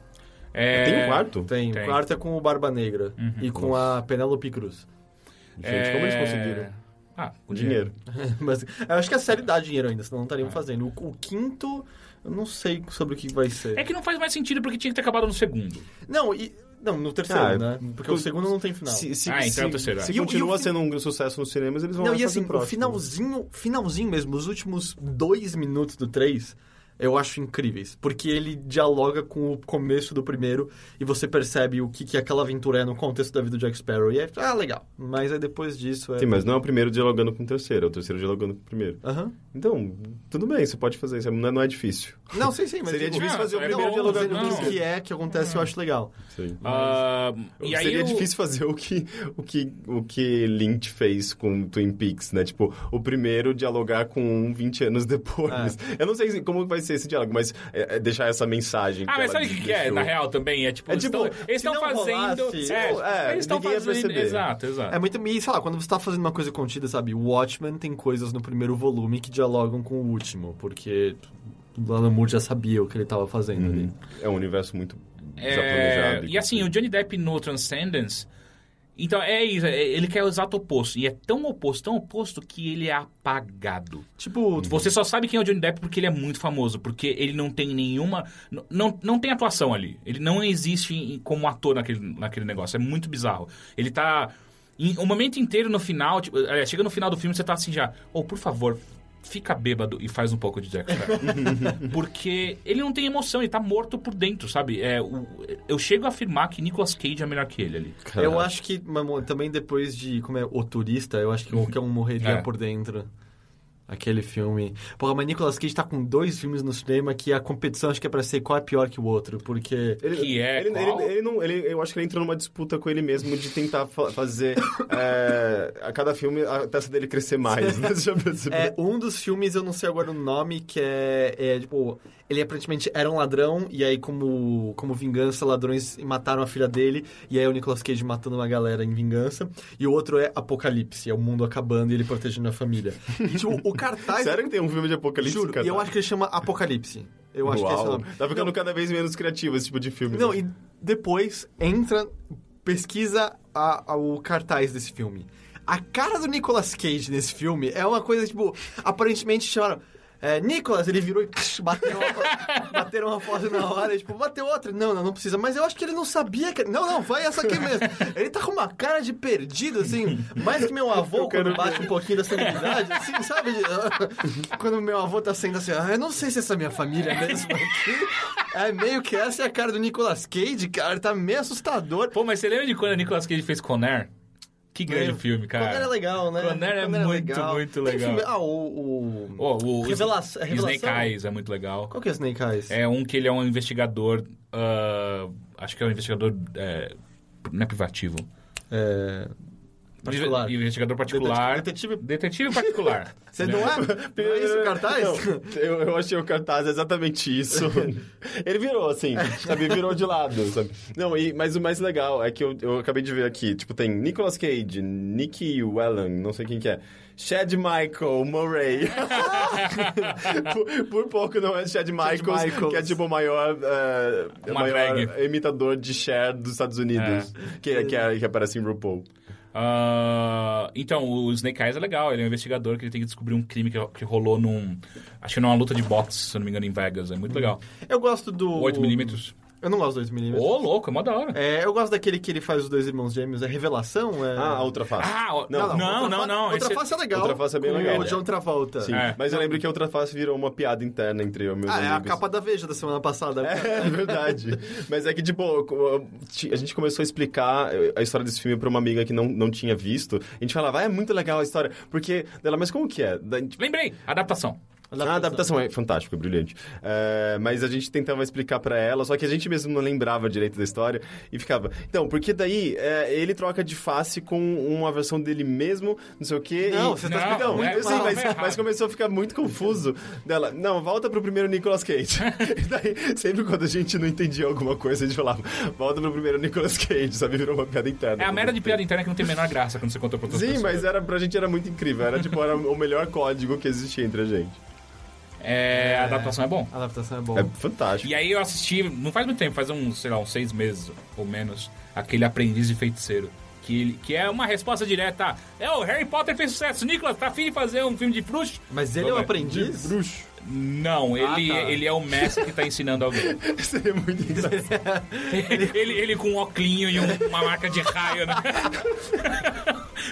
Speaker 3: É,
Speaker 2: Tem um quarto?
Speaker 1: Tem,
Speaker 3: Tem. Uhum.
Speaker 1: o quarto é com o Barba Negra e com a Penélope Cruz. (laughs)
Speaker 2: Gente,
Speaker 3: é-
Speaker 2: como eles conseguiram?
Speaker 3: Ah, com
Speaker 2: O dinheiro.
Speaker 1: Mas eu acho que a série dá dinheiro ainda, senão não
Speaker 3: Ah.
Speaker 1: estariam fazendo. O, o quinto, eu não sei sobre o que vai ser.
Speaker 3: É que não faz mais sentido porque tinha que ter acabado no segundo.
Speaker 1: Não, e. Não, no terceiro,
Speaker 2: Ah,
Speaker 1: né? Porque o segundo não tem final.
Speaker 2: Se, se,
Speaker 3: Ah, então
Speaker 2: se,
Speaker 3: é o terceiro, é.
Speaker 2: se
Speaker 1: E o- e o
Speaker 2: continua
Speaker 1: fi-
Speaker 2: sendo um sucesso nos cinemas, eles vão
Speaker 1: Não,
Speaker 2: lá
Speaker 1: e
Speaker 2: fazer
Speaker 1: assim, o
Speaker 2: Então, próximo. né?
Speaker 1: finalzinho, finalzinho mesmo, os últimos dois minutos do 3, eu acho incríveis. Porque ele dialoga com o começo do primeiro e você percebe o que, que aquela aventura é no contexto da vida do Jack Sparrow. E é, ah, legal. Mas aí depois disso é...
Speaker 2: Sim, mas não é o primeiro dialogando com o terceiro, é o terceiro dialogando com o primeiro.
Speaker 1: Aham.
Speaker 2: Então, tudo bem, você pode fazer isso, não é, não é difícil.
Speaker 1: Não, sei, sim, mas... tipo,
Speaker 2: Seria
Speaker 1: digo,
Speaker 2: difícil
Speaker 3: ah,
Speaker 2: fazer o
Speaker 3: é
Speaker 2: primeiro
Speaker 3: bom,
Speaker 1: Não,
Speaker 2: dialogando
Speaker 1: dizendo
Speaker 2: com o
Speaker 3: não.
Speaker 1: o que
Speaker 2: terceiro.
Speaker 1: é que acontece, eu acho legal.
Speaker 2: Sim.
Speaker 3: Ah, e aí
Speaker 2: Então, Seria
Speaker 3: o-
Speaker 2: difícil fazer o que, o, que, o que Lynch fez com Twin Peaks, né? Tipo, o primeiro dialogar com um 20 anos depois.
Speaker 3: É.
Speaker 2: Eu não sei se- como vai ser esse diálogo, mas é, é deixar essa mensagem.
Speaker 3: Ah, mas
Speaker 2: ela
Speaker 3: sabe o que, que é,
Speaker 2: deixou.
Speaker 3: na real, também? É tipo,
Speaker 2: É
Speaker 3: eles
Speaker 2: tipo,
Speaker 3: tão-
Speaker 1: se
Speaker 3: eles estão
Speaker 1: não
Speaker 3: fazendo...
Speaker 1: rolasse,
Speaker 2: é,
Speaker 3: eles estão
Speaker 2: ninguém ia
Speaker 3: fazendo...
Speaker 2: perceber.
Speaker 3: Exato, exato.
Speaker 1: É muito... E, sei lá, quando você tá fazendo uma coisa contida, sabe? Watchmen tem coisas no primeiro volume que dialogam com o
Speaker 2: Uhum.
Speaker 1: último, porque... O Alan Moore já sabia o que ele tava fazendo ali.
Speaker 2: É um universo muito
Speaker 3: É,
Speaker 2: Já planejado e
Speaker 3: e assim, o Johnny Depp no Transcendence. Então é isso, é- ele quer o exato oposto. E é tão oposto, tão oposto, que ele é apagado.
Speaker 2: Uhum.
Speaker 1: Tipo,
Speaker 3: Você só sabe quem é o Johnny Depp porque ele é muito famoso, porque ele não tem nenhuma. n- Não, não tem atuação ali. Ele não existe em- como ator naquele, naquele negócio. É muito bizarro. Ele tá. em- o momento inteiro no final, tipo, aliás, chega no final do filme, você tá assim já. Oh, por favor, fica bêbado e faz um pouco de Jack Sparrow. porque ele não tem emoção, ele tá morto por dentro, sabe? É, o- eu chego a afirmar que Nicolas Cage é melhor que ele ali.
Speaker 1: eu acho que mas, mo- também depois de como é o turista, eu acho que qualquer um morreria
Speaker 3: É.
Speaker 1: por dentro. Aquele filme. Porra, mas Nicolas Cage tá com dois filmes no cinema que a competição acho que é pra ser qual é pior que o outro, porque
Speaker 2: Ele,
Speaker 3: Que é
Speaker 2: ele,
Speaker 3: qual?
Speaker 2: ele- ele não, ele- eu acho que ele entrou numa disputa com ele mesmo de tentar fa- fazer (laughs) é, a cada filme a peça dele crescer mais. Né? (laughs) Você já percebeu?
Speaker 1: É, um dos filmes, eu não sei agora o nome, que é, é, tipo, ele aparentemente era um ladrão, e aí como, como vingança, ladrões mataram a filha dele, e aí é o Nicolas Cage matando uma galera em vingança, e o outro é Apocalipse, é o mundo acabando e ele protegendo a família. E, tipo, o cartaz...
Speaker 2: Sério que tem um filme de apocalipse?
Speaker 1: Juro,
Speaker 2: cara?
Speaker 1: e eu acho que ele chama Apocalipse. Eu acho que é esse o
Speaker 2: Uau.
Speaker 1: nome.
Speaker 2: Tá ficando cada vez menos criativo esse tipo de filme.
Speaker 1: Não,
Speaker 2: né?
Speaker 1: e depois entra, pesquisa a- a- o cartaz desse filme. A cara do Nicolas Cage nesse filme é uma coisa, tipo, aparentemente chamaram. É, Nicolas, ele virou e psh, bateu uma, fo- (laughs) bateram uma foto na hora, e, tipo, bateu outra. Não, não, não precisa. Mas eu acho que ele não sabia que. Não, não, vai essa aqui mesmo. Ele tá com uma cara de perdido, assim, mais que meu avô quando bate um pouquinho da sanidade, assim, sabe? (laughs) Quando meu avô tá sendo assim, ah, eu não sei se essa é minha família mesmo aqui. É meio que essa é a cara do Nicolas Cage, cara, tá meio assustador.
Speaker 3: Pô, mas você lembra de quando o Nicolas Cage fez Conair? Que grande filme, cara.
Speaker 1: Conair é legal, né?
Speaker 3: Conair é
Speaker 1: Conair
Speaker 3: muito, muito
Speaker 1: Tem
Speaker 3: legal.
Speaker 1: filme- Ah, o... o...
Speaker 3: Ó, o
Speaker 1: Revela-
Speaker 3: Sna-
Speaker 1: revelação?
Speaker 3: Snake Eyes é muito legal.
Speaker 1: Qual que é Snake Eyes?
Speaker 3: É um que ele é um investigador. ah, acho que é um investigador. é, não é privativo.
Speaker 1: É, Particular.
Speaker 3: Inve- né? Investigador particular.
Speaker 1: Detetive-
Speaker 3: Detetive particular.
Speaker 1: (laughs) Você não é? Não é isso o cartaz?
Speaker 3: (laughs)
Speaker 2: Não, eu, eu achei o cartaz exatamente isso. (laughs) Ele virou, assim, sabe? Virou de lado, sabe? Não, e, mas o mais legal é que eu, eu acabei de ver aqui, tipo, tem Nicolas Cage, Nicky Wellen, não sei quem que é, Chad Michael (laughs) Murray. por, por pouco não é Chad Michaels,
Speaker 1: Michaels.
Speaker 2: que é tipo o maior, é, o
Speaker 3: Uma
Speaker 2: maior
Speaker 3: drag.
Speaker 2: imitador de Cher dos Estados Unidos, que, que, é- que aparece em RuPaul.
Speaker 3: Ah, então, o Snake Eyes é legal. Ele é um investigador que ele tem que descobrir um crime que, que rolou num. Acho que numa luta de boxe, se eu não me engano, em Vegas. É muito legal.
Speaker 1: Eu gosto do...
Speaker 3: 8mm.
Speaker 1: Eu não gosto do 8mm.
Speaker 3: Ô, louco, é mó da hora.
Speaker 1: É, eu gosto daquele que ele faz os dois irmãos gêmeos. É revelação? É...
Speaker 2: Ah, a outra face.
Speaker 3: Ah, ó-
Speaker 2: Não,
Speaker 3: não, não,
Speaker 1: outra
Speaker 3: não.
Speaker 1: fa- Outra
Speaker 3: esse-
Speaker 1: face é legal.
Speaker 2: Outra face é bem
Speaker 1: com
Speaker 2: legal.
Speaker 1: O John Travolta.
Speaker 2: Sim,
Speaker 3: É.
Speaker 2: mas eu lembro que a outra face virou uma piada interna entre eu e meus
Speaker 1: Ah, é a
Speaker 2: amigos.
Speaker 1: capa da Veja da semana passada.
Speaker 2: (laughs) É verdade. Mas é que, tipo, a gente começou a explicar eh, a história desse filme pra uma amiga que não, não tinha visto. A gente falava, ah, é muito legal a história. Porque dela, mas como que é? Da- tipo,
Speaker 3: Lembrei, adaptação.
Speaker 2: a adaptação é fantástica, é brilhante. É, mas a gente tentava explicar pra ela, só que a gente mesmo não lembrava direito da história e ficava. Então, porque daí é, ele troca de face com uma versão dele mesmo, não sei o quê.
Speaker 1: Não,
Speaker 2: e...
Speaker 1: você tá
Speaker 3: Não,
Speaker 1: explicando
Speaker 2: Não,
Speaker 1: muito.
Speaker 3: é-
Speaker 2: eu sei,
Speaker 3: mal,
Speaker 2: mas,
Speaker 3: errado.
Speaker 2: mas começou a ficar muito confuso dela. Não, volta pro primeiro Nicolas Cage. (laughs) e daí, sempre quando a gente não entendia alguma coisa, a gente falava, volta pro primeiro Nicolas Cage, sabe? Virou uma piada interna.
Speaker 3: É a merda de piada interna que não tem a menor graça quando você conta pra outras
Speaker 2: Sim,
Speaker 3: pessoas.
Speaker 2: mas era, pra gente era muito incrível. Era tipo, era o melhor código que existia entre a gente.
Speaker 3: É, a adaptação é bom.
Speaker 1: A adaptação é boa.
Speaker 2: É fantástico.
Speaker 3: E aí eu assisti, não faz muito tempo, faz uns, sei lá, uns seis meses ou menos, aquele Aprendiz de Feiticeiro. Que, ele- que é uma resposta direta. É, o Harry Potter fez sucesso. Nicolas, tá afim de fazer um filme de bruxo?
Speaker 1: Mas ele é um
Speaker 3: Vamos ver.
Speaker 1: aprendiz?
Speaker 2: Bruxo.
Speaker 3: Não,
Speaker 2: Ah,
Speaker 3: ele,
Speaker 1: tá.
Speaker 3: ele é o mestre que tá
Speaker 2: (laughs)
Speaker 3: ensinando alguém.
Speaker 2: (laughs) Seria muito engraçado.
Speaker 3: ele, ele com um oclinho e um- uma marca de raio, né? (laughs)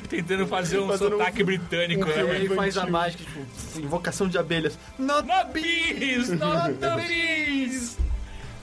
Speaker 3: Tentando fazer um
Speaker 2: Fazendo um-
Speaker 3: sotaque britânico.
Speaker 2: um
Speaker 3: né?
Speaker 2: filme-
Speaker 1: É, Ele faz a mágica, tipo, invocação de abelhas. Not
Speaker 3: Not bees, not
Speaker 1: (laughs)
Speaker 3: the bees.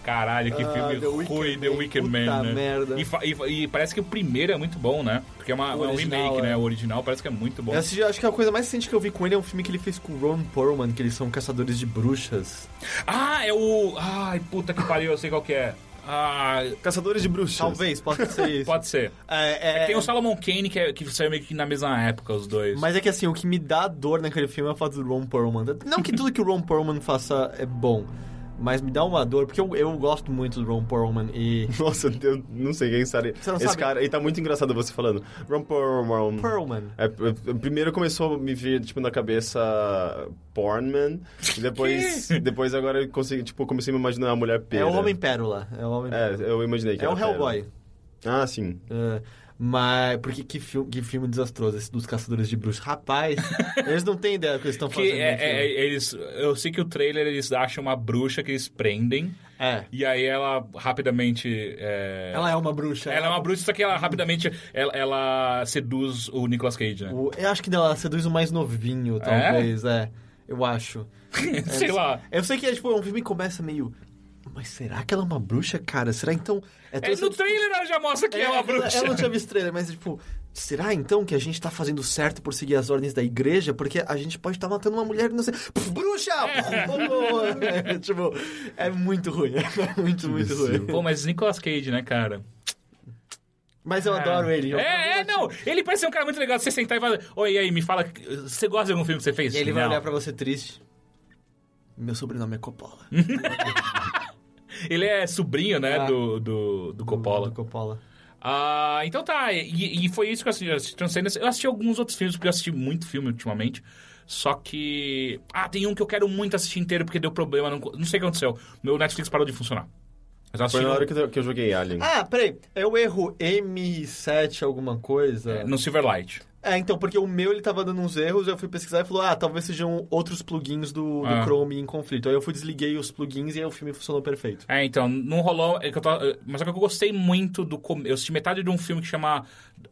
Speaker 3: Caralho, que
Speaker 1: Ah,
Speaker 3: filme
Speaker 1: The Wicked
Speaker 3: ruim, The
Speaker 1: Man,
Speaker 3: Wicked
Speaker 1: puta
Speaker 3: Man, né?
Speaker 1: merda.
Speaker 3: E, fa- e fa- e parece que o primeiro é muito bom, né? Porque é, uma, é um
Speaker 1: original,
Speaker 3: remake,
Speaker 1: é.
Speaker 3: né? O original parece que é muito bom.
Speaker 1: Eu assisti- acho que a coisa mais recente que eu vi com ele é um filme que ele fez com o Ron Perlman, que eles são caçadores de bruxas.
Speaker 3: Ah, é o... Ai, puta que pariu, eu sei qual que é. Ah,
Speaker 2: Caçadores de bruxas.
Speaker 1: Talvez, possa ser isso.
Speaker 3: pode ser.
Speaker 1: É, é-
Speaker 3: Tem o Salomon Kane, que, é- que saiu meio que na mesma época, os dois.
Speaker 1: Mas é que assim, o que me dá dor naquele filme é a foto do Ron Perlman. Não que tudo que o Ron Perlman faça é bom. Mas me dá uma dor, porque eu, eu gosto muito do Ron Perlman e.
Speaker 2: Nossa, eu não sei quem sabe.
Speaker 1: Você não
Speaker 2: Esse
Speaker 1: sabe?
Speaker 2: cara, e tá muito engraçado você falando. Ron Perlman.
Speaker 1: Perlman.
Speaker 2: É, é, primeiro começou a me vir, tipo, na cabeça Pornman.
Speaker 1: (laughs)
Speaker 2: E depois, depois agora eu consegui, tipo, comecei a me imaginar uma mulher pera.
Speaker 1: É o Homem Pérola. É o Homem
Speaker 2: É, eu imaginei que
Speaker 1: É o
Speaker 2: era pera.
Speaker 1: Hellboy.
Speaker 2: Ah, sim.
Speaker 1: É, mas. Porque que filme, que filme desastroso esse dos Caçadores de Bruxas.
Speaker 2: (laughs)
Speaker 1: Rapaz, eles não têm ideia do que eles estão
Speaker 3: Que
Speaker 1: fazendo. né?
Speaker 3: é-
Speaker 1: no filme.
Speaker 3: é- eles, eu sei que o trailer eles acham uma bruxa que eles prendem
Speaker 1: É.
Speaker 3: e aí ela rapidamente é,
Speaker 1: Ela é uma bruxa.
Speaker 3: ela é uma bruxa só que ela rapidamente ela, ela seduz o Nicolas Cage, né?
Speaker 1: O- eu acho que ela seduz o mais novinho, talvez, é. Eu acho.
Speaker 3: (laughs) sei lá.
Speaker 1: Eu sei que é tipo, um filme que começa meio. Mas será que ela é uma bruxa, cara? Será então. É toda
Speaker 3: É,
Speaker 1: essa
Speaker 3: no trailer ela já mostra que é, uma bruxa.
Speaker 1: Eu não tinha visto trailer, mas tipo, será então que a gente tá fazendo certo por seguir as ordens da igreja? Porque a gente pode estar matando uma mulher e não sei. Pff, bruxa! É, tipo, é muito ruim. (laughs) É muito, muito ruim.
Speaker 3: Pô, mas Nicolas Cage, né, cara?
Speaker 1: Mas eu adoro ele. eu-
Speaker 3: É, é, não. Ele parece ser um cara muito legal. Você sentar e falar, oi, e aí, me fala, você gosta de algum filme que você fez?
Speaker 1: E ele vai
Speaker 3: Não.
Speaker 1: olhar pra você triste. Meu sobrenome é Coppola.
Speaker 3: Ele é sobrinho, né,
Speaker 1: Ah.
Speaker 3: do, do, do Coppola.
Speaker 1: Do Coppola.
Speaker 3: Ah, então tá. E, e foi isso que eu assisti. Eu assisti Transcendence. Eu assisti alguns outros filmes, porque eu assisti muito filme ultimamente. Só que... Ah, tem um que eu quero muito assistir inteiro, porque deu problema. Não, co- não sei o que aconteceu. Meu Netflix parou de funcionar. Mas eu assisti
Speaker 2: Foi na
Speaker 3: no-
Speaker 2: hora que eu, que eu joguei Alien.
Speaker 1: Ah, peraí. É o erro M7 alguma coisa? É,
Speaker 3: no Silverlight.
Speaker 1: então, porque o meu ele tava dando uns erros, eu fui pesquisar e falou, ah, talvez sejam outros plugins do, do
Speaker 3: Ah.
Speaker 1: Chrome em conflito. Aí eu fui, desliguei os plugins e aí o filme funcionou perfeito.
Speaker 3: É, então, não rolou. é que eu tava- é, mas só que eu gostei muito do. come- Eu assisti metade de um filme que chama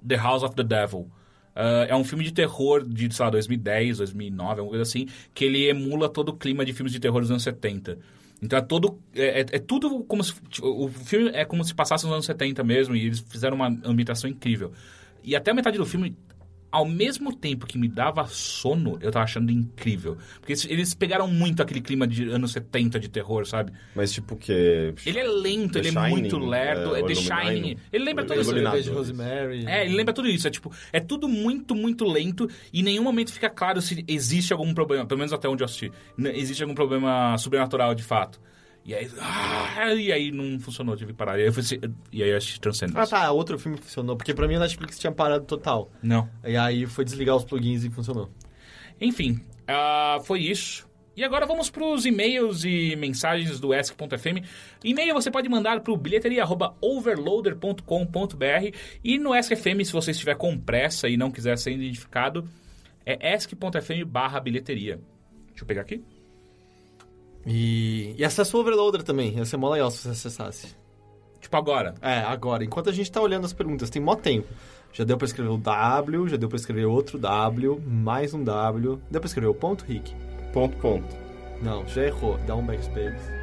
Speaker 3: The House of the Devil. Ah, é um filme de terror de, sei lá, 2010, 2009, alguma coisa assim, que ele emula todo o clima de filmes de terror dos anos 70. Então é todo. É, é- é tudo como se. tipo, o filme é como se passasse nos anos 70 mesmo, e eles fizeram uma ambientação incrível. E até a metade do filme, ao mesmo tempo que me dava sono, eu tava achando incrível. Porque eles- eles pegaram muito aquele clima de anos 70 de terror, sabe?
Speaker 2: Mas tipo que...
Speaker 3: Ele é lento,
Speaker 2: The
Speaker 3: ele é
Speaker 2: Shining,
Speaker 3: muito lerdo.
Speaker 2: é,
Speaker 3: É, The
Speaker 2: o Iluminado.
Speaker 3: Shining. Ele lembra
Speaker 2: O
Speaker 3: todo isso.
Speaker 2: é Iluminado.
Speaker 1: Cerveja de Rosemary.
Speaker 3: É, ele lembra tudo isso. É tipo, é tudo muito, muito lento e em nenhum momento fica claro se existe algum problema, pelo menos até onde eu assisti. n- Existe algum problema sobrenatural de fato. E aí, ah, e aí não funcionou, tive que parar. E aí eu, fui assi- e aí eu assisti
Speaker 1: Ah,
Speaker 3: Transcendence.
Speaker 1: tá, outro filme que funcionou. Porque pra mim o Netflix tinha parado total.
Speaker 3: Não.
Speaker 1: E aí foi desligar os plugins e funcionou.
Speaker 3: Enfim, ah, foi isso. E agora vamos para os e-mails e mensagens do ESC.fm. E-mail você pode mandar para o bilheteria.overloader.com.br e no ESC.fm, se você estiver com pressa e não quiser ser identificado, é ESC.fm barra bilheteria. Deixa eu pegar aqui.
Speaker 1: E, e acessa o Overloader também. Ia ser mó legal se você acessasse.
Speaker 3: Tipo agora.
Speaker 1: É, agora, enquanto a gente tá olhando as perguntas, tem mó tempo. Já deu pra escrever o W, já deu pra escrever outro W, mais um W. Deu pra escrever o ponto, Rick?
Speaker 2: Ponto, ponto.
Speaker 1: Não, já errou. Dá um backspace.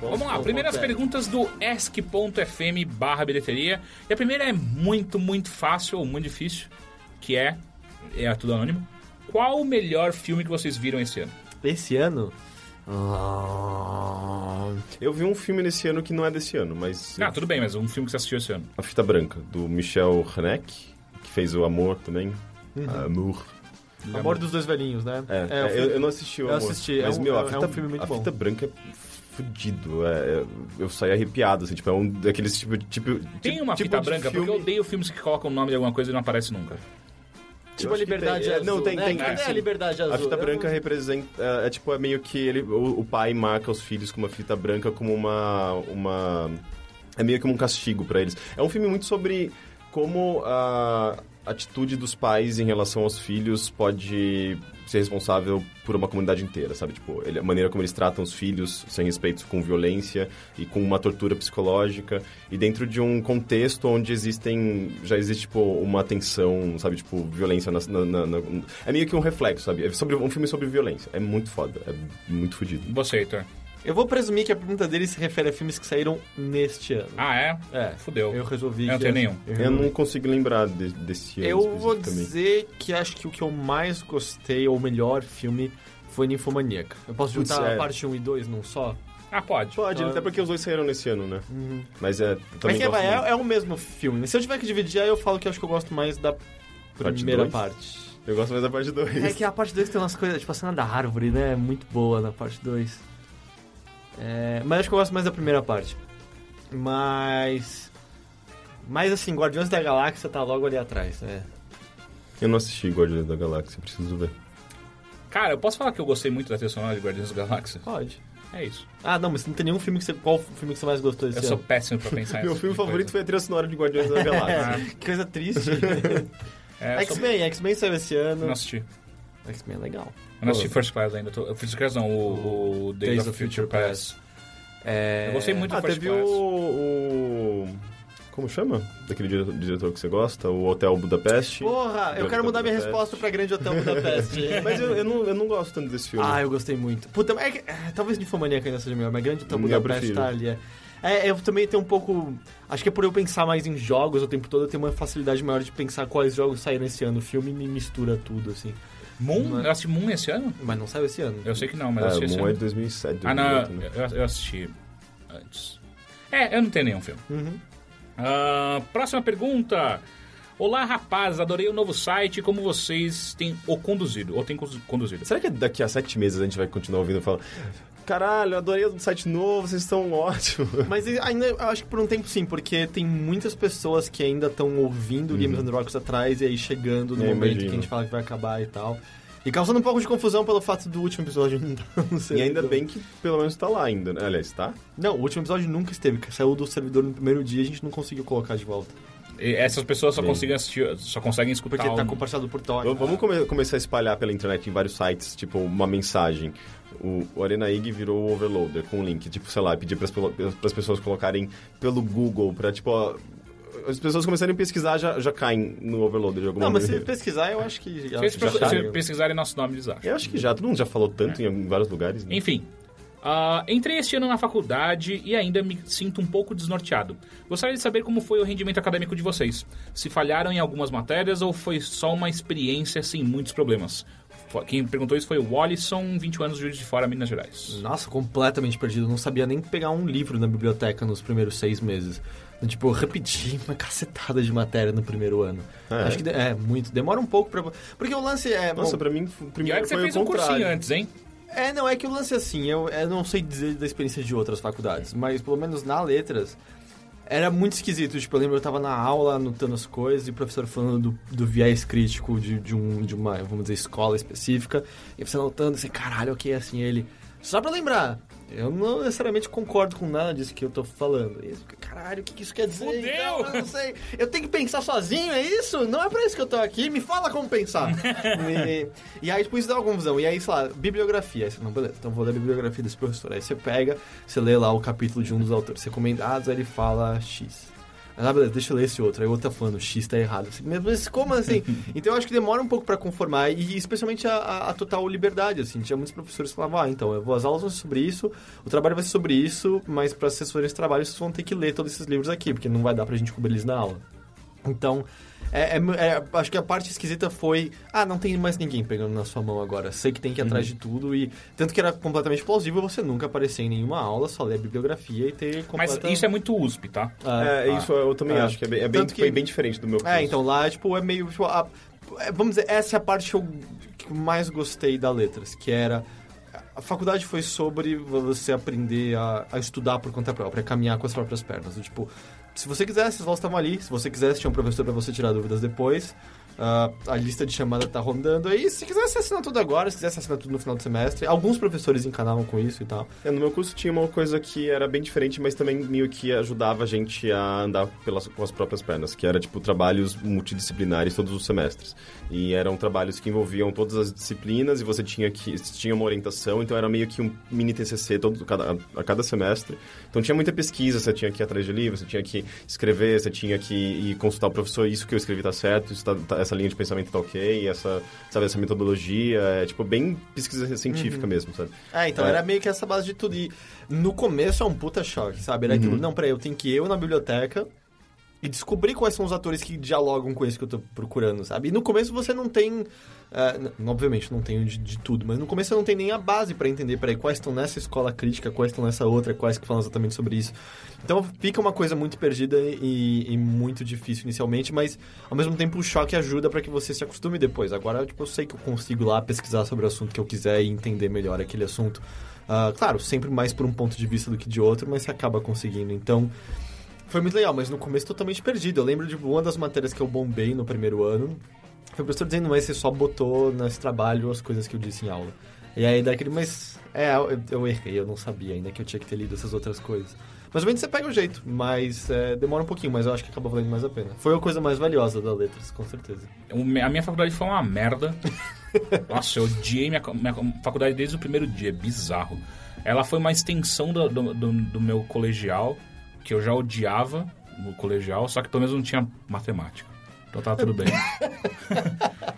Speaker 3: Vamos lá,
Speaker 1: Ponto,
Speaker 3: primeiras
Speaker 1: ponto, é.
Speaker 3: perguntas do ESC.fm barra bilheteria. E a primeira é muito, muito fácil ou muito difícil, que é, é tudo anônimo. Qual o melhor filme que vocês viram esse ano?
Speaker 1: Esse ano.
Speaker 2: Eu vi um filme nesse ano que não é desse ano, mas...
Speaker 3: Ah, tudo bem, mas um filme que você assistiu esse ano. Uhum.
Speaker 2: A Fita Branca, do Michel Haneck, que fez o Amor também. Amor.
Speaker 1: Amor dos Dois Velhinhos, né?
Speaker 2: É,
Speaker 1: o
Speaker 2: é,
Speaker 1: filme-
Speaker 2: Ah, eu, eu não assisti o
Speaker 1: eu
Speaker 2: Amor,
Speaker 1: assisti, é
Speaker 2: Mas,
Speaker 1: um-
Speaker 2: meu,
Speaker 1: é
Speaker 2: a
Speaker 1: um
Speaker 2: fita,
Speaker 1: filme muito
Speaker 2: a
Speaker 1: bom.
Speaker 2: fita branca é fudido. é, é, eu saí arrepiado, assim. Tipo, é um daqueles tipo... tipo
Speaker 3: Tem
Speaker 2: tipo-
Speaker 3: uma
Speaker 2: tipo
Speaker 3: fita
Speaker 2: de
Speaker 3: branca,
Speaker 2: filme-
Speaker 3: porque eu odeio filmes que colocam o nome de alguma coisa e não aparece nunca.
Speaker 1: Tipo a
Speaker 2: acho que
Speaker 1: Liberdade
Speaker 2: tem. É,
Speaker 1: Azul.
Speaker 2: não, tem-
Speaker 1: né?
Speaker 2: tem-
Speaker 1: Cadê
Speaker 2: tem
Speaker 1: a
Speaker 2: sim.
Speaker 1: Liberdade Azul? né?
Speaker 2: A fita
Speaker 1: Eu não-
Speaker 2: branca representa. É, é tipo, é meio que ele, o, o pai marca os filhos com uma fita branca como uma. uma é meio que um castigo pra eles. É um filme muito sobre como a atitude dos pais em relação aos filhos pode ser responsável por uma comunidade inteira, sabe? Tipo, ele- a maneira como eles tratam os filhos, sem respeito, com violência e com uma tortura psicológica. E dentro de um contexto onde existem... Já existe, tipo, uma tensão, sabe? Tipo, violência na... na- na- na- é meio que um reflexo, sabe? É sobre, um filme sobre violência. É muito foda. É muito fodido.
Speaker 3: Você, Heitor.
Speaker 1: Eu vou presumir que a pergunta dele se refere a filmes que saíram neste ano.
Speaker 3: Ah, é?
Speaker 1: É.
Speaker 3: Fudeu.
Speaker 1: Eu resolvi.
Speaker 3: Eu não
Speaker 1: que-
Speaker 3: tenho nenhum.
Speaker 2: Eu não consigo lembrar de- desse ano
Speaker 1: Eu vou
Speaker 2: especificamente.
Speaker 1: dizer que acho que o que eu mais gostei, ou o melhor filme, foi Ninfomaníaca. Eu posso
Speaker 2: Putz,
Speaker 1: juntar a
Speaker 2: é.
Speaker 1: parte 1 e 2 num só?
Speaker 3: Ah, pode.
Speaker 2: Pode,
Speaker 1: Ah.
Speaker 2: até porque os dois saíram nesse ano, né? Mas é. eu
Speaker 1: Mas
Speaker 2: Também
Speaker 1: que
Speaker 2: gosto
Speaker 1: vai,
Speaker 2: muito.
Speaker 1: Uhum. é, é o mesmo filme. né? Se eu tiver que dividir, aí eu falo que eu acho que eu gosto mais da primeira
Speaker 2: dois?
Speaker 1: parte.
Speaker 2: Eu gosto mais da parte 2.
Speaker 1: É que a parte 2 tem umas coisas, tipo a cena da árvore, né? É muito boa na parte 2. É, mas acho que eu gosto mais da primeira parte. Mas. Mas assim, Guardiões da Galáxia tá logo ali atrás, né?
Speaker 2: Eu não assisti Guardiões da Galáxia, preciso ver.
Speaker 3: Cara, eu posso falar que eu gostei muito da trilha sonora de Guardiões da Galáxia?
Speaker 1: Pode.
Speaker 3: É isso.
Speaker 1: Ah, não, mas não tem nenhum filme que você. Qual filme que você mais gostou desse
Speaker 3: Eu sou
Speaker 1: ano?
Speaker 3: péssimo pra
Speaker 2: (laughs)
Speaker 1: É,
Speaker 3: pensar
Speaker 2: Meu
Speaker 3: nesse
Speaker 2: filme
Speaker 3: tipo de
Speaker 2: favorito
Speaker 3: coisa.
Speaker 2: foi a trilha sonora de Guardiões da
Speaker 1: (laughs)
Speaker 2: Galáxia.
Speaker 3: Ah, (laughs)
Speaker 1: Que coisa (laughs) triste.
Speaker 3: é, eu sou-
Speaker 1: né? X-Men, X-Men saiu esse ano.
Speaker 3: Eu não assisti.
Speaker 1: X-Men é legal.
Speaker 3: Eu não assisti First Class ainda. eu tô- Eu fiz Class não, o, o Days, of Future Past.
Speaker 1: É...
Speaker 3: Eu gostei muito
Speaker 2: ah,
Speaker 3: do First
Speaker 2: teve
Speaker 3: Class.
Speaker 2: o, o. Como chama? Daquele dire- diretor que você gosta? O Hotel Budapeste.
Speaker 1: Porra, eu
Speaker 2: Grande
Speaker 1: quero mudar minha
Speaker 2: Budapeste.
Speaker 1: resposta pra Grande Hotel Budapeste.
Speaker 3: (laughs)
Speaker 2: Mas eu, eu não, eu não gosto tanto desse filme.
Speaker 1: Ah, eu gostei muito. Puta, mas é, que- é, talvez Ninfomaníaca ainda seja melhor, mas Grande Hotel
Speaker 2: Eu
Speaker 1: Budapeste
Speaker 2: prefiro.
Speaker 1: tá ali. É. É, eu também tenho um pouco... Acho que é por eu pensar mais em jogos o tempo todo, eu tenho uma facilidade maior de pensar quais jogos saíram esse ano. O filme me mistura tudo, assim.
Speaker 3: Moon? Eu assisti Moon esse ano?
Speaker 1: Mas não saiu
Speaker 2: (laughs)
Speaker 1: esse ano.
Speaker 3: Eu sei que não, mas
Speaker 2: é- Ah,
Speaker 3: eu assisti
Speaker 2: o
Speaker 3: esse
Speaker 2: Moon é
Speaker 3: ano.
Speaker 2: de 2007.
Speaker 3: Ah, não,
Speaker 2: 2008, né?
Speaker 3: eu, eu assisti antes. É, eu não tenho nenhum filme.
Speaker 1: Uhum.
Speaker 3: Ah, próxima pergunta. Olá, rapaz, adorei o novo site. Como vocês têm o conduzido? Ou têm condu- conduzido?
Speaker 2: Será que daqui a sete meses a gente vai continuar ouvindo e falar: Caralho, adorei o site novo, vocês estão ótimos.
Speaker 1: Mas ainda, eu acho que por um tempo sim, porque tem muitas pessoas que ainda estão ouvindo Games and Rocks atrás e aí chegando no
Speaker 2: Eu
Speaker 1: momento
Speaker 2: Uhum. É, imagino.
Speaker 1: que a gente fala que vai acabar e tal. E causando um pouco de confusão pelo fato do último episódio (laughs) então, não ser.
Speaker 2: E ainda bem que pelo menos tá lá ainda, né? Aliás, tá?
Speaker 1: Não, o último episódio nunca esteve, que saiu do servidor no primeiro dia e a gente não conseguiu colocar de volta.
Speaker 3: E Essas pessoas só
Speaker 2: Sim.
Speaker 3: conseguem assistir, só conseguem escutar.
Speaker 1: Porque tá
Speaker 3: o-
Speaker 1: compartilhado por Todd.
Speaker 2: V- Vamos come- começar a espalhar pela internet em vários sites, tipo, uma mensagem. O, o Arena Ig virou o Overloader com o link, tipo, sei lá, pedir para as pessoas colocarem pelo Google, pra, tipo, ó, as pessoas começarem a pesquisar já, já caem no Overloader de alguma
Speaker 1: Não, mas se
Speaker 2: maneira.
Speaker 1: pesquisar, eu acho que.
Speaker 3: Se eles
Speaker 1: acho que
Speaker 3: procu-
Speaker 1: já
Speaker 3: se
Speaker 1: saiu.
Speaker 3: pesquisarem nosso nome, eles acham.
Speaker 2: Eu acho que já, todo mundo já falou tanto em, em vários lugares. Né?
Speaker 3: Enfim, ah, entrei este ano na faculdade e ainda me sinto um pouco desnorteado. Gostaria de saber como foi o rendimento acadêmico de vocês. Se falharam em algumas matérias ou foi só uma experiência sem muitos problemas? Fo- Quem perguntou isso foi o Wallison, 20 anos de Juiz de Fora, Minas Gerais.
Speaker 1: Nossa, completamente perdido. Não sabia nem pegar um livro na biblioteca nos primeiros seis meses. Então, Tipo, eu repeti (laughs) uma cacetada de matéria no primeiro ano.
Speaker 2: Ah, é?
Speaker 1: Acho que de- é muito. Demora um pouco pra. Porque o lance é.
Speaker 2: Nossa,
Speaker 1: bom,
Speaker 2: pra mim, f-
Speaker 3: E olha
Speaker 2: primeiro
Speaker 3: que
Speaker 2: foi
Speaker 3: você fez
Speaker 2: o
Speaker 3: um
Speaker 2: contrário.
Speaker 3: cursinho antes, hein?
Speaker 1: É, não, é que o lance é assim, eu, eu não sei dizer da experiência de outras faculdades, mas pelo menos na letras, era muito esquisito. Tipo, eu lembro, eu tava na aula anotando as coisas e o professor falando do, do viés crítico de, de, um, de uma, vamos dizer, escola específica, e você anotando, assim, caralho, ok, assim, ele. Só pra lembrar, eu não necessariamente concordo com nada disso que eu tô falando. E eu, caralho, o que, que isso quer dizer?
Speaker 3: Fudeu!
Speaker 1: Então, eu não sei. Eu tenho que pensar sozinho, é isso? Não é pra isso que eu tô aqui, me fala como pensar. e, e aí, tipo, isso dá uma confusão. E aí, sei lá, bibliografia. Aí você, não, beleza, então vou ler a bibliografia desse professor. Aí você pega, você lê lá o capítulo de um dos autores recomendados, aí ele fala X. Aí, Ah, beleza, deixa eu ler esse outro. Aí o outro tá falando, X tá errado. Assim, mas mas como assim? então eu acho que demora um pouco pra conformar, e especialmente a, a- a total liberdade, assim. Tinha muitos professores que falavam, ah, então, eu vou, as aulas vão ser sobre isso, o trabalho vai ser sobre isso, mas pra assessorar esse trabalho vocês vão ter que ler todos esses livros aqui, porque não vai dar pra gente cobrir eles na aula. Então, é- é- é- acho que a parte esquisita foi. Ah, não tem mais ninguém pegando na sua mão agora. Sei que tem que ir atrás de tudo e. Tanto que era completamente plausível você nunca aparecer em nenhuma aula, só ler a bibliografia e ter
Speaker 3: Mas
Speaker 1: completa...
Speaker 3: isso é muito USP, tá?
Speaker 1: Ah,
Speaker 2: É, isso eu também
Speaker 1: Ah.
Speaker 2: acho que é bem, é bem-
Speaker 1: Tanto que-
Speaker 2: foi bem diferente do meu curso.
Speaker 1: é, então lá, tipo, é meio. tipo, a- é, vamos dizer, essa é a parte que eu que eu mais gostei da Letras, que era... A faculdade foi sobre você aprender a, a estudar por conta própria, a caminhar com as próprias pernas. Do Tipo, se você quisesse, as aulas estavam ali. Se você quisesse, tinha um professor para você tirar dúvidas depois. Ah, a lista de chamada tá rondando aí. Se quisesse, assinar tudo agora. Se quisesse, assinar tudo no final do semestre. Alguns professores encanavam com isso e tal.
Speaker 2: É, no meu curso tinha uma coisa que era bem diferente, mas também meio que ajudava a gente a andar pelas, com as próprias pernas, que era tipo trabalhos multidisciplinares todos os semestres. E eram trabalhos que envolviam todas as disciplinas e você tinha que tinha uma orientação, então era meio que um mini TCC todo cada, a cada semestre. Então tinha muita pesquisa, você tinha que ir atrás de livro, você tinha que escrever, você tinha que ir consultar o professor, isso que eu escrevi tá certo, isso tá- tá- essa linha de pensamento tá ok, essa sabe essa metodologia, é tipo bem pesquisa científica mesmo, sabe?
Speaker 1: É, então
Speaker 2: É.
Speaker 1: era meio que essa base de tudo. E no começo é um puta choque, sabe? Era aquilo, não, peraí, eu tenho que ir eu na biblioteca e descobrir quais são os atores que dialogam com esse que eu tô procurando, sabe? E no começo você não tem. ah, n- obviamente não tenho de, de tudo, mas no começo você não tem nem a base pra entender, peraí, quais estão nessa escola crítica, quais estão nessa outra, quais que falam exatamente sobre isso. Então fica uma coisa muito perdida e, e muito difícil inicialmente, mas ao mesmo tempo o choque ajuda pra que você se acostume depois. Agora, tipo, eu sei que eu consigo lá pesquisar sobre o assunto que eu quiser e entender melhor aquele assunto. Ah, claro, sempre mais por um ponto de vista do que de outro, mas você acaba conseguindo. Então, foi muito legal, mas no começo totalmente perdido. Eu lembro de uma das matérias que eu bombei no primeiro ano. Foi o professor dizendo, mas você só botou nesse trabalho as coisas que eu disse em aula. E aí daquele, mas. É, eu, eu errei, eu não sabia ainda que eu tinha que ter lido essas outras coisas. Mas ou menos você pega o jeito, mas é, demora um pouquinho, mas eu acho que acaba valendo mais a pena. Foi a coisa mais valiosa da letras, com certeza.
Speaker 3: O me- A minha faculdade foi
Speaker 2: (laughs)
Speaker 3: uma merda. Nossa, eu odiei minha, co- minha co- faculdade desde o primeiro dia, é bizarro. Ela foi uma extensão do, do, do- do meu colegial, que eu já odiava no colegial, só que pelo menos não tinha matemática. Então tava
Speaker 2: (laughs)
Speaker 3: tudo bem.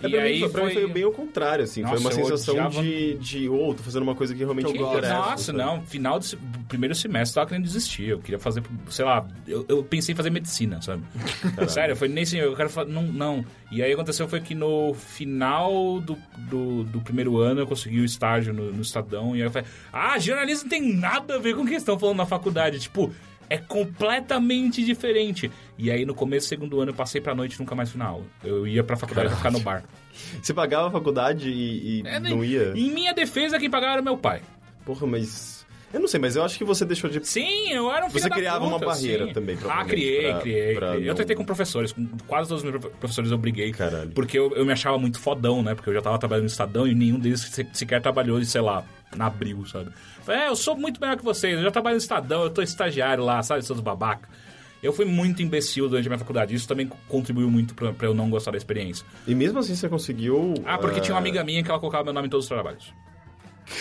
Speaker 3: e
Speaker 2: Pra mim, foi- pra mim foi bem o contrário, assim.
Speaker 3: Nossa,
Speaker 2: foi uma
Speaker 3: eu
Speaker 2: sensação
Speaker 3: odiava-
Speaker 2: de, de, oh, tô fazendo uma coisa que realmente
Speaker 1: Que eu
Speaker 2: me
Speaker 1: gosto.
Speaker 2: interessa.
Speaker 3: Nossa,
Speaker 2: sabe?
Speaker 3: não. Final do se- do primeiro semestre eu tava querendo desistir. Eu queria fazer, sei lá, eu, eu pensei em fazer medicina, sabe? Sério, foi nem assim, eu quero fazer. Não, não. E aí aconteceu foi que no final do, do, do primeiro ano eu consegui o estágio no, no Estadão. E aí eu falei, ah, jornalismo não tem nada a ver com o que eles estão falando na faculdade. Tipo. É completamente diferente. E aí, no começo do segundo ano, eu passei pra noite e nunca mais fui na aula. Eu ia pra faculdade pra ficar no bar.
Speaker 2: Você pagava a faculdade e, e
Speaker 3: É,
Speaker 2: não ia?
Speaker 3: Em minha defesa, quem pagava era meu pai.
Speaker 2: Porra, mas... Eu não sei, mas eu acho que você deixou de...
Speaker 3: Sim, eu era um filho
Speaker 2: Você
Speaker 3: da
Speaker 2: criava
Speaker 3: puta,
Speaker 2: uma barreira
Speaker 3: sim.
Speaker 2: também,
Speaker 3: Ah,
Speaker 2: provavelmente,
Speaker 3: criei,
Speaker 2: pra-
Speaker 3: criei.
Speaker 2: pra
Speaker 3: criei. Eu
Speaker 2: não-
Speaker 3: tentei com professores, com quase todos os meus professores eu briguei.
Speaker 2: Caralho.
Speaker 3: Porque eu, eu me achava muito fodão, né? Porque eu já tava trabalhando no Estadão e nenhum deles se- sequer trabalhou, sei lá, na Abril, sabe? Falei, é, eu sou muito melhor que vocês, eu já trabalho no Estadão, eu tô estagiário lá, sabe, seus babaca. Eu fui muito imbecil durante a minha faculdade, isso também contribuiu muito pra, pra eu não gostar da experiência.
Speaker 2: E mesmo assim você conseguiu...
Speaker 3: Ah, porque
Speaker 2: eh,
Speaker 3: tinha uma amiga minha que ela colocava meu nome em todos os trabalhos.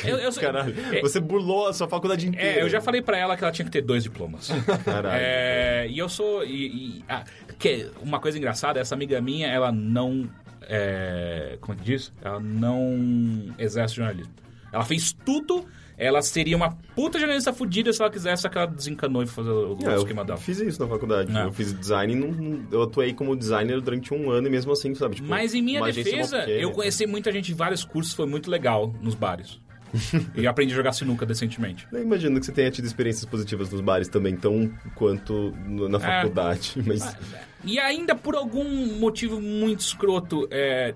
Speaker 3: Eu, eu-
Speaker 2: Caralho,
Speaker 3: é-
Speaker 2: você burlou a sua faculdade inteira.
Speaker 3: é, eu já falei pra ela que ela tinha que ter dois diplomas.
Speaker 2: (laughs) Caralho.
Speaker 3: É, e eu sou. E, e- ah, que uma coisa engraçada, essa amiga minha, ela não. é, como é que diz? Ela não exerce jornalismo. Ela fez tudo. Ela seria uma puta jornalista fodida se ela quisesse, só que ela desencanou e foi fazer o
Speaker 2: É,
Speaker 3: esquema
Speaker 2: eu
Speaker 3: dela.
Speaker 2: fiz isso na faculdade.
Speaker 3: É.
Speaker 2: Eu fiz design, e não- não- eu atuei como designer durante um ano e mesmo assim, sabe? Tipo,
Speaker 3: Mas em minha
Speaker 2: uma agência
Speaker 3: defesa,
Speaker 2: mó pequena.
Speaker 3: eu conheci muita gente em vários cursos, foi muito legal nos bares.
Speaker 2: (laughs)
Speaker 3: e aprendi a jogar sinuca decentemente.
Speaker 2: Eu imagino que você tenha tido experiências positivas nos bares também, tão quanto no-
Speaker 3: É.
Speaker 2: na faculdade. (laughs)
Speaker 3: Ah,
Speaker 2: Mas
Speaker 3: E ainda por algum motivo muito escroto, é,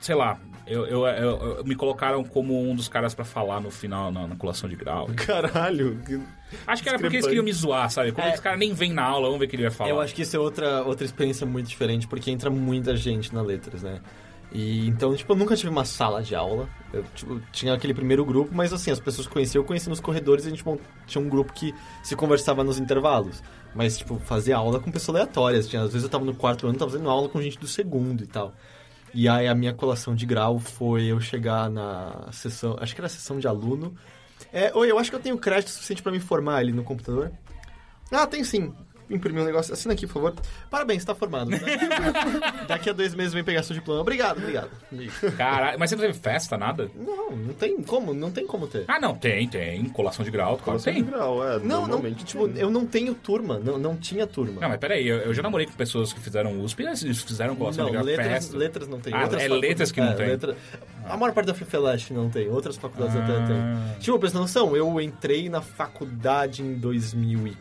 Speaker 3: sei lá, eu, eu- eu- eu- me colocaram como um dos caras pra falar no final, na, na colação de grau.
Speaker 2: caralho... que-
Speaker 3: Acho que era
Speaker 2: Discrepante.
Speaker 3: porque eles queriam me zoar, sabe? Como
Speaker 1: É.
Speaker 3: esse cara nem vem na aula, vamos ver o que ele vai falar.
Speaker 1: Eu acho que isso é outra, outra experiência muito diferente, porque entra muita gente na letras, né? E então, tipo, eu nunca tive uma sala de aula. Eu tipo, tinha aquele primeiro grupo, mas assim, as pessoas que conheciam, eu conhecia nos corredores e a gente mont- tinha um grupo que se conversava nos intervalos. Mas, tipo, fazia aula com pessoas aleatórias. Tinha, às vezes eu tava no quarto ano, tava fazendo aula com gente do segundo e tal. E aí a minha colação de grau foi eu chegar na sessão, acho que era a sessão de aluno. É, Oi, eu acho que eu tenho crédito suficiente pra me formar ali no computador. Ah, tem sim. Imprimi um negócio. Assina aqui, por favor. Parabéns, tá formado.
Speaker 3: (laughs)
Speaker 1: Daqui a dois meses vem pegar seu diploma. Obrigado, obrigado.
Speaker 3: Caralho, mas você não teve festa, nada?
Speaker 1: Não, não tem como, não tem como ter.
Speaker 3: Ah, não, tem, tem. Colação de grau, claro,
Speaker 2: Colação
Speaker 3: tem.
Speaker 2: de grau, é.
Speaker 1: Não, não,
Speaker 2: normalmente
Speaker 1: tipo,
Speaker 2: tem.
Speaker 1: eu não tenho turma, não, não tinha
Speaker 3: Não,
Speaker 1: turma.
Speaker 3: mas peraí, eu, eu já namorei com pessoas que fizeram USP e eles fizeram colação de grau,
Speaker 1: letras,
Speaker 3: festa.
Speaker 1: letras não tem.
Speaker 3: Ah,
Speaker 1: Outras
Speaker 3: é
Speaker 1: faculdades-
Speaker 3: letras que não tem.
Speaker 1: letra- A maior parte da FFLASH não tem, outras faculdades
Speaker 3: Ah.
Speaker 1: até tem. Tipo, presta atenção, eu entrei na faculdade em 2004?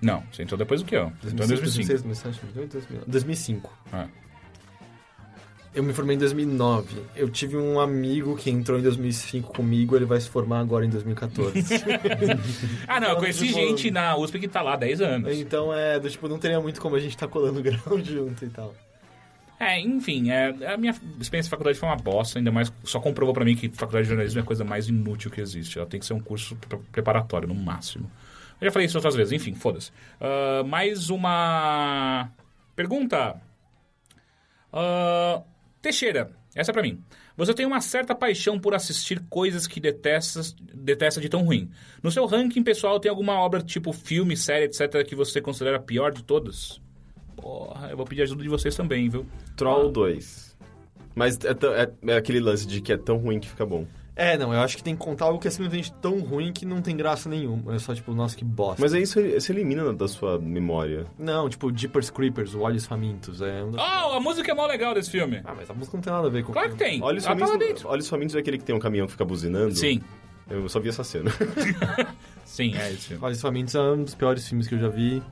Speaker 3: Não, você Então, entrou depois do que eu. Você entrou em 2005. é.
Speaker 1: 2006, 2007, 2008, 2009. 2005.
Speaker 3: Ah.
Speaker 1: Eu me formei em 2009. Eu tive um amigo que entrou em 2005 comigo, ele vai se formar agora em 2014.
Speaker 3: Ah, não, eu conheci
Speaker 1: Tipo-
Speaker 3: gente na USP que tá lá há 10 anos.
Speaker 1: então é, do tipo, não teria muito como a gente tá colando (laughs) grau junto e tal.
Speaker 3: É, enfim, é, a minha experiência de faculdade foi uma bosta, ainda mais só comprovou pra mim que faculdade de jornalismo é a coisa mais inútil que existe. Ela tem que ser um curso pre- preparatório, no máximo. Eu já falei isso outras vezes, enfim, foda-se. Ah, mais uma pergunta. Ah, Teixeira, essa é pra mim. Você tem uma certa paixão por assistir coisas que detesta, detesta de tão ruim. No seu ranking pessoal, tem alguma obra tipo filme, série, etc., que você considera a pior de todas? Porra, eu vou pedir ajuda de vocês também, viu?
Speaker 2: Troll 2. Mas é, tão- é- é aquele lance de que é tão ruim que fica bom.
Speaker 1: É, não, eu acho que tem que contar algo que é simplesmente tão ruim que não tem graça nenhuma. É só, tipo, nossa, que bosta.
Speaker 2: Mas aí você você elimina da sua memória.
Speaker 1: Não, tipo, Jeepers Creepers, o Olhos Famintos. É... um da-
Speaker 3: Oh, a música é mó legal desse filme.
Speaker 1: Ah, mas a música não tem nada a ver com o
Speaker 3: Claro que
Speaker 1: filme.
Speaker 3: tem.
Speaker 2: Olhos
Speaker 3: Ela tá lá
Speaker 2: famintos,
Speaker 3: dentro.
Speaker 2: Olhos famintos é aquele que tem um caminhão que fica buzinando?
Speaker 3: Sim,
Speaker 2: Eu só vi essa
Speaker 3: (laughs)
Speaker 2: cena.
Speaker 3: sim, é esse filme.
Speaker 1: Olhos Famintos é um dos piores filmes que eu já vi.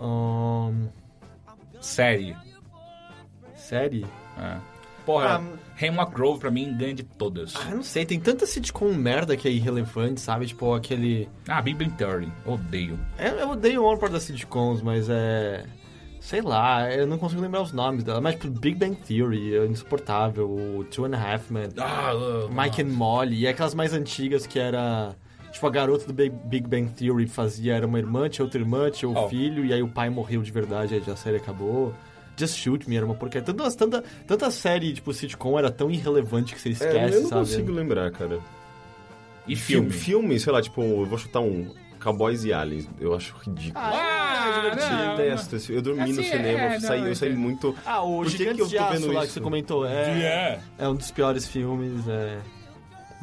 Speaker 1: Ahn,
Speaker 3: Série.
Speaker 1: série?
Speaker 3: É. Porra,
Speaker 1: Ah,
Speaker 3: Hemlock Grove pra mim ganha de todas.
Speaker 1: Ah, eu não sei, tem tanta sitcom merda que é irrelevante, sabe? Tipo, aquele...
Speaker 3: Ah, Big Bang Theory. Odeio.
Speaker 1: É, Eu odeio uma parte das sitcoms, mas é... Sei lá, eu não consigo lembrar os nomes dela. Mas, tipo, Big Bang Theory, é insuportável. O Two and a Half Men.
Speaker 3: Ah, ah,
Speaker 1: Mike and Molly, e aquelas mais antigas que era. Tipo, a garota do Big Big Bang Theory fazia, era uma irmã, tinha outra irmã, tinha o
Speaker 3: Oh.
Speaker 1: filho, e aí o pai morreu de verdade, aí a série acabou. Just Shoot Me era uma porcaria. Tanta, tanta, tanta série, tipo, sitcom era tão irrelevante que você esquece,
Speaker 2: É, eu não
Speaker 1: sabe?
Speaker 2: consigo lembrar, cara.
Speaker 3: E filme.
Speaker 2: Filme, sei lá, tipo, eu vou chutar um Cowboys e Aliens. Eu acho ridículo.
Speaker 3: Ah,
Speaker 2: eu detesto esse- Eu dormi no
Speaker 3: Assim,
Speaker 2: cinema,
Speaker 3: é,
Speaker 2: eu saí,
Speaker 3: não,
Speaker 2: eu saí
Speaker 3: entendi.
Speaker 2: muito.
Speaker 1: Ah, o
Speaker 2: Por que
Speaker 1: Gigante
Speaker 2: que eu tô
Speaker 1: de Aço
Speaker 2: vendo
Speaker 1: lá que
Speaker 2: isso?
Speaker 1: você comentou. É,
Speaker 3: Yeah.
Speaker 1: é um dos piores filmes, é...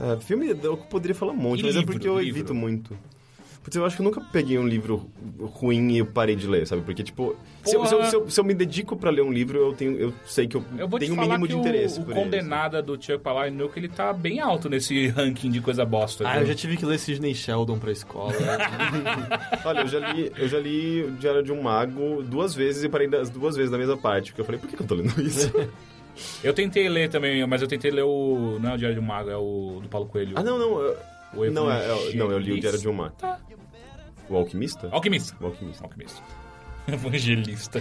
Speaker 2: É, filme eu poderia falar um monte,
Speaker 3: E
Speaker 2: mas
Speaker 3: livro,
Speaker 2: é porque eu
Speaker 3: livro?
Speaker 2: evito muito. Putz, eu acho que eu nunca peguei um livro ruim e eu parei de ler, sabe? Porque, tipo, se eu, se eu- se eu- se eu me dedico pra ler um livro, eu, tenho, eu sei que eu,
Speaker 3: Eu vou
Speaker 2: tenho o
Speaker 3: te falar
Speaker 2: um mínimo
Speaker 3: que
Speaker 2: de
Speaker 3: o-
Speaker 2: interesse
Speaker 3: o,
Speaker 2: por ele,
Speaker 3: condenada do Chuck Palahniuk, ele tá bem alto nesse ranking de coisa bosta.
Speaker 1: Ah,
Speaker 3: viu?
Speaker 1: eu já tive que ler Sidney Sheldon pra (laughs) escola.
Speaker 2: sabe? (laughs) Olha, eu já, li, eu já li o Diário de um Mago duas vezes e parei das duas vezes na mesma parte, porque eu falei, por que, que eu tô lendo (laughs) isso?
Speaker 3: Eu tentei ler também, mas eu tentei ler o... Não é o Diário de um Mago, é o do Paulo Coelho.
Speaker 2: ah, não, não. eu-
Speaker 3: (laughs) O Evangelista.
Speaker 2: não, é, é- não, eu li o Diário de um Mago. O Alquimista?
Speaker 3: Alquimista.
Speaker 2: O Alquimista.
Speaker 3: Alquimista. um (laughs) Evangelista.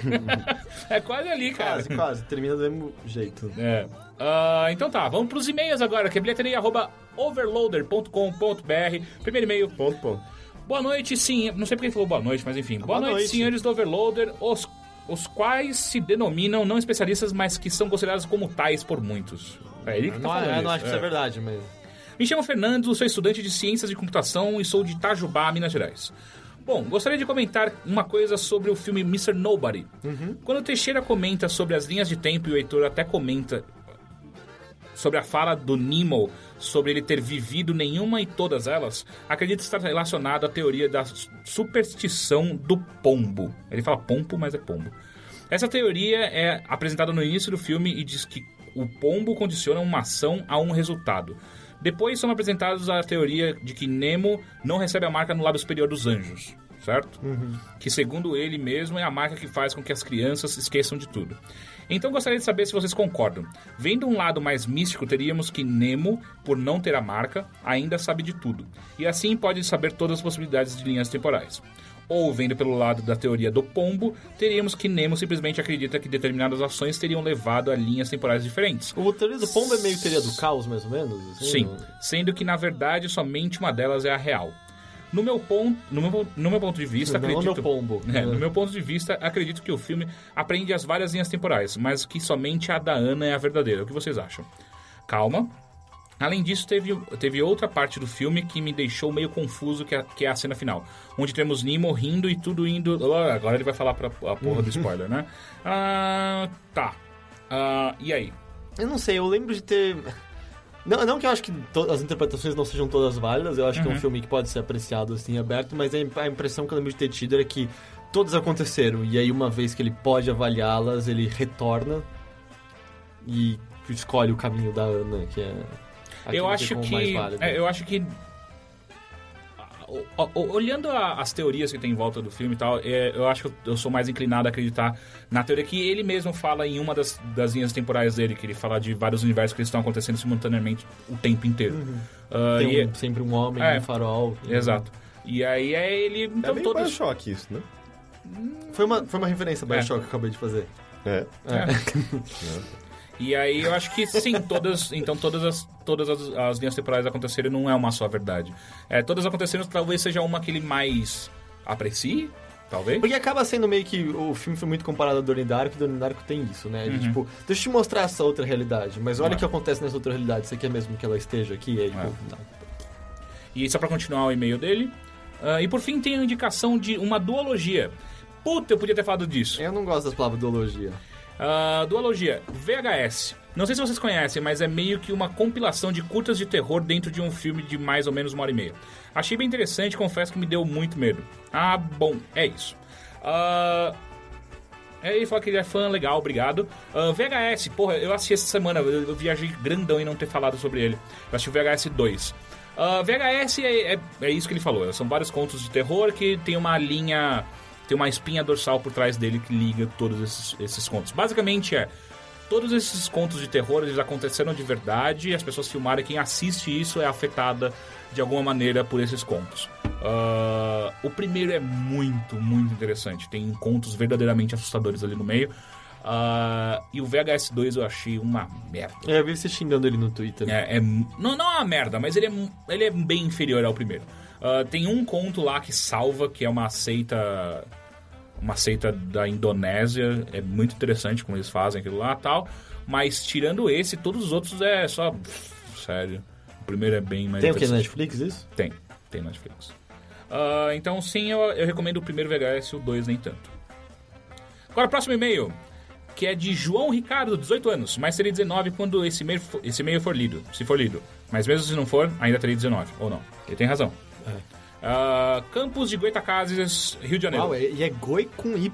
Speaker 3: é quase ali, cara.
Speaker 1: quase, quase. Termina do mesmo jeito.
Speaker 3: É. Ah, então tá, vamos pros e-mails agora, que é bilheteria.overloader.com.br. Primeiro e-mail.
Speaker 2: Ponto, ponto. É
Speaker 3: Boa noite, sim. Não sei porque ele falou boa noite, mas enfim. Boa,
Speaker 1: boa
Speaker 3: noite,
Speaker 1: noite.
Speaker 3: senhores do Overloader, os, os quais se denominam não especialistas, mas que são considerados como tais por muitos. É ele que tá
Speaker 1: Não,
Speaker 3: falando.
Speaker 1: eu não
Speaker 3: isso,
Speaker 1: acho que isso é verdade, mas...
Speaker 3: me chamo Fernando, sou estudante de Ciências de Computação e sou de Itajubá, Minas Gerais. Bom, gostaria de comentar uma coisa sobre o filme Mr. Nobody. Quando o Teixeira comenta sobre as linhas de tempo e o Heitor até comenta sobre a fala do Nemo sobre ele ter vivido nenhuma e todas elas, acredito estar relacionado à teoria da su- superstição do pombo. Ele fala pombo, mas é pombo. Essa teoria é apresentada no início do filme e diz que o pombo condiciona uma ação a um resultado. Depois são apresentados a teoria de que Nemo não recebe a marca no lábio superior dos anjos, certo? Que segundo ele mesmo é a marca que faz com que as crianças esqueçam de tudo. Então gostaria de saber se vocês concordam. Vendo um lado mais místico, teríamos que Nemo, por não ter a marca, ainda sabe de tudo. E assim pode saber todas as possibilidades de linhas temporais. Ou, vendo pelo lado da teoria do pombo, teríamos que Nemo simplesmente acredita que determinadas ações teriam levado a linhas temporais diferentes.
Speaker 1: O teoria do pombo é meio teoria do caos, mais ou menos? assim,
Speaker 3: Sim,
Speaker 1: não?
Speaker 3: sendo que na verdade somente uma delas é a real. No meu ponto, no meu, no meu ponto de vista,
Speaker 1: Não,
Speaker 3: acredito.
Speaker 1: no meu pombo.
Speaker 3: (laughs) É, no meu ponto de vista, acredito que o filme aprende as várias linhas temporais, mas que somente a da Ana é a verdadeira. O que vocês acham? Calma. Além disso, teve, teve outra parte do filme que me deixou meio confuso, que é, que é a cena final. Onde temos Nemo rindo e tudo indo... Ah, Agora ele vai falar pra a
Speaker 1: (laughs)
Speaker 3: porra do spoiler, né? Ah, tá. Ah, e aí?
Speaker 1: Eu não sei, eu lembro de ter. Não, não que eu acho que to- as interpretações não sejam todas válidas, eu acho que é
Speaker 3: Uhum.
Speaker 1: um filme que pode ser apreciado assim, aberto, mas a im- a impressão que eu lembro de ter tido era que todas aconteceram, e aí uma vez que ele pode avaliá-las, ele retorna e escolhe o caminho da Ana, que é. aquele
Speaker 3: eu acho
Speaker 1: como
Speaker 3: que
Speaker 1: mais válido.
Speaker 3: é, eu acho que o- o- olhando a- as teorias que tem em volta do filme e tal, é, eu acho que eu sou mais inclinado a acreditar na teoria que ele mesmo fala em uma das, das linhas temporais dele, que ele fala de vários universos que eles estão acontecendo simultaneamente o tempo inteiro. Ah, e-
Speaker 6: Tem um- sempre um homem,
Speaker 3: É.
Speaker 6: um farol.
Speaker 3: Exato. E aí é ele.
Speaker 2: É
Speaker 3: Então
Speaker 2: meio
Speaker 3: todos.
Speaker 2: Bioshock isso, né?
Speaker 1: Foi uma, foi uma referência Bioshock que eu acabei de fazer.
Speaker 2: É.
Speaker 3: E aí eu acho que sim, todas. Então todas as, todas as, as linhas temporais aconteceram não é uma só verdade. É, todas aconteceram, talvez seja uma que ele mais aprecie, talvez.
Speaker 6: Porque acaba sendo meio que o filme foi muito comparado a Donnie Darko, e Donnie Darko tem isso, né? Ele, tipo, deixa eu te mostrar essa outra realidade, mas olha o
Speaker 3: Uhum. É.
Speaker 6: que acontece nessa outra realidade, você quer mesmo que ela esteja aqui? É, tipo, não.
Speaker 3: E só pra continuar o e-mail dele. ah, e por fim tem a indicação de uma duologia. Puta, eu podia ter falado disso.
Speaker 6: Eu não gosto das palavras duologia.
Speaker 3: Ah, duologia, VHS. Não sei se vocês conhecem, mas é meio que uma compilação de curtas de terror dentro de um filme de mais ou menos uma hora e meia. Achei bem interessante, confesso que me deu muito medo. Ah, bom, é isso. Ah, é, ele falou que ele é fã, legal, obrigado. Ah, VHS, porra, eu assisti essa semana, eu, eu viajei grandão em não ter falado sobre ele. Eu assisti o VHS 2. Ah, VHS é, é, é isso que ele falou, são vários contos de terror que tem uma linha, tem uma espinha dorsal por trás dele que liga todos esses, esses contos. Basicamente é, todos esses contos de terror eles aconteceram de verdade e as pessoas filmaram e quem assiste isso é afetada de alguma maneira por esses contos. Ah, o primeiro é muito, muito interessante. Tem contos verdadeiramente assustadores ali no meio. Ah, e o VHS 2 eu achei uma merda.
Speaker 6: É, eu vi você xingando ele no Twitter.
Speaker 3: É, é- não, não é uma merda, mas ele é, mu- ele é bem inferior ao primeiro. Ah, tem um conto lá que salva, que é uma seita. Uma seita da Indonésia. É muito interessante como eles fazem aquilo lá e tal. Mas tirando esse, todos os outros é só. pff, sério. O primeiro é bem mais
Speaker 6: Tem o né? que na
Speaker 3: interessante.
Speaker 6: Netflix isso?
Speaker 3: Tem, tem Netflix. Ah, então, sim, eu, eu recomendo o primeiro VHS, o 2 nem tanto. Agora, próximo e-mail, que é de João Ricardo, 18 anos, mas teria 19 quando esse e-mail, fo- esse e-mail for lido, se for lido. Mas mesmo se não for, ainda teria 19, ou não. Ele tem razão. Ah, Campos de Goitacazes, Rio de Janeiro.
Speaker 6: Uau, é- e é Goi com Y.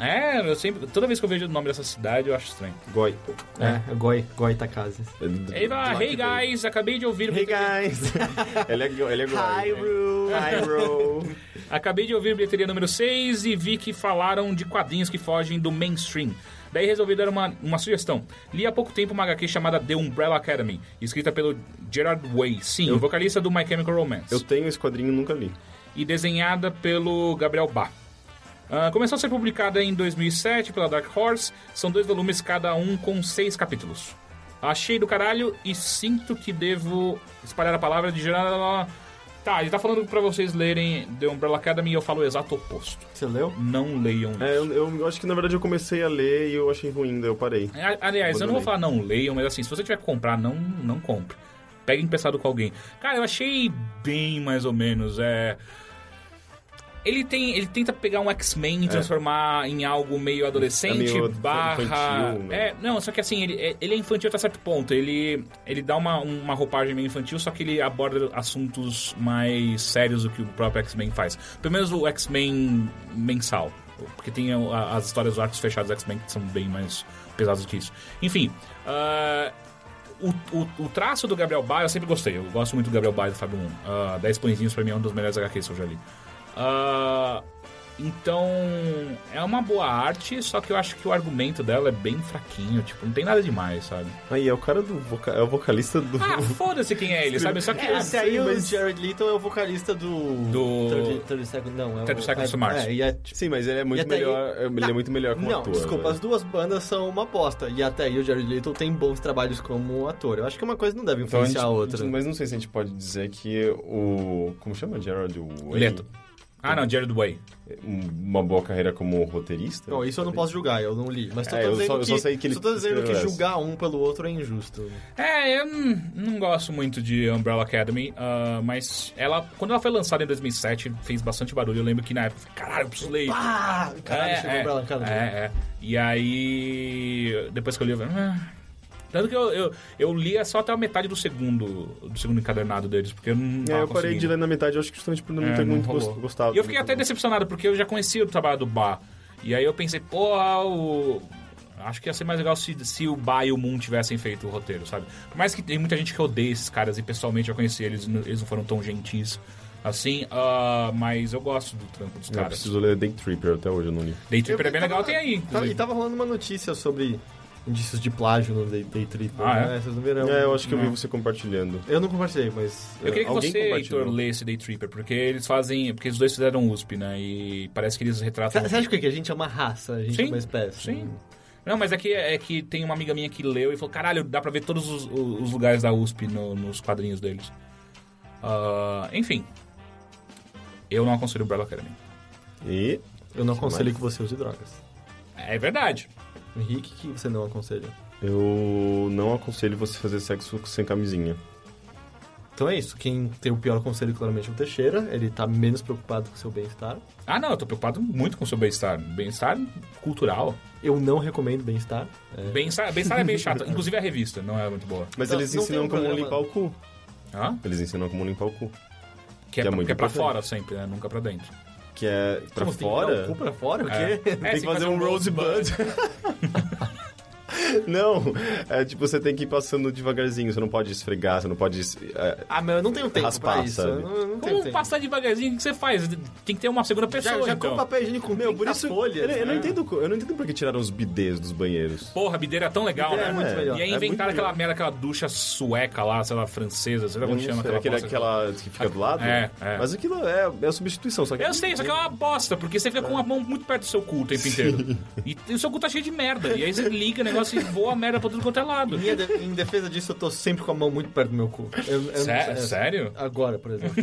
Speaker 3: é, eu sempre, toda vez que eu vejo o nome dessa cidade, eu acho estranho.
Speaker 2: Goi.
Speaker 6: É, é Goi, Goi Takase.
Speaker 3: Ele vai, hey guys, acabei de ouvir...
Speaker 2: Hey guys!
Speaker 6: (laughs)
Speaker 2: ele é, go- ele é goi.
Speaker 1: Hyrule.
Speaker 2: Hyrule.
Speaker 3: Acabei de ouvir bilheteria número 6 e vi que falaram de quadrinhos que fogem do mainstream. Daí resolvi dar uma, uma sugestão. Li há pouco tempo uma HQ chamada The Umbrella Academy, escrita pelo Gerard Way, sim, o vocalista do My Chemical Romance,
Speaker 2: Eu tenho esse quadrinho e nunca li.
Speaker 3: e desenhada pelo Gabriel Bá. Ah, começou a ser publicada em 2007 pela Dark Horse, são dois volumes cada um com seis capítulos. Achei do caralho e sinto que devo espalhar a palavra de Gerard... Tá, ele tá falando pra vocês lerem The Umbrella Academy e eu falo o exato oposto
Speaker 6: Você leu?
Speaker 3: não leiam isso.
Speaker 2: É, eu, eu acho que na verdade eu comecei a ler e eu achei ruim, daí eu parei.
Speaker 3: A- Aliás, eu não vou
Speaker 2: Abandonei.
Speaker 3: falar não leiam, mas assim, se você tiver que comprar, não, não compre. Pega emprestado com alguém. Cara, eu achei bem mais ou menos. É. Ele, tem, ele tenta pegar um X-Men e transformar em algo meio adolescente,
Speaker 2: É meio
Speaker 3: barra...
Speaker 2: infantil, né?
Speaker 3: É, não, só que assim, ele, é- ele é infantil até certo ponto. Ele, ele dá uma, um, uma roupagem meio infantil, só que ele aborda assuntos mais sérios do que o próprio X-Men faz. Pelo menos o X-Men mensal. Porque tem a- as histórias, os arcos fechados do X-Men que são bem mais pesados do que isso. Enfim, ah, o, o- o traço do Gabriel Ba eu sempre gostei. Eu gosto muito do Gabriel Ba e do Fábio Moon. Ah, 10 pãezinhos pra mim é um dos melhores HQs que eu já li. Ah, então, é uma boa arte, só que eu acho que o argumento dela é bem fraquinho. Tipo, não tem nada demais, sabe?
Speaker 2: Aí é o cara do. voca- É o vocalista do.
Speaker 6: (laughs)
Speaker 3: Ah, foda-se quem é ele, sabe? Só que.
Speaker 6: Esse aí, o
Speaker 2: mas-
Speaker 6: Jared Leto é o vocalista do...
Speaker 3: Do-
Speaker 6: 30, 30 Seconds, não. É o-
Speaker 3: 30 Seconds to Mars.
Speaker 6: É, e é, tipo,
Speaker 2: (laughs) Sim, mas ele é
Speaker 6: E
Speaker 2: muito
Speaker 6: até aí-
Speaker 2: melhor. Ele é muito melhor como
Speaker 6: não,
Speaker 2: ator.
Speaker 6: desculpa,
Speaker 2: né?
Speaker 6: as duas bandas são uma aposta. E até aí o Jared Leto tem bons trabalhos como ator. Eu acho que uma coisa não deve
Speaker 2: Então, a
Speaker 6: influenciar a,
Speaker 2: gente-
Speaker 6: outra.
Speaker 2: Mas não sei se a gente pode dizer que o. Como chama? Gerald Way?
Speaker 3: Leto. Ah, não, Jared Way.
Speaker 2: Uma boa carreira como roteirista?
Speaker 6: Bom, isso eu não posso julgar, eu não li. Mas tô,
Speaker 2: É,
Speaker 6: tô
Speaker 2: eu
Speaker 6: dizendo
Speaker 2: só- eu
Speaker 6: que,
Speaker 2: só sei que ele
Speaker 6: só tô dizendo que
Speaker 2: escreveu essa.
Speaker 6: julgar um pelo outro é injusto.
Speaker 3: É, eu não- não gosto muito de Umbrella Academy, ah, mas ela, quando ela foi lançada em 2007, fez bastante barulho. Eu lembro que na época eu falei, caralho, eu preciso ler. isso."
Speaker 6: Ah, caralho,
Speaker 3: é,
Speaker 6: chegou
Speaker 3: é,
Speaker 6: pra lá, cara. né?
Speaker 3: É, é. E aí, depois que eu li, eu falei, "Ah." tanto que eu, eu, eu lia só até a metade do segundo, do segundo encadernado deles, porque eu não
Speaker 2: É,
Speaker 3: tava
Speaker 2: eu parei de
Speaker 3: conseguindo.
Speaker 2: ler na metade, eu acho que justamente por não
Speaker 3: É,
Speaker 2: ter
Speaker 3: não
Speaker 2: muito
Speaker 3: rolou.
Speaker 2: gost- gostado.
Speaker 3: E eu fiquei até
Speaker 2: desse.
Speaker 3: decepcionado, porque eu já conhecia o trabalho do Bar. E aí eu pensei, porra, o... acho que ia ser mais legal se, se o Bar e o Moon tivessem feito o roteiro, sabe? Por mais que tem muita gente que odeia esses caras e pessoalmente eu conheci eles, e não- eles não foram tão gentis Assim, ah, mas eu gosto do trampo dos
Speaker 2: Eu
Speaker 3: caras.
Speaker 2: preciso ler Day Tripper até hoje, eu não li.
Speaker 3: Day Tripper é bem legal, tem aí.
Speaker 1: Tá- e
Speaker 3: inclusive.
Speaker 1: tava rolando uma notícia sobre indícios de plágio no Day, Day Tripper,
Speaker 3: Ah, é?
Speaker 1: né? Vocês não viram.
Speaker 2: É, eu acho que eu vi você compartilhando.
Speaker 1: Eu não compartilhei, mas...
Speaker 3: Eu queria que
Speaker 2: Alguém
Speaker 3: você,
Speaker 2: compartilhou.
Speaker 3: Heitor, lesse Day Tripper, porque eles fazem. Porque os dois fizeram USP, né? E parece que eles retratam.
Speaker 1: Você acha que o quê? a gente é uma raça? A gente é
Speaker 3: Sim,
Speaker 1: uma espécie?
Speaker 3: Sim. Não, mas aqui é que tem uma amiga minha que leu e falou: caralho, dá pra ver todos os, os lugares da USP no- nos quadrinhos deles. Ah, enfim. Eu não aconselho o Umbrella Academy.
Speaker 2: E.
Speaker 1: Eu não aconselho
Speaker 2: Mas-
Speaker 1: que você use drogas.
Speaker 3: É verdade.
Speaker 1: Henrique, o que você não aconselha?
Speaker 2: Eu não aconselho você fazer sexo sem camisinha.
Speaker 1: Então é isso. Quem tem o pior conselho, claramente, é o Teixeira. Ele tá menos preocupado com o seu bem-estar.
Speaker 3: Ah, não, eu tô preocupado muito com o seu bem-estar. Bem-estar cultural.
Speaker 1: Eu não recomendo bem-estar.
Speaker 3: Bem-estar bem-estar
Speaker 2: (laughs)
Speaker 3: é bem chato. Inclusive a revista não é muito boa.
Speaker 2: Mas
Speaker 1: Não,
Speaker 2: eles
Speaker 1: não
Speaker 2: ensinam
Speaker 1: tem um
Speaker 2: como
Speaker 1: programa.
Speaker 2: limpar o cu.
Speaker 3: Hã?
Speaker 2: Eles ensinam como limpar o cu.
Speaker 3: Que é,
Speaker 2: Que é
Speaker 3: pra-
Speaker 2: muito
Speaker 3: que é pra
Speaker 2: importante.
Speaker 3: fora sempre, né? Nunca pra dentro.
Speaker 2: Que é pra
Speaker 1: Como, tem que dar
Speaker 2: fora.
Speaker 1: o cu pra fora? O
Speaker 3: É.
Speaker 1: quê? (laughs)
Speaker 3: É,
Speaker 2: tem que fazer um rosebud. não, é tipo, você tem que ir passando devagarzinho. Você não pode esfregar, você não pode. é,
Speaker 1: Ah, mas eu não tenho tempo
Speaker 2: Raspar,
Speaker 1: pra isso.
Speaker 2: sabe?
Speaker 1: Eu não, eu não tenho
Speaker 3: Como um
Speaker 1: tempo.
Speaker 3: passar devagarzinho? O que você faz? Tem que ter uma segunda pessoa,
Speaker 1: Já, já
Speaker 3: então.
Speaker 1: compra papel higiênico com
Speaker 2: Meu, por
Speaker 1: 30
Speaker 2: isso.
Speaker 1: folhas.
Speaker 2: eu, eu não
Speaker 1: né?
Speaker 2: entendo, co- eu não entendo por que tiraram os bidês dos banheiros.
Speaker 3: Porra, bideira é tão legal,
Speaker 1: Bideira é
Speaker 3: né?
Speaker 1: muito melhor.
Speaker 3: E aí
Speaker 2: É
Speaker 3: inventaram
Speaker 2: muito
Speaker 3: aquela merda, aquela ducha sueca lá, sei lá, francesa, sei lá
Speaker 2: Eu não
Speaker 3: como chama
Speaker 2: sei,
Speaker 3: aquela
Speaker 2: aquele-
Speaker 3: bosta.
Speaker 2: aquela que fica do lado?
Speaker 3: É, é.
Speaker 2: Mas aquilo é, é a substituição, só que.
Speaker 3: Eu sei, só que é uma bosta, porque você fica com a mão muito perto do seu cu o tempo inteiro. E, e o seu cu tá cheio de merda. E aí você liga o negócio e voa a merda pra tudo quanto é lado.
Speaker 1: Minha de- em defesa disso, eu tô sempre com a mão muito perto do meu cu. Eu- eu-
Speaker 3: Sé-
Speaker 1: é,
Speaker 3: Sério?
Speaker 1: Agora, por exemplo.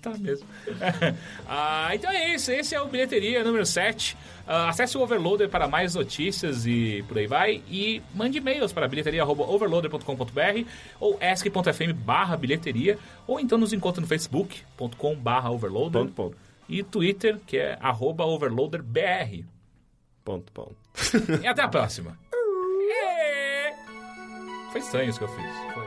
Speaker 3: tá mesmo. (laughs) ah, então é isso. Esse é o Bilheteria número 7. Ah, acesse o Overloader para mais notícias e por aí vai. E mande e-mails para bilheteria.overloader.com.br ou ask.fm barra bilheteria. Ou então nos encontre no facebook.com barra overloader.
Speaker 2: Ponto, ponto.
Speaker 3: E Twitter, que é arroba overloaderbr.
Speaker 2: Ponto, ponto.
Speaker 3: E até a próxima. É. Foi estranho isso que eu fiz. Foi.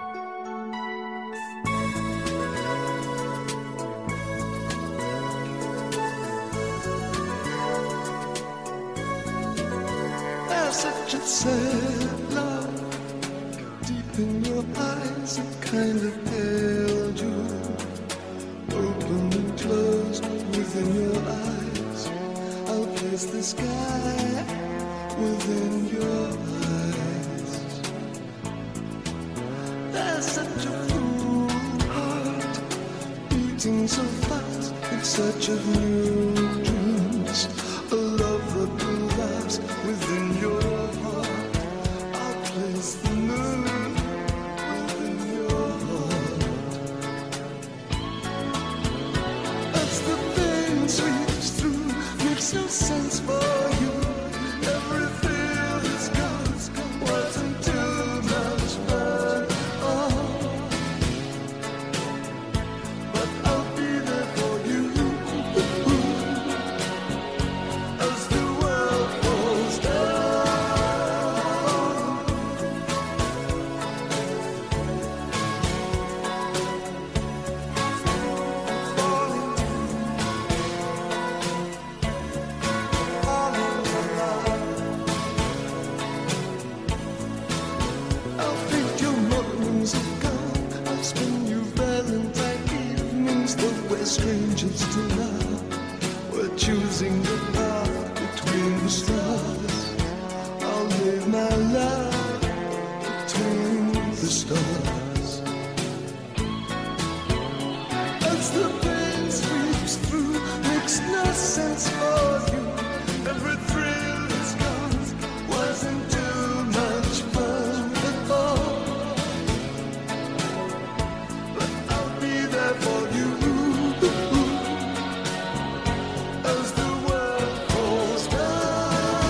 Speaker 7: There's such a sad love deep in your eyes that kind of held you. Open and closed within your eyes. I'll place the sky within your eyes. There's such a full heart beating so fast in search of new dreams. A love that will last within your heart. I'll place the moon within your heart. That's the pain sweeps through, makes no sense for you. Everything is gone, wasn't too much fun. Oh. But I'll be there for you as the world falls down. Falling down, falling I'll paint your mountains of gold. I'll spin you Valentine evenings that we're strangers to love. We're choosing the path between the stars. I'll live my life between the stars. As the pain sweeps through, makes no sense for you. Every thrill is gone, wasn't too much fun at all. But I'll be there for you as the world falls down.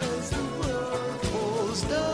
Speaker 7: As the world falls down.